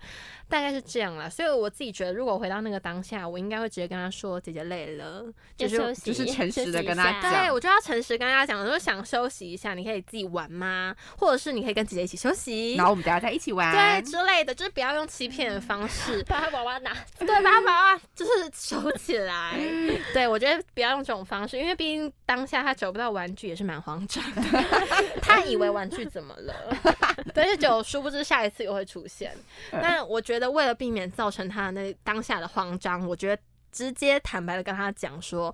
[SPEAKER 1] 大概是这样啦。所以我自己觉得，如果回到那个当下，我应该会直接跟他说：“姐姐累了，就
[SPEAKER 3] 要
[SPEAKER 1] 是
[SPEAKER 3] 休息，
[SPEAKER 2] 就是诚实地
[SPEAKER 3] 休息一
[SPEAKER 2] 跟他
[SPEAKER 3] 下，
[SPEAKER 2] 讲
[SPEAKER 1] 对，我就要诚实跟大家讲，我说想休息一下，你可以自己玩吗？或者是你可以跟姐姐一起休息
[SPEAKER 2] 然，后我们等下再一起
[SPEAKER 1] 对
[SPEAKER 2] 玩。
[SPEAKER 1] 之类的，就是不要用欺骗的方式
[SPEAKER 3] 把他娃娃拿
[SPEAKER 1] 对，把它把它就是收起来。
[SPEAKER 2] 嗯
[SPEAKER 1] 对我觉得不要用这种方式，因为毕竟当下他找不到玩具也是蛮慌张 的，他以为玩具怎么了， 但是就殊不知下一次又会出现。
[SPEAKER 2] 嗯
[SPEAKER 1] 但我觉得为了避免造成他的那当下的慌张，我觉得直接坦白的跟他讲说。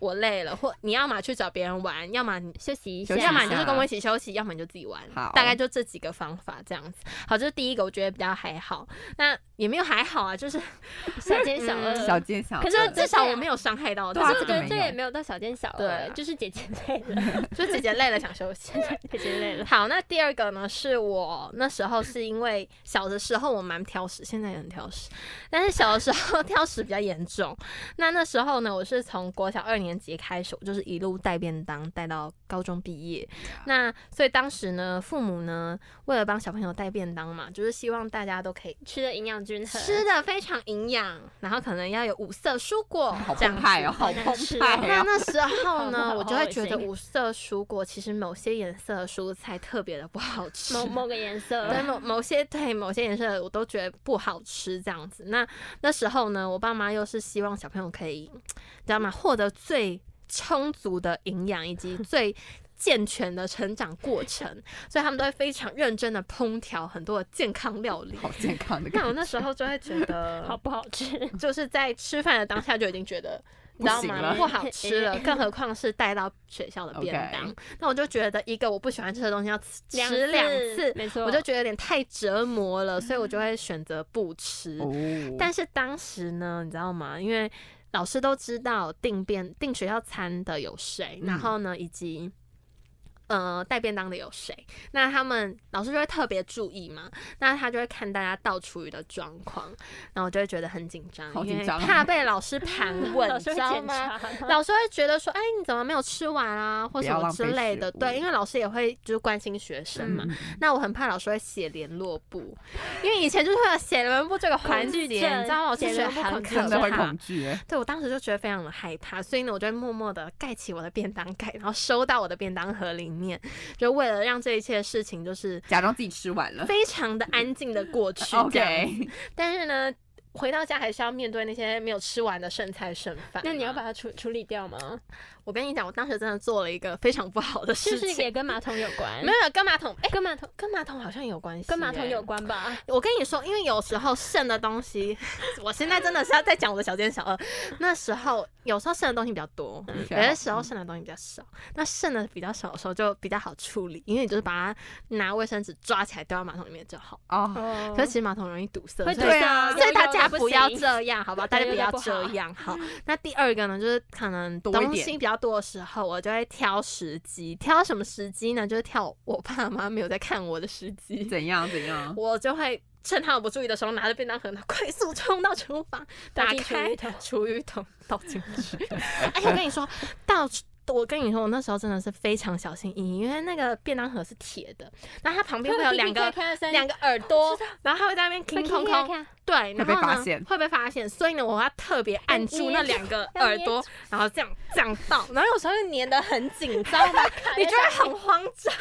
[SPEAKER 1] 我累了，或你要么去找别人玩，要么你
[SPEAKER 3] 休息一
[SPEAKER 2] 休
[SPEAKER 3] 下，
[SPEAKER 2] 息一
[SPEAKER 1] 要么你
[SPEAKER 2] 下
[SPEAKER 1] 就是跟我一起休息，要么你就自己玩
[SPEAKER 2] 好，
[SPEAKER 1] 大概就这几个方法这样子。好，这是第一个，我觉得比较还好，那也没有还好啊，就是
[SPEAKER 3] 小奸小恶，
[SPEAKER 2] 小奸小恶，
[SPEAKER 3] 可是
[SPEAKER 1] 就至少
[SPEAKER 3] 对啊
[SPEAKER 1] 我没有伤害到
[SPEAKER 2] 对啊
[SPEAKER 1] 他，
[SPEAKER 3] 这
[SPEAKER 2] 这个
[SPEAKER 3] 个
[SPEAKER 2] 没
[SPEAKER 3] 这
[SPEAKER 2] 有
[SPEAKER 3] 也没有到小奸小
[SPEAKER 1] 对
[SPEAKER 3] 恶
[SPEAKER 1] 啊，
[SPEAKER 3] 就是姐姐累了，
[SPEAKER 1] 就姐姐累了想休息。
[SPEAKER 3] 姐姐累了。
[SPEAKER 1] 好，那第二个呢，是我那时候是因为小的时候我蛮挑食，现在也很挑食，但是小的时候 挑食比较严重。那那时候呢，我是从国小二年级开始，我就是一路带便当带到高中毕业。
[SPEAKER 2] 啊
[SPEAKER 1] 那所以当时呢，父母呢为了帮小朋友带便当嘛，就是希望大家都可以
[SPEAKER 3] 吃的营养均衡，
[SPEAKER 1] 吃的非常营养，然后可能要有五色蔬果，
[SPEAKER 2] 好
[SPEAKER 1] 这样
[SPEAKER 2] 澎湃哦，
[SPEAKER 1] 子
[SPEAKER 2] 好
[SPEAKER 3] 难
[SPEAKER 2] 澎
[SPEAKER 3] 吃
[SPEAKER 2] 湃
[SPEAKER 3] 哦
[SPEAKER 1] 那
[SPEAKER 2] 哦。
[SPEAKER 1] 那时候
[SPEAKER 3] 好
[SPEAKER 1] 呢，我就会觉
[SPEAKER 3] 好
[SPEAKER 1] 得
[SPEAKER 3] 恶心
[SPEAKER 1] 五色蔬果其实某些颜色的蔬菜特别的不好吃，
[SPEAKER 3] 某某个颜色，
[SPEAKER 1] 对某某些对某些颜色的我都觉得不好吃这样子。那那时候呢，我爸妈又是希望小朋友可以，你知道吗？获得最充足的营养以 及最健全的成长过程，所以他们都会非常认真的烹调很多的健康料 理。
[SPEAKER 2] 好健康的
[SPEAKER 1] 那
[SPEAKER 2] 感觉，
[SPEAKER 1] 我那时候就会觉得
[SPEAKER 3] 好不好吃？
[SPEAKER 1] 就是在吃饭的当下就已经觉得。你
[SPEAKER 2] 不
[SPEAKER 1] 知道
[SPEAKER 2] 行
[SPEAKER 1] 吗？
[SPEAKER 2] 了
[SPEAKER 1] 不好吃 了，更何况是带到学校的便
[SPEAKER 2] OK
[SPEAKER 1] 当。那我就觉得一个我不喜欢吃的东西要吃
[SPEAKER 3] 两
[SPEAKER 1] 吃两
[SPEAKER 3] 次
[SPEAKER 1] 次，
[SPEAKER 3] 没错
[SPEAKER 1] 我就觉得有点太折磨了，所以我就会选择不吃。
[SPEAKER 2] 嗯哦
[SPEAKER 1] 但是当时呢，你知道吗？因为老师都知道订便订学校餐的有谁，
[SPEAKER 2] 嗯
[SPEAKER 1] 然后呢，以及。呃，带便当的有谁？那他们老师就会特别注意嘛，那他就会看大家倒厨余的状况，然后我就会觉得很紧张，
[SPEAKER 2] 好
[SPEAKER 1] 因
[SPEAKER 2] 紧
[SPEAKER 1] 为
[SPEAKER 2] 张哦
[SPEAKER 1] 怕被老师盘问，
[SPEAKER 3] 老
[SPEAKER 1] 你
[SPEAKER 3] 师会
[SPEAKER 1] 知道
[SPEAKER 3] 检
[SPEAKER 1] 吗？
[SPEAKER 3] 查，
[SPEAKER 1] 老师会觉得说，哎、你怎么没有吃完啊，或
[SPEAKER 2] 不
[SPEAKER 1] 什
[SPEAKER 2] 要
[SPEAKER 1] 么
[SPEAKER 2] 浪
[SPEAKER 1] 之
[SPEAKER 2] 费
[SPEAKER 1] 类
[SPEAKER 2] 食
[SPEAKER 1] 的，
[SPEAKER 2] 物
[SPEAKER 1] 对，因为老师也会就是关心学生嘛，
[SPEAKER 2] 嗯
[SPEAKER 1] 那我很怕老师会写联络簿，因为以前就是会有写联络簿这个环节，
[SPEAKER 3] 恐
[SPEAKER 1] 你
[SPEAKER 3] 惧
[SPEAKER 1] 知
[SPEAKER 3] 症
[SPEAKER 1] 道吗？我就
[SPEAKER 3] 写
[SPEAKER 1] 觉得
[SPEAKER 3] 联络簿
[SPEAKER 1] 很
[SPEAKER 3] 恐惧
[SPEAKER 1] 可
[SPEAKER 3] 症
[SPEAKER 2] 真的会
[SPEAKER 1] 怕
[SPEAKER 2] 恐。惧欸，
[SPEAKER 1] 对我当时就觉得非常的害怕，所以呢，我就会默默的盖起我的便当盖，然后收到我的便当盒里面，就为了让这一切事情 就是
[SPEAKER 2] 假装自己 吃完了。
[SPEAKER 1] 非常的安静的过
[SPEAKER 2] 啊
[SPEAKER 1] 去这样。
[SPEAKER 2] OK，
[SPEAKER 1] 但是呢，回到家还是要面对那些没有吃完的剩菜剩饭嘛。啊
[SPEAKER 3] 那你要把它处处理掉吗？
[SPEAKER 1] 我跟你讲，我当时真的做了一个非常不好的
[SPEAKER 3] 就
[SPEAKER 1] 事
[SPEAKER 3] 是
[SPEAKER 1] 情，
[SPEAKER 3] 也跟马桶有关，
[SPEAKER 1] 没有没有跟马桶，哎、
[SPEAKER 3] 跟马桶
[SPEAKER 1] 跟马桶好像有关系耶，
[SPEAKER 3] 跟马桶有关吧？
[SPEAKER 1] 我跟你说，因为有时候剩的东西， 我现在真的是要在讲我的小奸小恶。那时候有时候剩的东西比较多，有
[SPEAKER 3] 啊
[SPEAKER 1] 些时候剩的东西比较少。那剩的比较少的时候就比较好处理，因为你就是把它拿卫生纸抓起来丢到马桶里面就好。
[SPEAKER 2] 哦，
[SPEAKER 3] 哦
[SPEAKER 1] 可是其实马桶容易堵塞，
[SPEAKER 3] 会
[SPEAKER 1] 所以
[SPEAKER 3] 堵
[SPEAKER 2] 对啊
[SPEAKER 3] 塞，
[SPEAKER 1] 所以大
[SPEAKER 3] 有
[SPEAKER 1] 家
[SPEAKER 3] 有
[SPEAKER 1] 不要
[SPEAKER 3] 行
[SPEAKER 1] 这样，好吧？大家
[SPEAKER 3] 有
[SPEAKER 1] 不
[SPEAKER 3] 有
[SPEAKER 1] 要
[SPEAKER 3] 不好
[SPEAKER 1] 这样，好。那第二个呢，就是可能
[SPEAKER 2] 多一
[SPEAKER 1] 东
[SPEAKER 2] 点
[SPEAKER 1] 西比较多的时候，我就会挑时机。挑什么时机呢？就是挑我爸妈没有在看我的时机。
[SPEAKER 2] 怎样怎样？
[SPEAKER 1] 我就会趁他们不注意的时候，拿着便当盒呢，快速冲到厨房，
[SPEAKER 3] 倒
[SPEAKER 1] 打
[SPEAKER 3] 进厨
[SPEAKER 1] 开
[SPEAKER 3] 余桶
[SPEAKER 1] 厨余桶倒进去。而且我跟你说，倒出我跟你说，我那时候真的是非常小心翼翼，因为那个便当盒是铁的，然后它旁边会有两个。两
[SPEAKER 3] 个
[SPEAKER 1] 个耳朵，然后它会在那边空空空，对，然后
[SPEAKER 2] 会被
[SPEAKER 1] 呢
[SPEAKER 2] 发现
[SPEAKER 1] 会被发现，所以呢，我要特别按住那两个
[SPEAKER 3] 要
[SPEAKER 1] 耳
[SPEAKER 3] 捏住
[SPEAKER 1] 朵，然后这样这样倒， 然后有时候就 粘得很紧，你知道吗？你就会很慌张，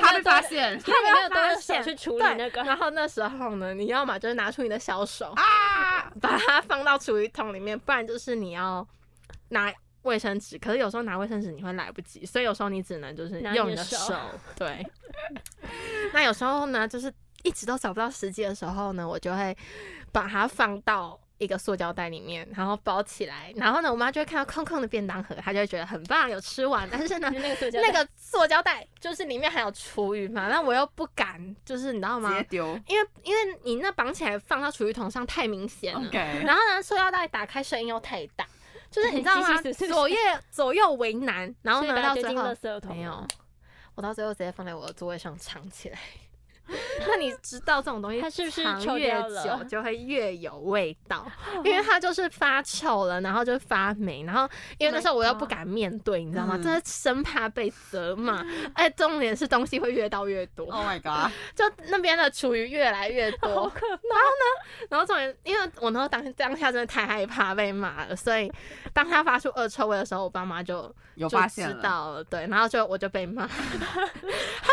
[SPEAKER 2] 他被 发现
[SPEAKER 3] 他没
[SPEAKER 1] 发
[SPEAKER 3] 有多手
[SPEAKER 1] 现
[SPEAKER 3] 去处理
[SPEAKER 1] 对，
[SPEAKER 3] 那 个，
[SPEAKER 1] 然后那时候呢，你要么就是拿出你的小手，
[SPEAKER 2] 啊！
[SPEAKER 1] 把它放到厨余桶里面，不然就是你要拿卫生纸。可是有时候拿卫生纸你会来不及，所以有时候你只能就是
[SPEAKER 3] 拿
[SPEAKER 1] 用
[SPEAKER 3] 你
[SPEAKER 1] 你
[SPEAKER 3] 的
[SPEAKER 1] 的
[SPEAKER 3] 手
[SPEAKER 1] 手。对。那有时候呢，就是一直都找不到时机的时候呢，我就会把它放到。一个塑胶袋里面，然后包起来，然后呢，我妈就会看到空空的便当盒，她就会觉得很棒，有吃完。 但是呢，
[SPEAKER 3] 那个塑胶
[SPEAKER 1] 那
[SPEAKER 3] 袋
[SPEAKER 1] 个塑胶袋就是里面还有厨余嘛，那我又不敢，就是你知道
[SPEAKER 2] 直
[SPEAKER 1] 吗
[SPEAKER 2] 接？丢。
[SPEAKER 1] 因为因为你那绑起来放到厨余桶上太明显了
[SPEAKER 2] OK，
[SPEAKER 1] 然后呢，塑料袋打开声音又太大，就是你知 道吗？
[SPEAKER 3] 是是是是
[SPEAKER 1] 左右左右为难，然后
[SPEAKER 3] 所以
[SPEAKER 1] 呢
[SPEAKER 3] 把它
[SPEAKER 1] 到
[SPEAKER 3] 丢
[SPEAKER 1] 最
[SPEAKER 3] 进垃
[SPEAKER 1] 后
[SPEAKER 3] 圾桶
[SPEAKER 1] 没有
[SPEAKER 3] 吗，
[SPEAKER 1] 我到最后直接放在我的座位上藏起来。 那你知道这种东西，
[SPEAKER 3] 它是不是
[SPEAKER 1] 藏
[SPEAKER 3] 臭
[SPEAKER 1] 越
[SPEAKER 3] 掉了
[SPEAKER 1] 久就会越有味道？因为它就是发臭了，然后就发霉，然后因为那时候我
[SPEAKER 3] Oh
[SPEAKER 1] 又不敢面对，你知道吗？
[SPEAKER 2] 嗯
[SPEAKER 1] 真的生怕被责骂。 哎，重点是东西会越倒越多，
[SPEAKER 2] Oh my god！
[SPEAKER 1] 就那边的厨余越来越 多，然后呢，然后重点，因为我那时候当当下真的太害怕被骂了，所以 当他发出恶臭味的时候，我爸妈就
[SPEAKER 2] 有
[SPEAKER 1] 就
[SPEAKER 2] 发现
[SPEAKER 1] 知
[SPEAKER 2] 了，
[SPEAKER 1] 道了，对，然后就我就被骂， 他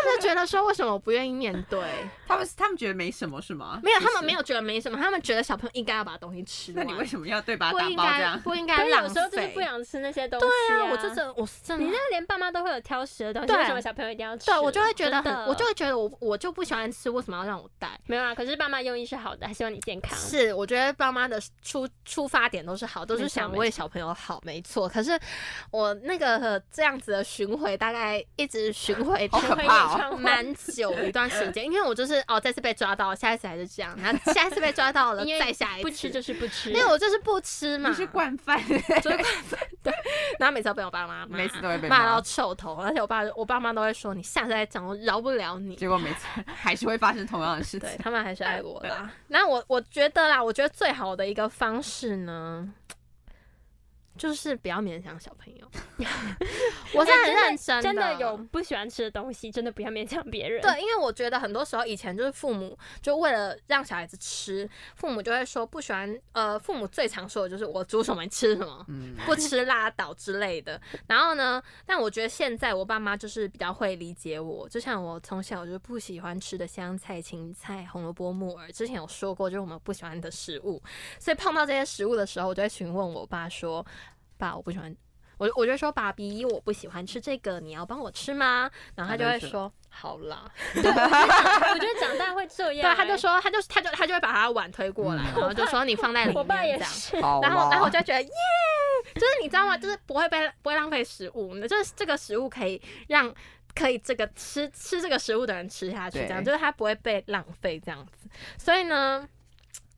[SPEAKER 1] 们就觉得说为什么我不愿意面 对？
[SPEAKER 2] 他们他们觉得没什么是吗？
[SPEAKER 1] 没有，他们
[SPEAKER 2] 其实
[SPEAKER 1] 没。有觉得没什么，他们觉得小朋友应该要把东西吃
[SPEAKER 2] 那
[SPEAKER 1] 完，
[SPEAKER 2] 你为什么要对把它
[SPEAKER 1] 不
[SPEAKER 2] 打
[SPEAKER 1] 应
[SPEAKER 2] 包这
[SPEAKER 1] 该
[SPEAKER 2] 样？
[SPEAKER 1] 不应
[SPEAKER 3] 可
[SPEAKER 1] 该
[SPEAKER 3] 是
[SPEAKER 1] 浪
[SPEAKER 3] 有
[SPEAKER 1] 费？
[SPEAKER 3] 时候就是不想吃那些东西、
[SPEAKER 1] 对
[SPEAKER 3] 啊
[SPEAKER 1] 啊，我就真的我是真的啊
[SPEAKER 3] 你那连爸妈都会有挑食的东西，
[SPEAKER 1] 对
[SPEAKER 3] 为什么小朋友一定要吃？
[SPEAKER 1] 对，我就会觉得
[SPEAKER 3] 真
[SPEAKER 1] 很
[SPEAKER 3] 的，
[SPEAKER 1] 我就会觉得我我就不喜欢吃，为什么要让我带？
[SPEAKER 3] 没有啊。可是爸妈用意是好的，还希望你健康。
[SPEAKER 1] 是，我觉得爸妈的出出发点都是好，都
[SPEAKER 3] 没
[SPEAKER 1] 是
[SPEAKER 3] 错
[SPEAKER 1] 想
[SPEAKER 3] 没
[SPEAKER 1] 为小朋友好，没错。可是我那个呃这样子的巡回，大概一直巡回
[SPEAKER 2] 好
[SPEAKER 1] 巡
[SPEAKER 2] 可
[SPEAKER 1] 回
[SPEAKER 2] 怕
[SPEAKER 1] 演
[SPEAKER 2] 哦
[SPEAKER 1] 唱会蛮久一段时间，因为我就是哦，这次被抓到，下一次还是这样，然后下一次被抓到了，
[SPEAKER 3] 因为
[SPEAKER 1] 再下一次
[SPEAKER 3] 不吃就是不吃。
[SPEAKER 1] 因为我就是不吃嘛
[SPEAKER 2] 你，是惯犯，
[SPEAKER 1] 然后每次都被我爸妈骂
[SPEAKER 2] 每次都会被
[SPEAKER 1] 骂
[SPEAKER 2] 骂
[SPEAKER 1] 到，臭头，而且我爸我爸妈都会说你下次再讲，我饶不了你。
[SPEAKER 2] 结果每次还是会发生同样的事情
[SPEAKER 1] 对。啊他们还是爱我啦。那我我觉得啦，我觉得最好的一个方式呢，就是不要勉强小朋友。 我是
[SPEAKER 3] 哎
[SPEAKER 1] 很认
[SPEAKER 3] 真
[SPEAKER 1] 真
[SPEAKER 3] 的有不喜欢吃的东西，真的不要勉强别人。
[SPEAKER 1] 对，因为我觉得很多时候以前就是父母就为了让小孩子吃，父母就会说不喜欢，呃，父母最常说的就是我煮什么你吃什么。
[SPEAKER 2] 嗯，
[SPEAKER 1] 不吃拉倒之类的。然后呢，但我觉得现在我爸妈就是比较会理解我，就像我从小就不喜欢吃的香菜、芹菜、红萝卜、木耳，之前有说过，就是我们不喜欢的食物。所以碰到这些食物的时候，我就会询问我爸说：“爸，我不喜欢。”我我就说：“爸比，我不喜欢吃这个，你要帮我吃吗？”然后他就会说：“好啦。
[SPEAKER 3] 我觉得长大会这”
[SPEAKER 1] 对，啊
[SPEAKER 3] 样、
[SPEAKER 1] 他就说，他就他就他就会把他的碗推过来，
[SPEAKER 2] 嗯
[SPEAKER 1] 然后就说：“你放在里
[SPEAKER 3] 哎我
[SPEAKER 1] 面
[SPEAKER 3] 爸也
[SPEAKER 1] 这样。”
[SPEAKER 3] 是，
[SPEAKER 2] 好啊
[SPEAKER 1] 然后，然后我
[SPEAKER 2] 就
[SPEAKER 1] 就觉得耶，就是你知道吗？就是不会被不会浪费食物，就是这个食物可以让可以这个吃吃这个食物的人吃下去，
[SPEAKER 2] 对
[SPEAKER 1] 这样就是它不会被浪费这样子。所以呢，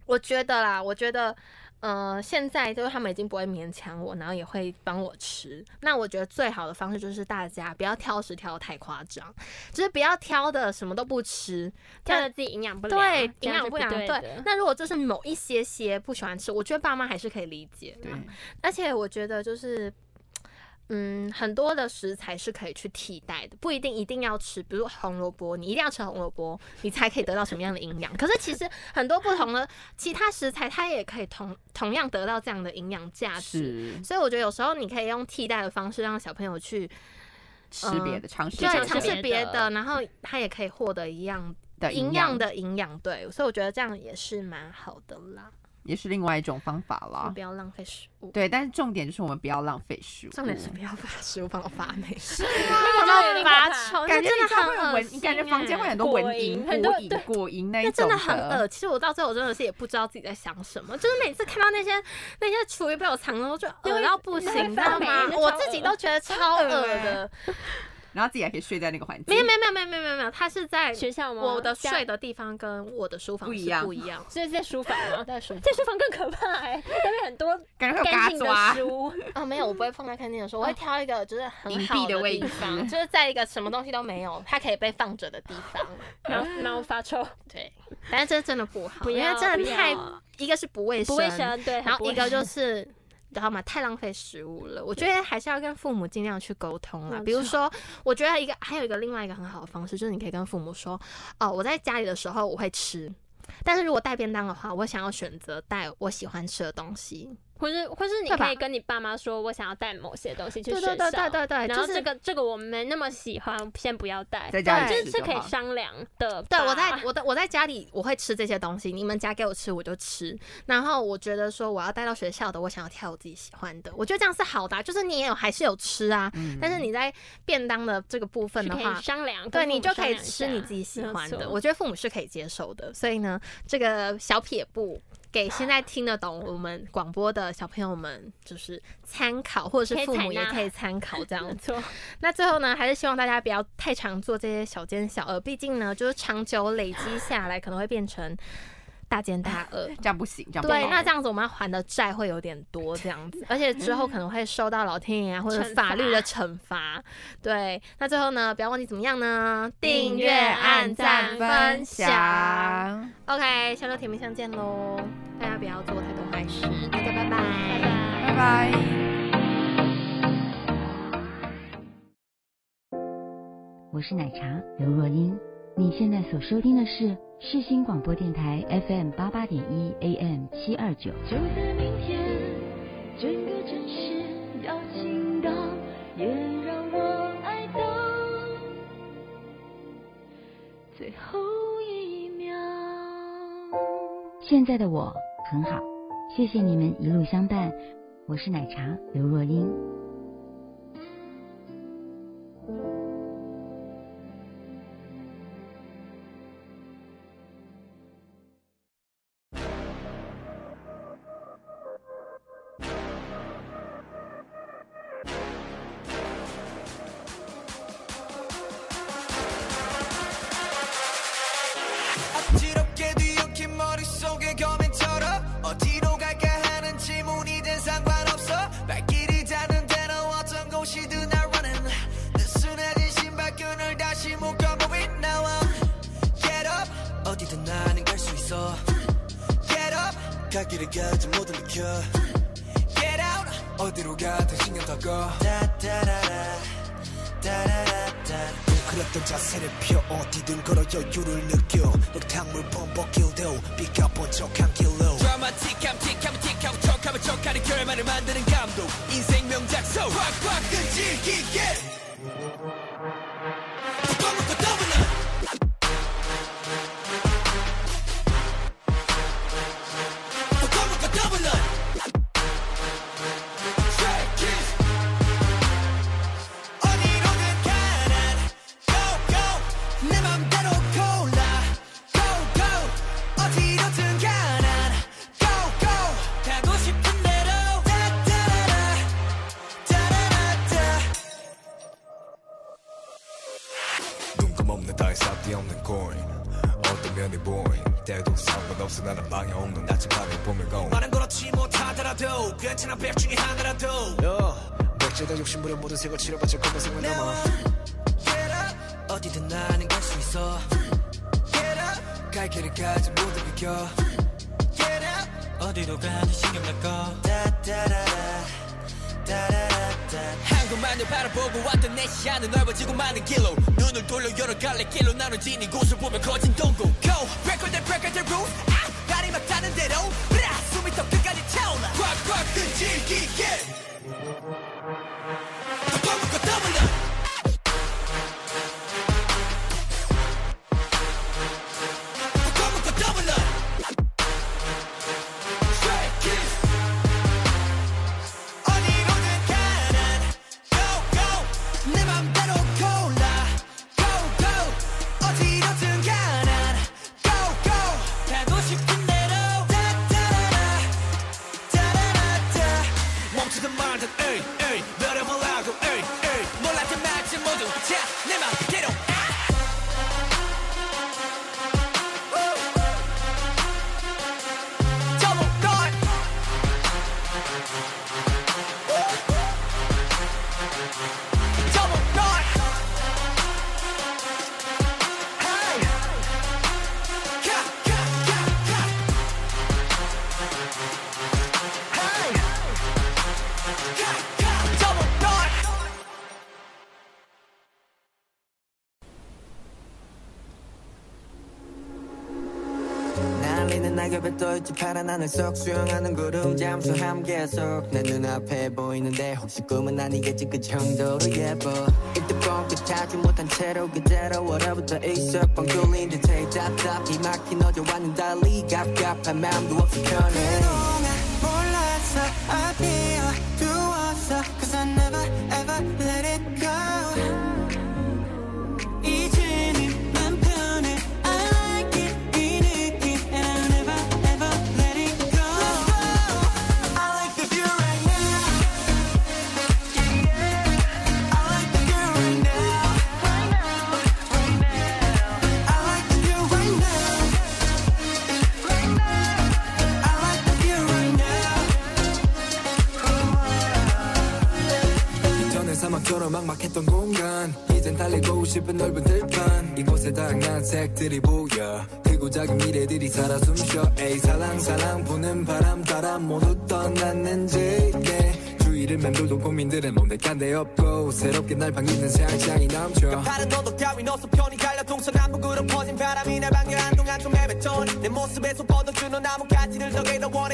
[SPEAKER 1] 我觉得啦，我觉得。呃，现在就是他们已经不会勉强我，然后也会帮我吃。那我觉得最好的方式就是大家不要挑食挑的太夸张，就是不要挑的什么都不吃，
[SPEAKER 3] 挑了自己营养不良，
[SPEAKER 1] 对
[SPEAKER 3] 这
[SPEAKER 1] 营
[SPEAKER 3] 样
[SPEAKER 1] 养
[SPEAKER 3] 是
[SPEAKER 1] 不良。
[SPEAKER 3] 对
[SPEAKER 1] 对
[SPEAKER 3] 的，，
[SPEAKER 1] 那如果就是某一些些不喜欢吃，我觉得爸妈还是可以理解的。
[SPEAKER 2] 对，
[SPEAKER 1] 而且我觉得就是，嗯，很多的食材是可以去替代的，不一定一定要吃，比如红萝卜，你一定要吃红萝卜，你才可以得到什么样的营养。可是其实很多不同的其他食材，它也可以同同样得到这样的营养价值。
[SPEAKER 2] 是
[SPEAKER 1] 所以我觉得有时候你可以用替代的方式让小朋友去
[SPEAKER 2] 吃别的，尝试
[SPEAKER 1] 嗯对啊
[SPEAKER 2] 尝
[SPEAKER 3] 尝
[SPEAKER 1] 尝
[SPEAKER 2] 试
[SPEAKER 3] 试
[SPEAKER 1] 试
[SPEAKER 3] 别
[SPEAKER 1] 别
[SPEAKER 3] 的
[SPEAKER 1] 的，然后他也可以获得一样
[SPEAKER 2] 的
[SPEAKER 1] 营
[SPEAKER 2] 营
[SPEAKER 1] 养
[SPEAKER 2] 养，
[SPEAKER 1] 的营养。对，所以我觉得这样也是蛮好的啦，
[SPEAKER 2] 也是另外一种方法啦
[SPEAKER 1] 不。要浪费食物。
[SPEAKER 2] 对，但是重点就是我们不要浪费食物。
[SPEAKER 1] 重点是不要把食物放到发霉，是
[SPEAKER 3] 那个真的有点
[SPEAKER 1] 发
[SPEAKER 3] 可怕
[SPEAKER 1] 臭，
[SPEAKER 2] 啊感觉
[SPEAKER 1] 哦那
[SPEAKER 2] 你
[SPEAKER 1] 真
[SPEAKER 2] 家
[SPEAKER 1] 的很
[SPEAKER 2] 会有
[SPEAKER 1] 恶
[SPEAKER 2] 蚊，你
[SPEAKER 1] 心
[SPEAKER 2] 感觉房
[SPEAKER 1] 欸
[SPEAKER 2] 间会有很多
[SPEAKER 3] 果
[SPEAKER 2] 蚊蝇、
[SPEAKER 3] 蝇
[SPEAKER 2] 果
[SPEAKER 3] 很多对
[SPEAKER 2] 蝇、果蝇那一
[SPEAKER 1] 那
[SPEAKER 2] 种
[SPEAKER 1] 真的很恶。其实我到最后真的是也不知道自己在想什么，就是每次看到那些那些厨余被我藏着，我就
[SPEAKER 3] 因为
[SPEAKER 1] 恶到不行，你知道
[SPEAKER 3] 发霉
[SPEAKER 1] 吗
[SPEAKER 3] 真？的
[SPEAKER 1] 我
[SPEAKER 3] 超
[SPEAKER 1] 自己
[SPEAKER 3] 恶
[SPEAKER 1] 都觉得超恶
[SPEAKER 2] 恶欸
[SPEAKER 1] 的。
[SPEAKER 2] 然后自己还可以睡在那个环境
[SPEAKER 1] 没有，没有没有没有没有没有没有，它是在
[SPEAKER 3] 学校吗？
[SPEAKER 1] 我的
[SPEAKER 3] 家
[SPEAKER 1] 睡，的地方跟我的书房
[SPEAKER 2] 不
[SPEAKER 1] 是
[SPEAKER 2] 一样
[SPEAKER 1] 不一样。
[SPEAKER 3] 所以是在书房 吗？
[SPEAKER 1] 在书房
[SPEAKER 3] 在书房更可怕哎、那边很多
[SPEAKER 2] 感觉会有
[SPEAKER 3] 干
[SPEAKER 2] 嘎
[SPEAKER 3] 净的
[SPEAKER 2] 抓。
[SPEAKER 3] 书，
[SPEAKER 1] 啊，没有，我不会放在看电的时候，我会挑一个就是很
[SPEAKER 2] 隐蔽
[SPEAKER 1] 好
[SPEAKER 2] 的位
[SPEAKER 1] 地
[SPEAKER 2] 置
[SPEAKER 1] 方，哦就是在一个什么东西都没有，它可以被放着的地方。
[SPEAKER 3] 然后然后 发臭，
[SPEAKER 1] 对，但是这真的不好，
[SPEAKER 3] 不
[SPEAKER 1] 因
[SPEAKER 3] 要
[SPEAKER 1] 为真
[SPEAKER 3] 不
[SPEAKER 1] 的太
[SPEAKER 3] 要
[SPEAKER 1] 一个是不卫
[SPEAKER 3] 不卫生，对，
[SPEAKER 1] 然
[SPEAKER 3] 很不
[SPEAKER 1] 后
[SPEAKER 3] 卫
[SPEAKER 1] 一个就
[SPEAKER 3] 生
[SPEAKER 1] 是。你知道吗？太浪费食物了。我觉得还是要跟父母尽量去沟通啦
[SPEAKER 3] 没。
[SPEAKER 1] 比如说，我觉得一个还有一个另外一个很好的方式，就是你可以跟父母说：“哦，我在家里的时候我会吃，但是如果带便当的话，我想要选择带我喜欢吃的东西。
[SPEAKER 3] 或是或是你
[SPEAKER 1] 对吧
[SPEAKER 3] 可以跟你爸妈说，我想要带某些东西”去
[SPEAKER 1] 对
[SPEAKER 3] 学校，
[SPEAKER 1] 对对对对对，
[SPEAKER 3] 然后
[SPEAKER 1] 哎就是
[SPEAKER 3] 这个这个我没那么喜欢，先不要带，
[SPEAKER 2] 在家里
[SPEAKER 3] 这是
[SPEAKER 2] 吃就
[SPEAKER 3] 可以
[SPEAKER 2] 好
[SPEAKER 3] 商量的吧。
[SPEAKER 1] 对我在我的我在家里我会吃这些东西，你们夹给我吃我就吃。然后我觉得说我要带到学校的，我想要挑我自己喜欢的，我觉得这样是好的啊、就是你也有还是有吃啊，
[SPEAKER 2] 嗯
[SPEAKER 1] 但是你在便当的这个部分
[SPEAKER 3] 是
[SPEAKER 1] 的
[SPEAKER 3] 可
[SPEAKER 1] 话
[SPEAKER 3] 以。商量，
[SPEAKER 1] 对
[SPEAKER 3] 跟父
[SPEAKER 1] 你
[SPEAKER 3] 母
[SPEAKER 1] 就
[SPEAKER 3] 商
[SPEAKER 1] 可以
[SPEAKER 3] 量一
[SPEAKER 1] 吃你
[SPEAKER 3] 下
[SPEAKER 1] 自己喜
[SPEAKER 3] 没有
[SPEAKER 1] 欢的，
[SPEAKER 3] 错
[SPEAKER 1] 我觉得父母是可以接受的。所以呢，这个小撇步给现在听得懂我们广播的小朋友们，就是参考，或者
[SPEAKER 3] 可
[SPEAKER 1] 是
[SPEAKER 3] 以
[SPEAKER 1] 父
[SPEAKER 3] 采
[SPEAKER 1] 母也
[SPEAKER 3] 纳
[SPEAKER 1] 可以参考这样
[SPEAKER 3] 没
[SPEAKER 1] 子。
[SPEAKER 3] 错，
[SPEAKER 1] 那最后呢，还是希望大家不要太常做这些小奸小恶，毕竟呢，就是长久累积下来，可能会变成大奸大恶。
[SPEAKER 2] 这样不行，这样不
[SPEAKER 1] 对，那
[SPEAKER 2] 好。
[SPEAKER 1] 这样子我们要还的债会有点多，这样子，而且之后可能会受到老天爷啊或者
[SPEAKER 3] 惩
[SPEAKER 1] 法律的
[SPEAKER 3] 罚
[SPEAKER 1] 惩罚。对，那最后呢，不要忘记怎么样呢？
[SPEAKER 3] 订阅按赞分享。
[SPEAKER 1] OK，下周甜蜜相见喽！大家不要做太多坏事，大家拜拜，
[SPEAKER 3] 拜
[SPEAKER 1] 拜
[SPEAKER 3] 拜。
[SPEAKER 2] 拜拜。
[SPEAKER 4] 我是奶茶刘若英。你现在所收听的是世新广播电台 FM 八八点一 AM 七二九。
[SPEAKER 5] 就在明天，整个城市要倾倒，也让我爱到最后一秒。
[SPEAKER 4] 现在的我很好，谢谢你们一路相伴。我是奶茶刘若英。
[SPEAKER 6] 앞지럽게 뒤엉킨 머릿속에 검인처럼 어디로 갈까 하는 질문 이젠 상관없어 발길이 닿는데 너 어떤 곳이든 I running 느슨해진 신발끈을 다시 묶어보고 있나 와 Get up 어디든 나는 갈 수 있어 Get up 갈 길을 가지 모두 느껴 Get out 어디로 가든 신경 더꺼 따따라라 따라라따 그랬던 자세를 펴 어디든 걸어 여유를 느껴 흙탕물 범벅 길도 비가 번쩍한 길로 드라마틱함 틱하면 틱하고 척하면 척하는 결말을 만드는 감독 인생 명작소 꽉꽉 끈질기게 두꺼운 거 더블러 두꺼운 거 더블러 Shake it 어디로든 가난 Go go 내 맘대로 골라 Go go 어디로든 가난 Go go 가고 싶은 대로 따따라라 따라라따
[SPEAKER 7] 눈감없는 따위 쌉디 없는 코인 어떤 면이 보인 때도 상관없어 나는 방해 없는 나침반에 보면 고
[SPEAKER 6] 말은 그렇지 못하더라도 괜찮아 백 중에 하나라도
[SPEAKER 7] 백제다 욕심부려 모든 색을 치러봤자 검은색만
[SPEAKER 6] 내
[SPEAKER 7] 남아
[SPEAKER 6] 맘 Get up 어디든 나는 갈 수 있어 Get up 갈 길을 가지 모두 비켜 Get up 어디로 가든 신경 날거 따따라라 따라라따 한국만을 바라보고 왔던 내 시야는 넓어지고 많은 길로 눈을 돌려 여러 갈래 길로 나눠진 이곳을 보면 거진 동공 Go record that record the roof 아 날이 막 타는 대로 브라 숨이 턱 끝까지 차올라 꽉꽉 끈질기게 두꺼운 거 더블러 너를 보라고 에이 에이 몰랐던 말들 모두 자내 맘대로 아! double dot. Double dot. Hey. Ka, ka, ka, ka. Hey. Ka, ka, double dot. 날리는 낙엽에 떠있지 파란 하늘 속 수영하는 구름 잠수함 계속 내 눈앞에 보이는데 혹시 꿈은 아니겠지 그 정도로 예뻐 이 뜨거운 끝 찾지 못한 채로 그대로 얼어붙어 있어 뻥 뚫린 듯해 답답히 막힌 어제와는 달리 갑갑한 마음도 없이 편해
[SPEAKER 8] 그동안 몰랐어 I feel 두었어 Cause I never ever let it go 이제는 맘 편해 I like it 이 느낌 And I'll never ever let it go I like the view right now I like the view right now I like the view right now
[SPEAKER 7] 이젠 달리고 싶은 넓은 들판 이곳에 다양한 색들이 보여 크고 작은 미래들이 살아 숨쉬어 에이 사랑 사랑 부는 바람 따라 모두 떠났는지 yeah. 주위를 맴돌던 고민들은 몸에 간데 없고 새롭게 날 반기는 새향이 넘쳐
[SPEAKER 6] 다른 너도 따윈 어서 편히 달려 동서남북으로 퍼진 바람이 날 방해한 동안 좀 헤맸던 내 모습에서 뻗어주는 나뭇가지를 저게 더 원해